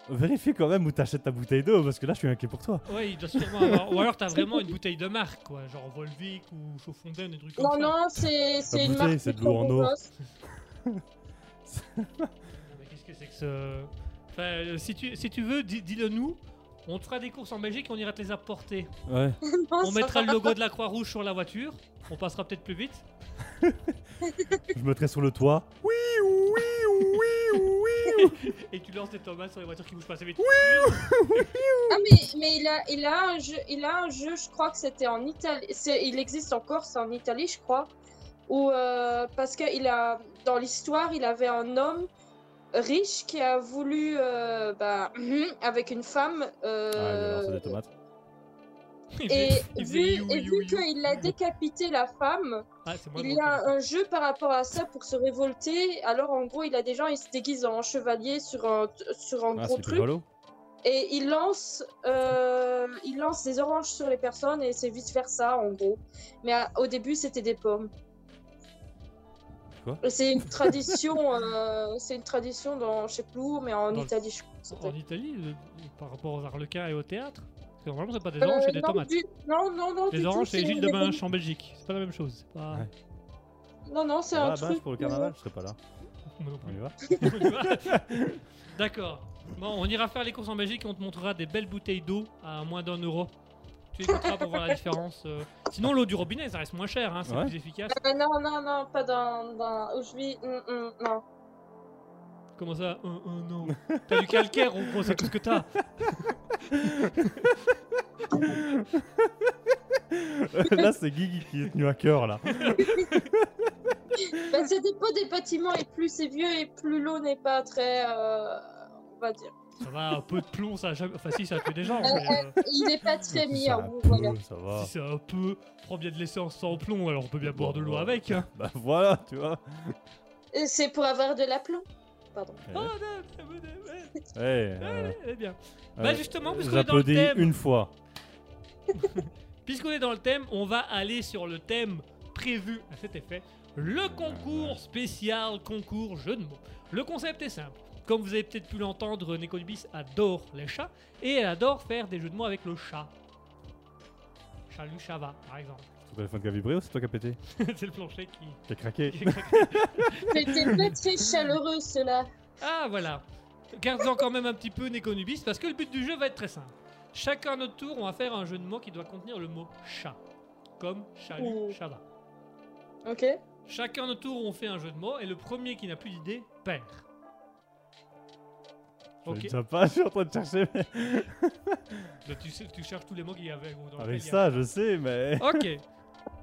Speaker 4: vérifie quand même où t'achètes ta bouteille d'eau parce que là je suis inquiet pour toi.
Speaker 2: Ouais, il doit sûrement avoir. Ou alors t'as vraiment une bouteille de marque, quoi. Genre Volvic ou Chauffondaine, des trucs comme
Speaker 3: Non,
Speaker 2: ça.
Speaker 3: non, c'est c'est une
Speaker 4: bouteille,
Speaker 3: marque.
Speaker 4: c'est de
Speaker 3: qui
Speaker 4: l'eau en
Speaker 3: prend mon
Speaker 4: eau.
Speaker 3: gosse.
Speaker 2: Ah, Mais qu'est-ce que c'est que ce. Enfin, euh, si tu, si tu veux, dis- dis-le nous. On te fera des courses en Belgique, on ira te les apporter.
Speaker 4: Ouais.
Speaker 3: <laughs> Non,
Speaker 2: On
Speaker 3: ça
Speaker 2: mettra
Speaker 3: va.
Speaker 2: le logo de la Croix-Rouge sur la voiture. On passera peut-être plus vite.
Speaker 4: je mettrai sur le toit.
Speaker 3: <laughs>
Speaker 2: Et tu lances des tomates sur les voitures qui bougent pas assez vite.
Speaker 3: Ah, mais, mais il, a, il, a un jeu, il a un jeu, je crois que c'était en Italie. c'est- Il existe encore, c'est en Italie, je crois. Où, euh, parce que il a, dans l'histoire, il avait un homme riche qui a voulu, euh, bah, <clears throat> avec une femme. euh,
Speaker 4: Ah, il va lancer des tomates.
Speaker 2: <laughs> Il
Speaker 3: et
Speaker 2: faisait- il faisait
Speaker 3: vu,
Speaker 2: you,
Speaker 3: et
Speaker 2: you,
Speaker 3: vu
Speaker 2: you.
Speaker 3: qu'il a décapité la femme,
Speaker 2: Ah, c'est moi
Speaker 3: il
Speaker 2: le
Speaker 3: y a euh,
Speaker 2: gros
Speaker 3: un jeu par rapport à ça pour se révolter. Alors en gros, il a des gens, ils se déguisent en chevalier sur un, sur un
Speaker 4: Ah,
Speaker 3: gros
Speaker 4: c'est
Speaker 3: truc
Speaker 4: rigolo.
Speaker 3: et il lance, euh, il lance des oranges sur les personnes et c'est vice versa en gros. Mais à- au début, c'était des pommes.
Speaker 4: Quoi
Speaker 3: Et C'est une tradition, euh, c'est une tradition dans je sais plus où, mais en
Speaker 2: Dans le-
Speaker 3: Italie, je crois. que
Speaker 2: En
Speaker 3: c'était.
Speaker 2: Italie, le- par rapport aux arlequins et au théâtre Parce que normalement, c'est pas des oranges, c'est
Speaker 3: Euh,
Speaker 2: des
Speaker 3: non,
Speaker 2: tomates.
Speaker 3: du- non, non, non. du
Speaker 2: Les
Speaker 3: tout,
Speaker 2: oranges, c'est
Speaker 3: c'est
Speaker 2: Gilles de
Speaker 3: des-
Speaker 2: Binche en Belgique. C'est pas la même chose. c'est Pas...
Speaker 4: Ouais.
Speaker 3: Non, non, c'est
Speaker 4: Ah,
Speaker 3: un
Speaker 4: bah,
Speaker 3: truc.
Speaker 4: pour le carnaval, je serais pas là.
Speaker 2: Moi non
Speaker 4: On
Speaker 2: plus.
Speaker 4: y va. <laughs>
Speaker 2: <laughs> D'accord. Bon, on ira faire les courses en Belgique et on te montrera des belles bouteilles d'eau à moins d'un euro. Tu écouteras pour voir la différence. euh. Sinon, l'eau du robinet, ça reste moins cher, hein, c'est
Speaker 4: Ouais.
Speaker 2: plus efficace.
Speaker 3: Euh, non, non, non, pas dans, dans où je vis. hum, hum, non.
Speaker 2: Comment ça Un, un, non. T'as du calcaire, en gros, c'est tout ce que t'as.
Speaker 4: là, c'est Guigui qui est tenu à cœur, là.
Speaker 3: Ben, ça dépend des bâtiments et plus c'est vieux et plus l'eau n'est pas très, euh, on va dire.
Speaker 2: Ça va, un peu de plomb, ça a jamais. Enfin, si, ça a tué des gens. mais, euh,
Speaker 3: Il n'est pas très mis
Speaker 4: ça,
Speaker 3: en
Speaker 4: va,
Speaker 3: voilà.
Speaker 4: peu, ça va.
Speaker 2: Si c'est un peu. Prends bien de l'essence sans plomb, alors on peut bien boire de l'eau
Speaker 4: Bah,
Speaker 2: avec. hein.
Speaker 4: <laughs> Bah voilà, tu vois.
Speaker 3: Et C'est pour avoir de l'aplomb. Pardon.
Speaker 4: Eh,
Speaker 2: Oh, non, c'est bon, c'est bon,
Speaker 4: eh, euh,
Speaker 2: allez, allez, bien.
Speaker 4: euh,
Speaker 2: Bah, justement, puisqu'on est dans le
Speaker 4: j'applaudis
Speaker 2: thème.
Speaker 4: une fois.
Speaker 2: Puisqu'on est dans le thème, on va aller sur le thème prévu à cet effet, le concours spécial concours jeu de mots. Le concept est simple. Comme vous avez peut-être pu l'entendre, Nekonibis adore les chats et elle adore faire des jeux de mots avec le chat. Chalut Chava, par exemple. <laughs>
Speaker 4: Ton téléphone qui a vibré ou c'est toi qui a pété
Speaker 2: C'est le plancher qui.
Speaker 4: Qui a craqué
Speaker 3: C'était pas très chaleureux cela.
Speaker 2: Ah voilà. Gardons quand même un petit peu Nekonubis parce que le but du jeu va être très simple. Chacun à notre tour, on va faire un jeu de mots qui doit contenir le mot chat. Comme
Speaker 3: Oh.
Speaker 2: chalut Chava.
Speaker 3: Ok.
Speaker 2: Chacun de tour, on fait un jeu de mots et le premier qui n'a plus d'idée perd.
Speaker 4: Je
Speaker 2: Ok.
Speaker 4: ne sais pas, <laughs> je suis en train de chercher. mais-
Speaker 2: Là, tu, sais- tu cherches tous les mots qu'il y avait. ou dans
Speaker 4: Avec
Speaker 2: lesquels il y a-
Speaker 4: Ah, ça, je sais, mais. <laughs>
Speaker 2: Ok.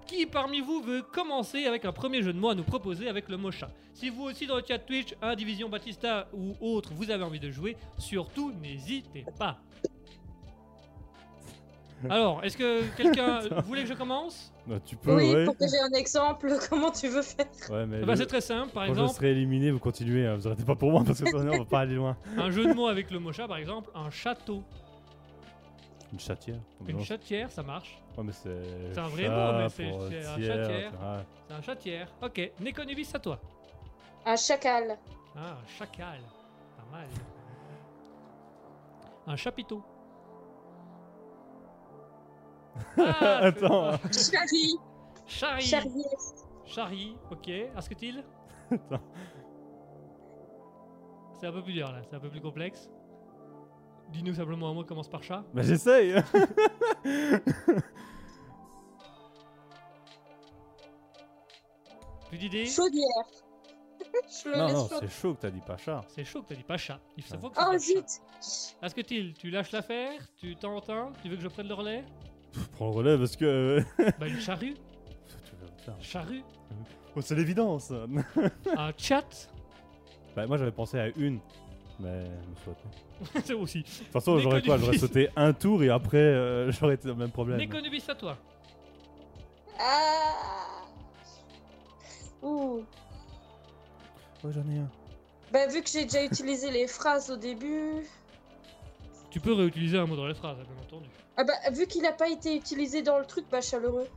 Speaker 2: Qui parmi vous veut commencer avec un premier jeu de mots à nous proposer avec le mot chat Si vous aussi dans le chat Twitch, un Division Batista ou autre, vous avez envie de jouer, surtout n'hésitez
Speaker 4: <laughs>
Speaker 2: pas. Alors, est-ce que
Speaker 4: <laughs>
Speaker 2: quelqu'un vous voulez que je commence
Speaker 4: Bah, tu peux,
Speaker 3: Oui,
Speaker 4: ouais.
Speaker 3: pour que j'ai un exemple, <laughs> comment tu veux faire
Speaker 4: Ouais, mais.
Speaker 2: Eh ben,
Speaker 4: le-
Speaker 2: C'est très simple, par
Speaker 4: Quand
Speaker 2: exemple.
Speaker 4: je serai éliminé, vous continuez. hein, Vous arrêtez pas pour moi parce que sinon on va pas
Speaker 2: <laughs>
Speaker 4: aller loin.
Speaker 2: Un jeu de mots avec le mot chat, par exemple, un château.
Speaker 4: Une chatière.
Speaker 2: Une chatière, ça marche.
Speaker 4: Ouais, mais c'est.
Speaker 2: C'est un vrai
Speaker 4: chat
Speaker 2: mot, mais c'est-
Speaker 4: pour, euh,
Speaker 2: c'est un
Speaker 4: tiers,
Speaker 2: chatière.
Speaker 4: tiens,
Speaker 2: C'est un chatière. Ok, Nekonubis à toi.
Speaker 3: Un chacal.
Speaker 2: Ah, un chacal. Pas mal. Un chapiteau.
Speaker 4: <laughs>
Speaker 2: Ah,
Speaker 4: Attends.
Speaker 2: je-
Speaker 3: Charlie.
Speaker 2: Charrie.
Speaker 3: Charlie.
Speaker 2: Charrie, ok. Asketil
Speaker 4: <laughs> Attends.
Speaker 2: C'est un peu plus dur là, c'est un peu plus complexe. Dis-nous simplement un mot qui commence par chat.
Speaker 3: <laughs>
Speaker 4: Bah j'essaye
Speaker 2: Plus d'idées
Speaker 3: Chaudière. Je le
Speaker 4: Non,
Speaker 3: laisse
Speaker 4: non,
Speaker 3: chaud.
Speaker 4: c'est chaud que t'as dit pas chat.
Speaker 2: C'est chaud que t'as dit pas chat. Il faut
Speaker 4: Ouais.
Speaker 2: faut que ça
Speaker 3: Oh
Speaker 2: soit chat.
Speaker 3: zut.
Speaker 2: Asketil, tu lâches l'affaire Tu tentes un Tu veux que je prenne le
Speaker 4: <laughs>
Speaker 2: relais
Speaker 4: Pff, Prends le relais parce <laughs> que... euh,
Speaker 2: Bah une charrue. Charrue.
Speaker 4: Oh, c'est l'évidence
Speaker 2: Un chat.
Speaker 4: <laughs> Bah moi j'avais pensé à une, mais... je me suis retenu.
Speaker 2: <laughs> c'est aussi.
Speaker 4: De toute façon j'aurais quoi J'aurais
Speaker 2: Déconne-
Speaker 4: sauté un tour et après euh, <laughs> j'aurais été dans le même problème.
Speaker 2: Nekonubis à toi.
Speaker 3: Ah. Ouh.
Speaker 4: Ouais Oh, j'en ai un.
Speaker 3: Ben vu que j'ai déjà utilisé les phrases au début.
Speaker 2: Tu peux réutiliser un mot dans les phrases, hein, bien entendu.
Speaker 3: Ah bah vu qu'il n'a pas été utilisé dans le truc, bah chaleureux.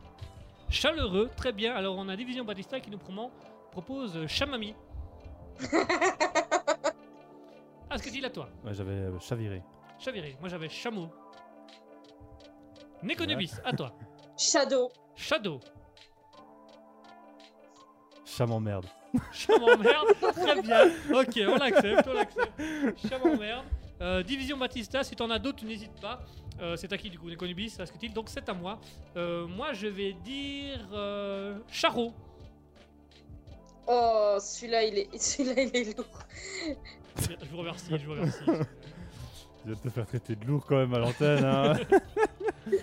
Speaker 2: Chaleureux, très bien. Alors on a Division Batista qui nous promo- propose euh, Chamami. ah, ce que dit à toi
Speaker 4: Ouais j'avais euh, chaviré.
Speaker 2: Chaviré, moi j'avais Chameau. Nekonubis, à toi.
Speaker 3: Shadow.
Speaker 2: Shadow.
Speaker 4: Chat m'emmerde.
Speaker 2: Chaman merde, très bien. Ok, on l'accepte, on l'accepte. Chaman merde. Euh, Division Batista, si t'en as d'autres, tu n'hésites pas. Euh, c'est à qui du coup Nekonubis, à ce que dit Donc c'est à moi. Euh, moi je vais dire euh, Charo.
Speaker 3: Oh celui-là il est <laughs> celui-là il est lourd.
Speaker 2: <laughs> Je vous remercie, je vous
Speaker 4: <laughs>
Speaker 2: remercie.
Speaker 4: Je vais te faire traiter de lourd quand même à
Speaker 2: <laughs>
Speaker 4: l'antenne. hein. <laughs>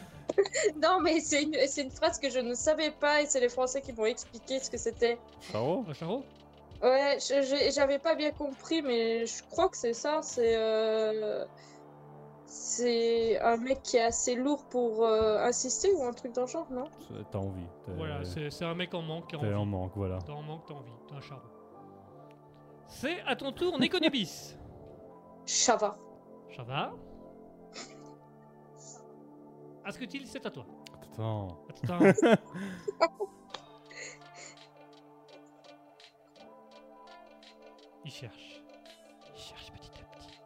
Speaker 3: Non mais c'est une c'est une phrase que je ne savais pas et c'est les Français qui m'ont expliqué ce que c'était.
Speaker 4: Charo
Speaker 2: Euh, Charo
Speaker 3: Ouais, je- j'ai- j'avais pas bien compris, mais je crois que c'est ça. C'est euh, c'est un mec qui est assez lourd pour euh, insister ou un truc dans le genre, non
Speaker 4: Ça- T'as envie. t'es-
Speaker 2: Voilà, c'est c'est un mec en manque qui a
Speaker 4: Euh, T'es en
Speaker 2: envie.
Speaker 4: manque, voilà.
Speaker 2: T'es en manque, t'as envie, t'es un charron. C'est à ton tour
Speaker 4: <laughs>
Speaker 2: Néconobis.
Speaker 3: Chava.
Speaker 2: Ça va Ascutil, c'est à toi.
Speaker 4: Attends. <laughs>
Speaker 2: Attends. Il cherche. Il cherche petit à petit.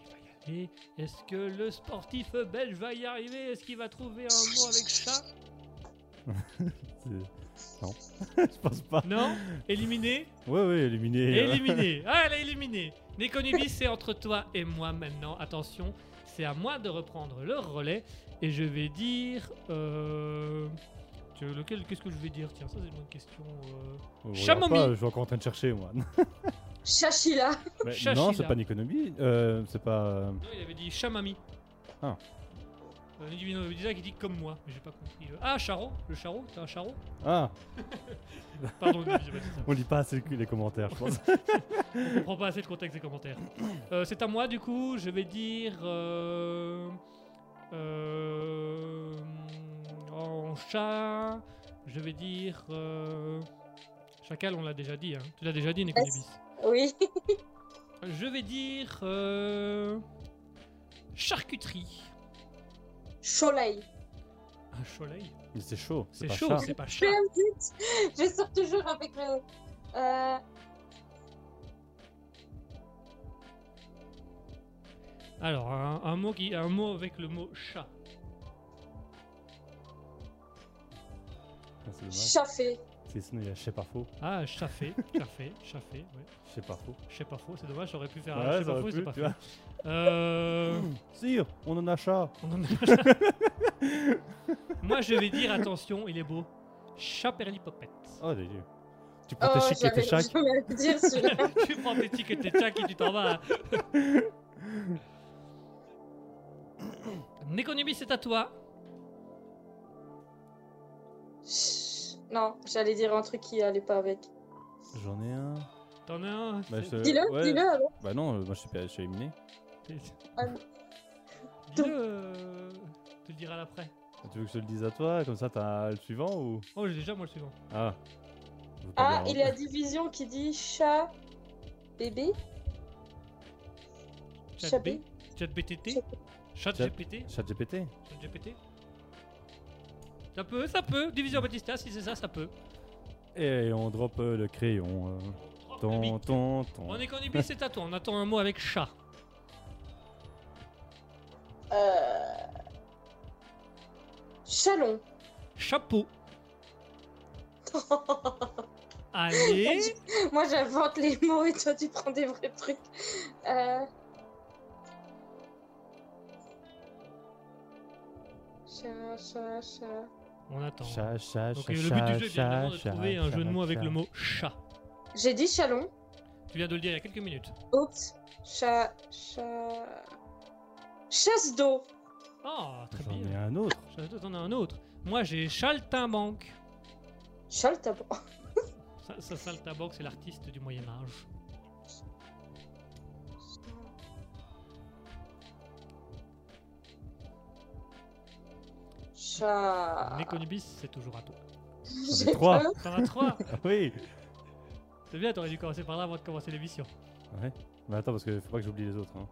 Speaker 2: Il va y aller. Est-ce que le sportif belge va y arriver Est-ce qu'il va trouver un mot avec ça
Speaker 4: c'est- Non. <laughs> Je pense pas.
Speaker 2: Non Éliminé
Speaker 4: Ouais, ouais, éliminé. euh,
Speaker 2: Éliminé Ah, elle est éliminée Néconubis, c'est entre toi et moi maintenant. Attention, c'est à moi de reprendre le relais. Et je vais dire... Euh... tu veux lequel- Qu'est-ce que je vais dire Tiens, ça c'est une bonne question. euh.
Speaker 4: regarde
Speaker 2: Chamonix.
Speaker 4: pas, Je suis encore en train de
Speaker 2: <laughs>
Speaker 4: chercher, moi.
Speaker 3: Chachila. <laughs>
Speaker 4: Mais
Speaker 2: Chachila.
Speaker 4: non, c'est pas une économie. euh, c'est pas. euh,
Speaker 2: Non, il avait dit chamami.
Speaker 4: Ah.
Speaker 2: Euh, Ludivino Obadiah qui dit comme moi, mais j'ai pas compris. Euh, Ah, Charo Le Charo T'es un Charo
Speaker 4: Ah,
Speaker 2: Pardon, Ludivino, j'ai pas dit ça.
Speaker 4: on lit pas assez les commentaires,
Speaker 2: <laughs>
Speaker 4: je pense.
Speaker 2: on comprend pas assez le contexte des commentaires. Euh, c'est à moi, du coup, je vais dire. euh, euh, en chat, je vais dire. euh, chacal, on l'a déjà dit, hein. Tu l'as déjà dit, Néconubis.
Speaker 3: Oui.
Speaker 2: Je vais dire. euh, charcuterie.
Speaker 3: Soleil.
Speaker 2: Un soleil
Speaker 4: Mais c'est chaud.
Speaker 2: C'est
Speaker 4: pas
Speaker 2: chaud,
Speaker 4: chat.
Speaker 2: c'est pas chat.
Speaker 3: Merde, zut. Je sors toujours avec le. Euh,
Speaker 2: Alors, un, un mot qui, un mot avec le mot chat.
Speaker 4: Ah, C'est dommage.
Speaker 3: Chaffé.
Speaker 4: Parce que sinon, il y a chez pas faux.
Speaker 2: Ah, chaffé, chaffé, chaffé, ouais.
Speaker 4: Chez pas faux.
Speaker 2: Je sais pas faux, c'est dommage, j'aurais pu faire
Speaker 4: Ouais,
Speaker 2: un je sais
Speaker 4: ça
Speaker 2: pas
Speaker 4: aurait
Speaker 2: faux,
Speaker 4: pu,
Speaker 2: Ah, c'est pas
Speaker 4: tu
Speaker 2: faux. Euh,
Speaker 4: Sire, on en a chat.
Speaker 2: on en a- Moi, je vais dire, attention, il est beau. Chaperlipopette.
Speaker 4: Oh, des dieux. Tu prends
Speaker 3: Oh,
Speaker 4: tes chics et
Speaker 3: j'avais
Speaker 4: tes chacs.
Speaker 3: je voulais le dire celui-là.
Speaker 2: tu prends tes tickets, tes tchacs et tu t'en vas. Néconomie, c'est à toi.
Speaker 3: Ch- Non, j'allais dire un truc qui allait pas avec.
Speaker 4: J'en ai un.
Speaker 2: T'en as un.
Speaker 4: Bah,
Speaker 2: c'est-
Speaker 4: je-
Speaker 3: Dis-le,
Speaker 4: ouais.
Speaker 3: dis-le alors.
Speaker 4: Bah non, euh, moi je suis, pas- je suis éliminé.
Speaker 3: Ah.
Speaker 2: Dis-le, euh, Tu le diras après.
Speaker 4: Ah, Tu veux que je te le dise à toi Comme ça, t'as le suivant ou
Speaker 2: Oh, j'ai déjà moi le suivant.
Speaker 4: Ah. Je veux pas
Speaker 3: Ah,
Speaker 4: dire-
Speaker 3: il y a division qui dit chat bébé.
Speaker 2: Chat
Speaker 3: Chat
Speaker 2: B.
Speaker 3: bébé.
Speaker 2: Chat BTT. Chat
Speaker 4: Chat-
Speaker 2: GPT.
Speaker 4: Chat GPT
Speaker 2: Chat GPT. Ça peut, ça peut. Division Batista, si c'est ça, ça peut.
Speaker 4: Et on drop euh, le crayon. euh. Ton, ton, ton.
Speaker 2: On est connibis, c'est à toi. On attend un mot avec chat.
Speaker 3: Euh... Chalon. <laughs>
Speaker 2: Chapeau. Allez.
Speaker 3: Moi j'invente les mots et toi tu prends des vrais trucs. Euh... Chat, chat, chat.
Speaker 2: On attend.
Speaker 4: Chat, chat,
Speaker 2: Donc
Speaker 4: chat,
Speaker 2: euh, le but
Speaker 4: chat,
Speaker 2: du jeu, est bien évidemment, de
Speaker 4: chat,
Speaker 2: trouver un
Speaker 4: chat,
Speaker 2: jeu de mots avec
Speaker 4: chat.
Speaker 2: le mot chat.
Speaker 3: J'ai dit chalon.
Speaker 2: Tu viens de le dire il y a quelques minutes.
Speaker 3: Oups. Chat, chat. Chasse d'eau.
Speaker 2: Ah, très
Speaker 4: J'en ai
Speaker 2: bien.
Speaker 3: <laughs>
Speaker 4: un autre.
Speaker 2: Ça, T'en as un autre. Moi, j'ai Chaltimbanque.
Speaker 3: Chal tabac.
Speaker 2: Ça, ça, Saltimbanque, c'est l'artiste du Moyen-Âge.
Speaker 3: Chat.
Speaker 2: Néconibis, c'est toujours à toi.
Speaker 4: ai
Speaker 3: J'ai
Speaker 4: trois.
Speaker 3: peur.
Speaker 2: T'en as trois.
Speaker 4: Ah <laughs> oui
Speaker 2: C'est bien, t'aurais dû commencer par là avant de commencer l'émission.
Speaker 4: Ouais. Mais attends, parce que faut pas que j'oublie les autres. Hein.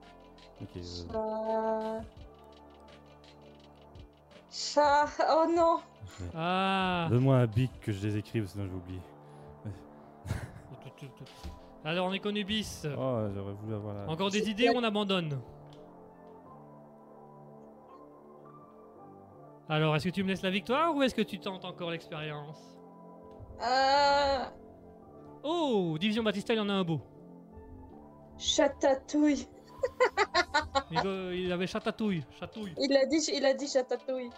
Speaker 4: Ok. euh,
Speaker 3: Chat. Chat. Oh non.
Speaker 2: Ah.
Speaker 4: Donne-moi un bic que je les écrive, sinon j'oublie.
Speaker 2: Alors, Néconubis,
Speaker 4: Oh, j'aurais voulu avoir la.
Speaker 2: encore des idées ou on abandonne Alors, est-ce que tu me laisses la victoire ou est-ce que tu tentes encore l'expérience
Speaker 3: Euh...
Speaker 2: Oh, Division Batista, il en a un beau.
Speaker 3: Chatatouille. <laughs>
Speaker 2: Il, euh, il avait chatatouille, chatouille.
Speaker 3: Il a dit, il a dit chatatouille.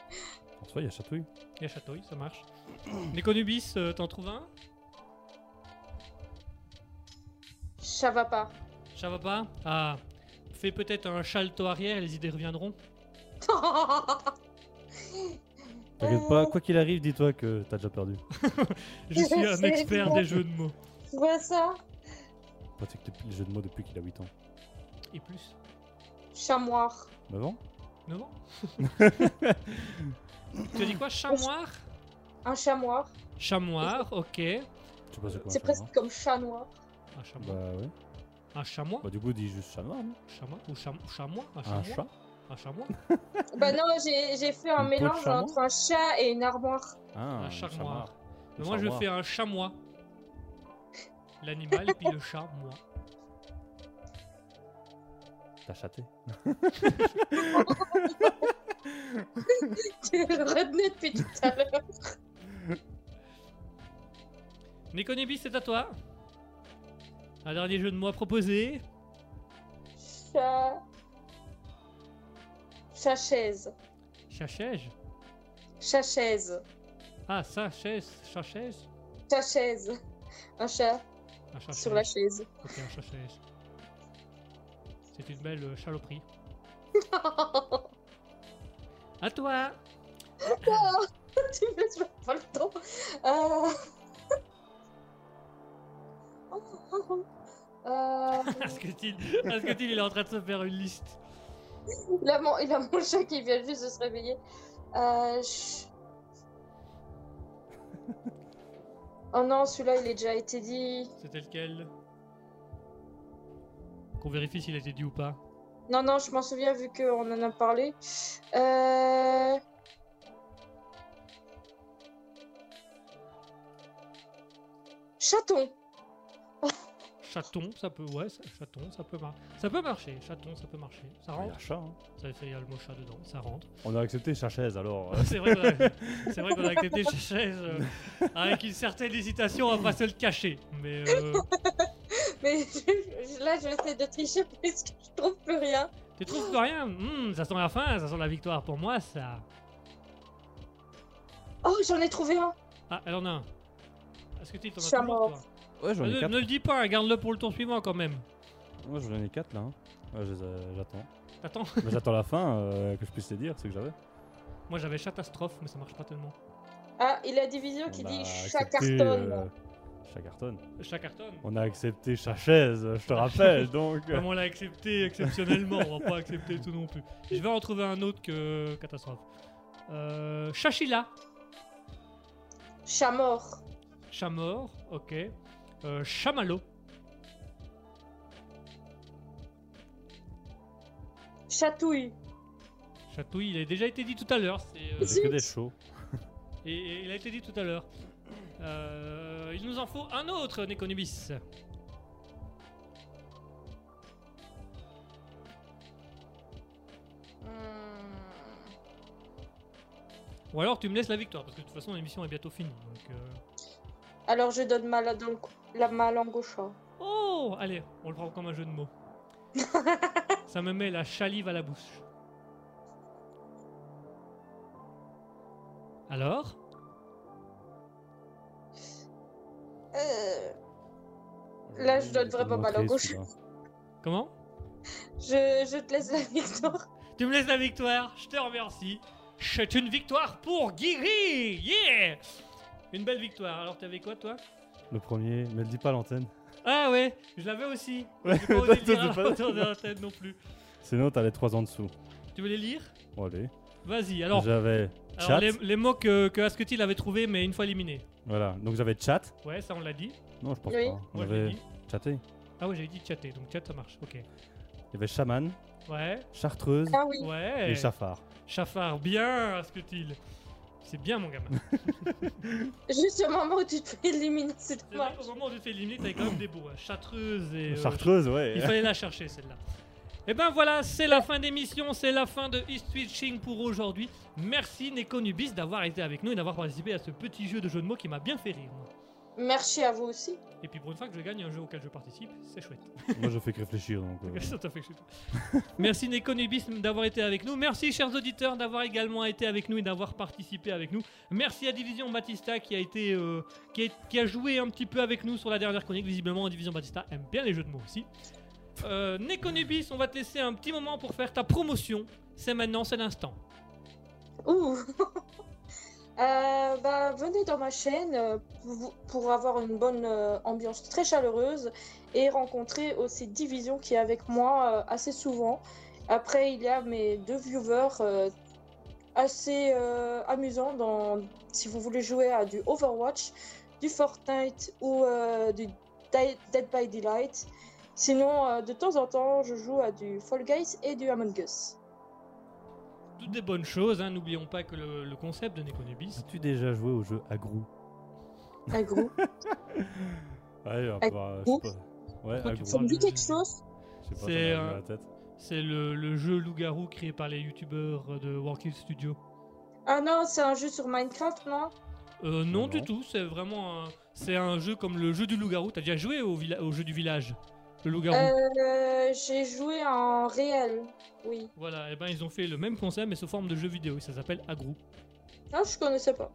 Speaker 4: En soi, il y a Chatouille.
Speaker 2: Il y a chatouille, ça marche. Néconubis, euh, t'en trouves un
Speaker 3: Ça va pas.
Speaker 2: Ça va pas Ah, fais peut-être un chalto arrière et les idées reviendront.
Speaker 4: T'inquiète
Speaker 3: <laughs> Euh,
Speaker 4: pas, quoi qu'il arrive, dis-toi que t'as déjà perdu.
Speaker 2: Je suis un
Speaker 3: C'est
Speaker 2: expert
Speaker 3: bon.
Speaker 2: des jeux de mots.
Speaker 3: Tu vois ça
Speaker 4: pratique depuis- le jeu de mots depuis qu'il a 8 ans.
Speaker 2: Et plus.
Speaker 3: Chamoir.
Speaker 4: 9 ans
Speaker 2: 9
Speaker 3: <laughs>
Speaker 2: ans Tu as dit quoi Chamoir
Speaker 3: Un chamoir.
Speaker 2: Chamoir, ok. Un
Speaker 4: Je sais pas c'est
Speaker 3: C'est
Speaker 4: quoi. un chat
Speaker 3: presque comme chat noir.
Speaker 2: chamois.
Speaker 4: noir. Bah ouais.
Speaker 2: Un chamois
Speaker 4: Bah du coup, dis juste chat noir, non
Speaker 2: Chamois Ou cham- chamois Un Ah,
Speaker 4: Un
Speaker 2: chamois
Speaker 4: chat
Speaker 2: Un chamois
Speaker 3: Bah non, j'ai j'ai fait un
Speaker 4: Une peau de
Speaker 3: mélange
Speaker 4: chamois
Speaker 3: entre un chat et une armoire. <laughs>
Speaker 4: Ah,
Speaker 2: Un
Speaker 4: un
Speaker 2: chat
Speaker 4: chat
Speaker 2: noir.
Speaker 4: noir.
Speaker 2: Mais moi, je
Speaker 4: Chamois.
Speaker 2: fais un chamois. L'animal, puis le chat, moi.
Speaker 4: T'as chaté
Speaker 3: Je le retenais depuis tout à l'heure.
Speaker 2: Nekonebi, c'est à toi. Un dernier jeu de mots proposé.
Speaker 3: Chat. Chat chaise.
Speaker 2: Chachège
Speaker 3: Chat chaise.
Speaker 2: Ah, ça, chaise, chachège
Speaker 3: Chat chaise. Un chat
Speaker 2: Un chachège.
Speaker 3: sur la chaise. <laughs>
Speaker 2: Ok, un chachège. C'est une belle euh,
Speaker 3: <laughs>
Speaker 2: chaloperie. À toi
Speaker 3: tu me laisses pas le temps. Euh... Oh, Euh,
Speaker 2: Asketil, Asketil, il est en train de se faire une liste.
Speaker 3: il, a mon... il a mon chat qui vient juste de se réveiller. Euh...
Speaker 4: <laughs>
Speaker 3: ch- Oh non, celui-là, il a déjà été dit.
Speaker 2: C'était lequel Qu'on vérifie s'il a été dit ou pas.
Speaker 3: Non, non, je m'en souviens vu qu'on en a parlé. Euh... Chaton.
Speaker 2: Chaton, ça peut, ouais, ça- chaton, ça peut marcher. Ça peut marcher, chaton, ça peut marcher. Ça
Speaker 4: Il y a
Speaker 2: rentre.
Speaker 4: chat, hein.
Speaker 2: Ça fait, il y a le mot chat dedans, ça rentre.
Speaker 4: On a accepté chat chaise alors. euh.
Speaker 2: C'est vrai qu'on a- c'est vrai qu'on a accepté Chachège avec une certaine hésitation, on va pas se le cacher. Mais euh,
Speaker 3: Mais <laughs> je- je- là, je vais essayer de tricher parce que je trouve plus rien.
Speaker 2: tu trouves que rien Hmm, Ça sent la fin, ça sent la victoire pour moi, ça.
Speaker 3: Oh, j'en ai trouvé un.
Speaker 2: Ah, elle en a un. Est-ce que tu t'en as
Speaker 3: Chameau.
Speaker 2: toujours, toi
Speaker 4: Ouais, j'en
Speaker 2: Ah,
Speaker 4: ai
Speaker 2: ne,
Speaker 4: 4.
Speaker 2: ne le dis pas, garde-le pour le tour suivant quand même.
Speaker 4: Moi j'en ai 4 là. hein. Ouais, je les ai- j'attends.
Speaker 2: T'attends
Speaker 4: Mais j'attends la fin euh, que je puisse les dire, c'est que j'avais.
Speaker 2: <laughs> Moi j'avais catastrophe, mais ça marche pas tellement.
Speaker 3: Ah, il a division qui
Speaker 4: On a
Speaker 3: dit
Speaker 4: accepté,
Speaker 3: chat cartonne.
Speaker 4: Bah, euh, chat cartonne.
Speaker 2: Ça cartonne.
Speaker 4: On a accepté chat chaise, je te
Speaker 2: <laughs>
Speaker 4: rappelle donc.
Speaker 2: Comme on l'a accepté exceptionnellement, on va pas accepter tout non plus. Je vais en trouver un autre que catastrophe. Euh, Chachila,
Speaker 3: Chat mort.
Speaker 2: chat mort, ok. Euh, chamallow,
Speaker 3: Chatouille.
Speaker 2: chatouille, il a déjà été dit tout à l'heure. c'est,
Speaker 4: <laughs>
Speaker 2: euh,
Speaker 4: C'est que des chauds.
Speaker 2: et, et il a été dit tout à l'heure. Euh, il nous en faut un autre, Nekonubis.
Speaker 3: Hmm.
Speaker 2: Ou alors tu me laisses la victoire, parce que de toute façon l'émission est bientôt finie. Donc, euh,
Speaker 3: Alors, je donne ma, la, dans le cou- la, ma langue au chat.
Speaker 2: Oh Allez, on le prend comme un jeu de mots. Ça me met la chalive à la bouche. Alors
Speaker 3: Euh, Là, je donne
Speaker 4: Il faut
Speaker 3: vraiment
Speaker 4: me
Speaker 3: ma langue au
Speaker 4: montrer,
Speaker 3: chat.
Speaker 4: celui-là.
Speaker 2: Comment
Speaker 3: je, je te laisse la victoire.
Speaker 2: Tu me laisses la victoire, je te remercie. C'est une victoire pour Guigui Yeah Une belle victoire. Alors t'avais quoi toi
Speaker 4: Le premier, mais le dis pas à l'antenne.
Speaker 2: Ah ouais, je l'avais aussi.
Speaker 4: Ouais,
Speaker 2: J'ai pas osé le
Speaker 4: <laughs> toi,
Speaker 2: dire à
Speaker 4: c'est pas-
Speaker 2: l'antenne de l'antenne non plus.
Speaker 4: Sinon t'as les 3 en dessous.
Speaker 2: Tu veux les lire
Speaker 4: Bon, allez.
Speaker 2: Vas-y, alors,
Speaker 4: J'avais
Speaker 2: alors
Speaker 4: chat.
Speaker 2: les, les mots que, que Asketil avait trouvé mais une fois éliminés.
Speaker 4: Voilà, donc j'avais chat.
Speaker 2: Ouais, ça on l'a dit.
Speaker 4: Non, je pense
Speaker 3: Oui.
Speaker 4: pas. On
Speaker 2: Moi je l'ai
Speaker 4: avait
Speaker 2: dit.
Speaker 4: chatté.
Speaker 2: Ah ouais, j'avais dit chatter, donc chat ça marche, ok.
Speaker 4: Il y avait chaman,
Speaker 2: Ouais,
Speaker 4: chartreuse
Speaker 3: Ah oui.
Speaker 2: ouais.
Speaker 4: et chafard.
Speaker 2: Chafard, bien Asketil. C'est bien mon gamin.
Speaker 3: Juste au moment où tu te fais éliminer, c'est
Speaker 2: C'est vrai
Speaker 3: dommage.
Speaker 2: qu'au moment où tu te fais éliminer, t'avais quand même des bouts. hein. Chartreuse et... euh, <laughs>
Speaker 4: chartreuse, ouais.
Speaker 2: Il fallait la chercher celle-là. Et ben voilà, c'est la fin d'émission, c'est la fin de East Switching pour aujourd'hui. Merci Neko Nubis d'avoir été avec nous et d'avoir participé à ce petit jeu de jeu de mots qui m'a bien fait rire. moi.
Speaker 3: Merci à vous aussi.
Speaker 2: Et puis pour une fois que je gagne un jeu auquel je participe, c'est chouette.
Speaker 4: Moi, je fais que réfléchir.
Speaker 2: <laughs>
Speaker 4: Donc, euh,
Speaker 2: Ça t'a fait chouette. Merci Neko Nubis d'avoir été avec nous. Merci chers auditeurs d'avoir également été avec nous et d'avoir participé avec nous. Merci à Division Batista qui a été euh, qui, a, qui a joué un petit peu avec nous sur la dernière chronique. Visiblement, Division Batista aime bien les jeux de mots aussi. Euh, Neko Nubis, on va te laisser un petit moment pour faire ta promotion. C'est maintenant, c'est l'instant.
Speaker 3: Ouh. <laughs> Euh, bah, venez dans ma chaîne euh, pour- pour avoir une bonne euh, ambiance très chaleureuse et rencontrer aussi Division qui est avec moi euh, assez souvent. Après, il y a mes deux viewers euh, assez euh, amusants dans, si vous voulez jouer à du Overwatch, du Fortnite ou euh, du Di- Dead by Daylight. Sinon, euh, de temps en temps, je joue à du Fall Guys et du Among Us.
Speaker 2: Toutes des bonnes choses, hein, n'oublions pas que le, le concept de Nekonubis.
Speaker 4: As-tu déjà joué au jeu
Speaker 3: <laughs>
Speaker 4: Agro
Speaker 3: Un groupe.
Speaker 4: Ouais, un peu, euh, je sais pas. Ouais,
Speaker 2: Pourquoi tu
Speaker 4: Agro.
Speaker 3: Ça me dit quelque chose
Speaker 4: Je sais pas, ça m'a
Speaker 2: C'est,
Speaker 4: venu à
Speaker 2: euh,
Speaker 4: la tête.
Speaker 2: C'est le, le jeu loup-garou créé par les youtubeurs de Warkill Studio.
Speaker 3: Ah non, c'est un jeu sur Minecraft, non
Speaker 2: Euh, non,
Speaker 4: Non,
Speaker 2: du
Speaker 4: non.
Speaker 2: tout, c'est vraiment un, c'est un jeu comme le jeu du loup-garou. T'as déjà joué au, villa- au jeu du village Le loup-garou
Speaker 3: Euh, J'ai joué en réel, oui.
Speaker 2: Voilà, et ben ils ont fait le même concept mais sous forme de jeu vidéo et ça s'appelle Agro.
Speaker 3: Ah, je connaissais pas.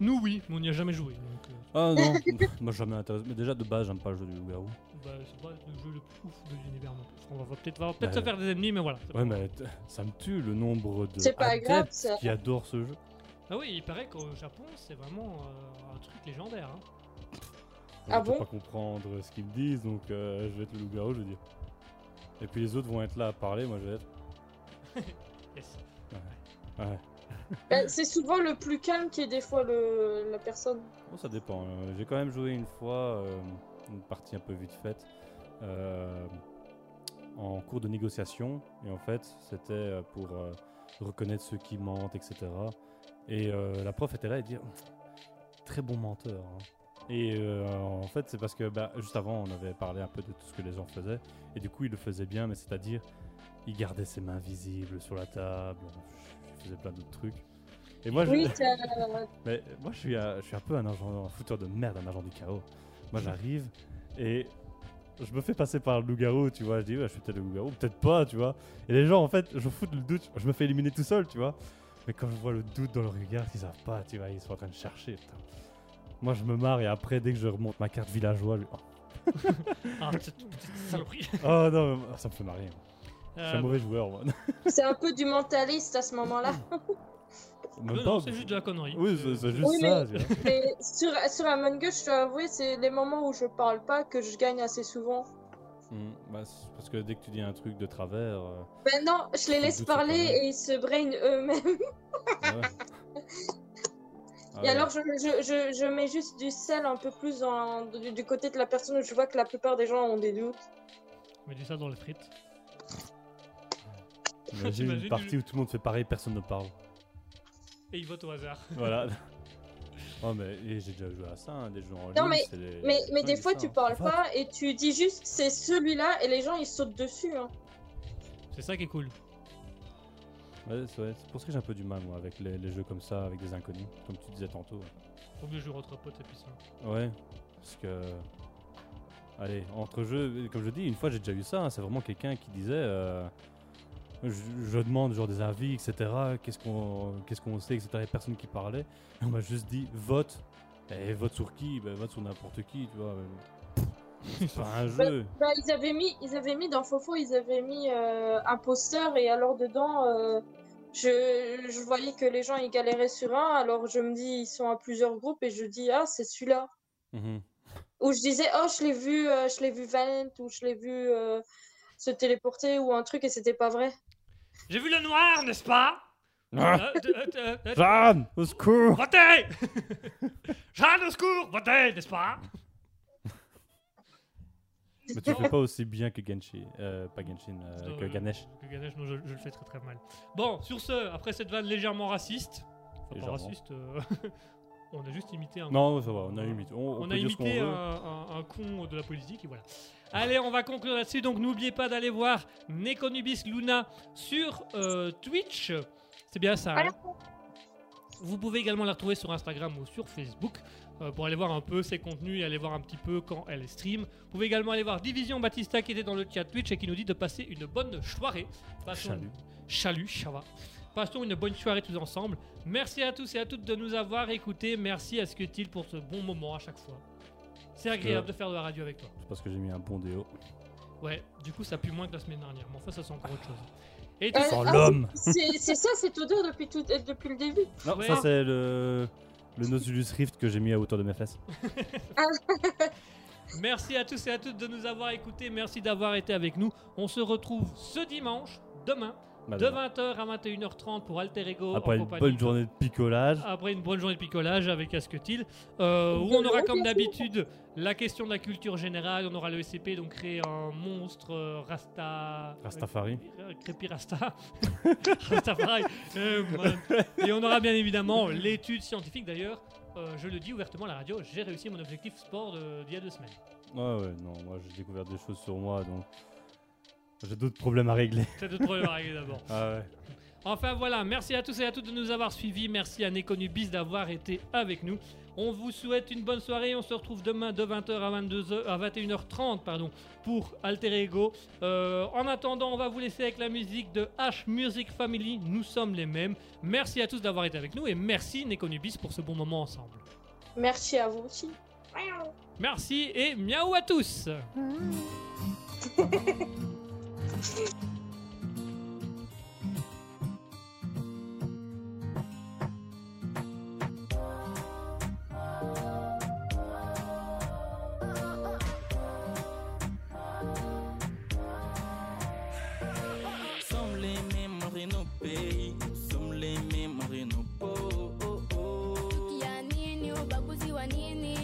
Speaker 2: Nous oui, mais on n'y a jamais joué. donc, euh,
Speaker 3: <laughs>
Speaker 4: Ah non, <laughs> moi jamais intéressé. Mais déjà de base, j'aime pas le jeu du loup-garou.
Speaker 2: bah, c'est pas le jeu le plus ouf de l'univers non plus. On va- va peut-être va peut-être
Speaker 4: Bah,
Speaker 2: se faire des ennemis mais voilà. c'est
Speaker 4: Ouais,
Speaker 2: pas
Speaker 4: mais t- ça me tue le nombre de.
Speaker 3: C'est pas
Speaker 4: adeptes
Speaker 3: grave, ça.
Speaker 4: Qui adorent ce jeu.
Speaker 2: Ah oui, il paraît qu'au Japon, c'est vraiment euh, un truc légendaire. hein.
Speaker 3: Ah
Speaker 4: je peux
Speaker 3: bon
Speaker 4: pas comprendre ce qu'ils me disent, donc euh, je vais être le loup-garou, je veux dire. Et puis les autres vont être là à parler, moi je vais être.
Speaker 2: Yes.
Speaker 4: Ouais.
Speaker 3: Ben, c'est souvent le plus calme qui est des fois le, la personne.
Speaker 4: Bon, ça dépend. euh, J'ai quand même joué une fois euh, une partie un peu vite faite euh, en cours de négociation. Et en fait, c'était euh, pour euh, reconnaître ceux qui mentent, etc. Et euh, la prof était là et dit très bon menteur. hein. Et euh, en fait, c'est parce que bah, juste avant, on avait parlé un peu de tout ce que les gens faisaient. Et du coup, il le faisait bien, mais c'est-à-dire, il gardait ses mains visibles sur la table. Il faisait plein d'autres trucs. Et moi, je-
Speaker 3: Oui, c'est, euh,
Speaker 4: mais moi, je suis, un, je suis un peu un agent, un fouteur de merde, un agent du chaos. Moi, j'arrive et je me fais passer par le loup-garou, tu vois. Je dis, ouais, je suis peut-être le loup-garou, peut-être pas, tu vois. Et les gens, en fait, je fous le doute, je me fais éliminer tout seul, tu vois. Mais quand je vois le doute dans leur regard, ils savent pas, tu vois, ils sont en train de chercher, putain. Moi, je me marre et après, dès que je remonte ma carte villageois, je- oh, <laughs>
Speaker 2: Ah, cette petite saloperie.
Speaker 4: oh non, mais- oh, ça me fait marrer. moi. Je suis
Speaker 2: Euh,
Speaker 4: un mauvais joueur, <laughs> moi.
Speaker 3: c'est un peu du mentaliste à ce <laughs> moment-là.
Speaker 4: Même
Speaker 2: non,
Speaker 4: pas-
Speaker 2: non, c'est juste de la connerie. Euh,
Speaker 4: Oui, c'est c'est juste
Speaker 3: Oui, mais-
Speaker 4: ça, tu vois.
Speaker 3: Mais sur, sur Among Us, je dois avouer, c'est les moments où je parle pas que je gagne assez souvent.
Speaker 4: Mm, bah, c'est parce que dès que tu dis un truc de travers. euh,
Speaker 3: Ben non, je les
Speaker 4: Sans
Speaker 3: laisse
Speaker 4: doute, c'est pas
Speaker 3: parler
Speaker 4: mal.
Speaker 3: et ils se brain eux-mêmes. <laughs>
Speaker 4: ouais. Ah
Speaker 3: Et
Speaker 4: ouais.
Speaker 3: alors, je, je, je, je mets juste du sel un peu plus dans, du, du côté de la personne où je vois que la plupart des gens ont des doutes.
Speaker 2: Mais du ça dans les frites.
Speaker 4: Imagine
Speaker 2: T'imagines
Speaker 4: une partie où tout le monde fait pareil, personne ne parle.
Speaker 2: Et ils votent au hasard.
Speaker 4: Voilà. oh mais et j'ai déjà joué à ça, hein, des jeux en ligne.
Speaker 3: Non,
Speaker 4: c'est les-
Speaker 3: Mais, mais
Speaker 4: dingue,
Speaker 3: des fois,
Speaker 4: ça,
Speaker 3: tu
Speaker 4: hein.
Speaker 3: parles
Speaker 4: Vote.
Speaker 3: pas et tu dis juste c'est celui-là et les gens ils sautent dessus. hein.
Speaker 2: C'est ça qui est cool.
Speaker 4: Ouais, c'est ouais, c'est pour ça que j'ai un peu du mal moi avec les, les jeux comme ça, avec des inconnus, comme tu disais tantôt. hein.
Speaker 2: Faut mieux jouer entre potes et puis ça.
Speaker 4: Ouais, parce que. Allez, entre jeux, comme je dis, une fois j'ai déjà eu ça, hein, c'est vraiment quelqu'un qui disait. euh, je, je demande genre des avis, etc. Qu'est-ce qu'on qu'est-ce qu'on sait, etc. Il y a personne qui <laughs> parlait. Et on m'a juste dit vote. Et vote sur qui Ben, Vote sur n'importe qui, tu vois. <laughs> mais- C'est pas un jeu.
Speaker 3: Bah, ils avaient mis, ils avaient mis dans Fofo, ils avaient mis euh, un poster et alors dedans, euh, je, je voyais que les gens ils galéraient sur un. Alors je me dis ils sont à plusieurs groupes et je dis ah c'est celui-là.
Speaker 4: Mhm.
Speaker 3: Ou je disais oh je l'ai vu, euh, je l'ai vu Valent ou je l'ai vu euh, se téléporter ou un truc et c'était pas vrai.
Speaker 2: J'ai vu le noir, n'est-ce pas
Speaker 4: <laughs> Ah,
Speaker 2: Euh, euh, euh, euh,
Speaker 4: Jeanne, au secours
Speaker 2: Votez <laughs> Jeanne, au secours Votez, n'est-ce pas
Speaker 4: Mais tu fais pas aussi bien que Genshin, euh, pas Genshin, euh,
Speaker 2: Euh,
Speaker 4: que Ganesh.
Speaker 2: que Ganesh, non, je, je le fais très très mal. Bon, sur ce, après cette vanne légèrement raciste, enfin pas
Speaker 4: Légèrement.
Speaker 2: raciste, euh, <laughs> on a juste imité un.
Speaker 4: Non, ça va, on a limite. On, on
Speaker 2: On
Speaker 4: peut
Speaker 2: a
Speaker 4: dire ce qu'on
Speaker 2: imité un,
Speaker 4: veut.
Speaker 2: un- un con de la politique et voilà. Allez, on va conclure là-dessus. Donc n'oubliez pas d'aller voir Nekonubis Luna sur euh, Twitch. C'est bien ça. hein Vous pouvez également la retrouver sur Instagram ou sur Facebook euh, pour aller voir un peu ses contenus et aller voir un petit peu quand elle stream. Vous pouvez également aller voir Division Batista qui était dans le chat Twitch et qui nous dit de passer une bonne soirée. Passons-
Speaker 4: Chalut.
Speaker 2: Chalut, ça va. Passons une bonne soirée tous ensemble. Merci à tous et à toutes de nous avoir écoutés. Merci à Skutil pour ce bon moment à chaque fois. C'est agréable de faire de la radio avec toi.
Speaker 4: C'est parce que j'ai mis un bon déo.
Speaker 2: Ouais, du coup ça pue moins que la semaine dernière, mais enfin ça c'est encore autre chose. Et tu
Speaker 3: Euh,
Speaker 2: sens
Speaker 4: Sans
Speaker 3: ah,
Speaker 2: l'homme.
Speaker 4: Oh, l'homme
Speaker 3: C'est c'est ça cette odeur depuis, tout, euh, depuis le début.
Speaker 4: Non,
Speaker 2: Ouais.
Speaker 4: ça c'est le... le Nautilus Rift que j'ai mis à hauteur de mes fesses.
Speaker 2: Merci à tous et à toutes de nous avoir écoutés. Merci d'avoir été avec nous. On se retrouve ce dimanche, demain,
Speaker 4: Bah,
Speaker 2: de
Speaker 4: demain.
Speaker 2: 20h à 21h30 pour Alter Ego.
Speaker 4: Après
Speaker 2: en
Speaker 4: une
Speaker 2: compagnie- Ah.
Speaker 4: bonne journée de picolage.
Speaker 2: Après une bonne journée de picolage avec Asketil, euh, où on aura comme d'habitude la question de la culture générale, on aura le SCP, donc créer un monstre euh, Rasta...
Speaker 4: Rastafari.
Speaker 2: Euh, Crépi Rasta. <laughs> Rastafari. Euh, ouais. et on aura bien évidemment l'étude scientifique d'ailleurs. euh, je le dis ouvertement à la radio, j'ai réussi mon objectif sport de- d'il y a deux semaines.
Speaker 4: Ouais, ouais, non, moi j'ai découvert des choses sur moi donc. J'ai d'autres problèmes à régler.
Speaker 2: C'est notre problème à régler d'abord.
Speaker 4: Ah ouais.
Speaker 2: Enfin voilà, merci à tous et à toutes de nous avoir suivis. Merci à Néconnu Bis d'avoir été avec nous. On vous souhaite une bonne soirée. On se retrouve demain de 20h à, 22h, à 21h30 pardon, pour Alter Ego. Euh, en attendant, on va vous laisser avec la musique de H Music Family. Nous sommes les mêmes. Merci à tous d'avoir été avec nous et merci Néconnu Bis pour ce bon moment ensemble.
Speaker 3: Merci à vous aussi.
Speaker 2: Merci et miaou à tous
Speaker 5: Nous sommes les mêmes, on est nos pays. Nous sommes les mêmes, on est nos peaux. Oh, oh.
Speaker 6: ya nini ubaguzi wa nini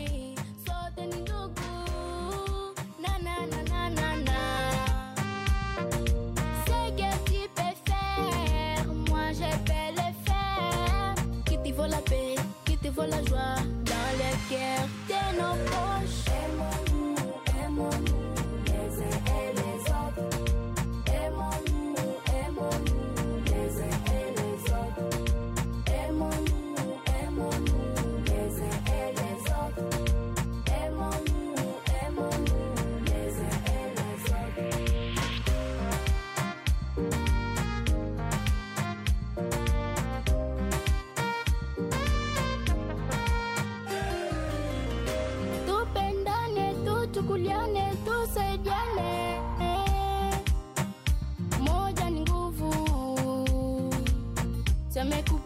Speaker 6: sote ni ndugu na na na na na na ce que tu peux faire moi je peux le faire qui te vaut la paix qui te vaut la joie dans le cœur de nos proches aimons-nous aimons-nous les uns et les autres aimons-nous aimons-nous les uns et les autres Aimons-nous, aimons-nous les uns et les autres. Aimons-nous, aimons-nous les uns et les autres. Tupendane, tuchukuliane, tusaidiane. Moja ni nguvu. Samekupa Oh,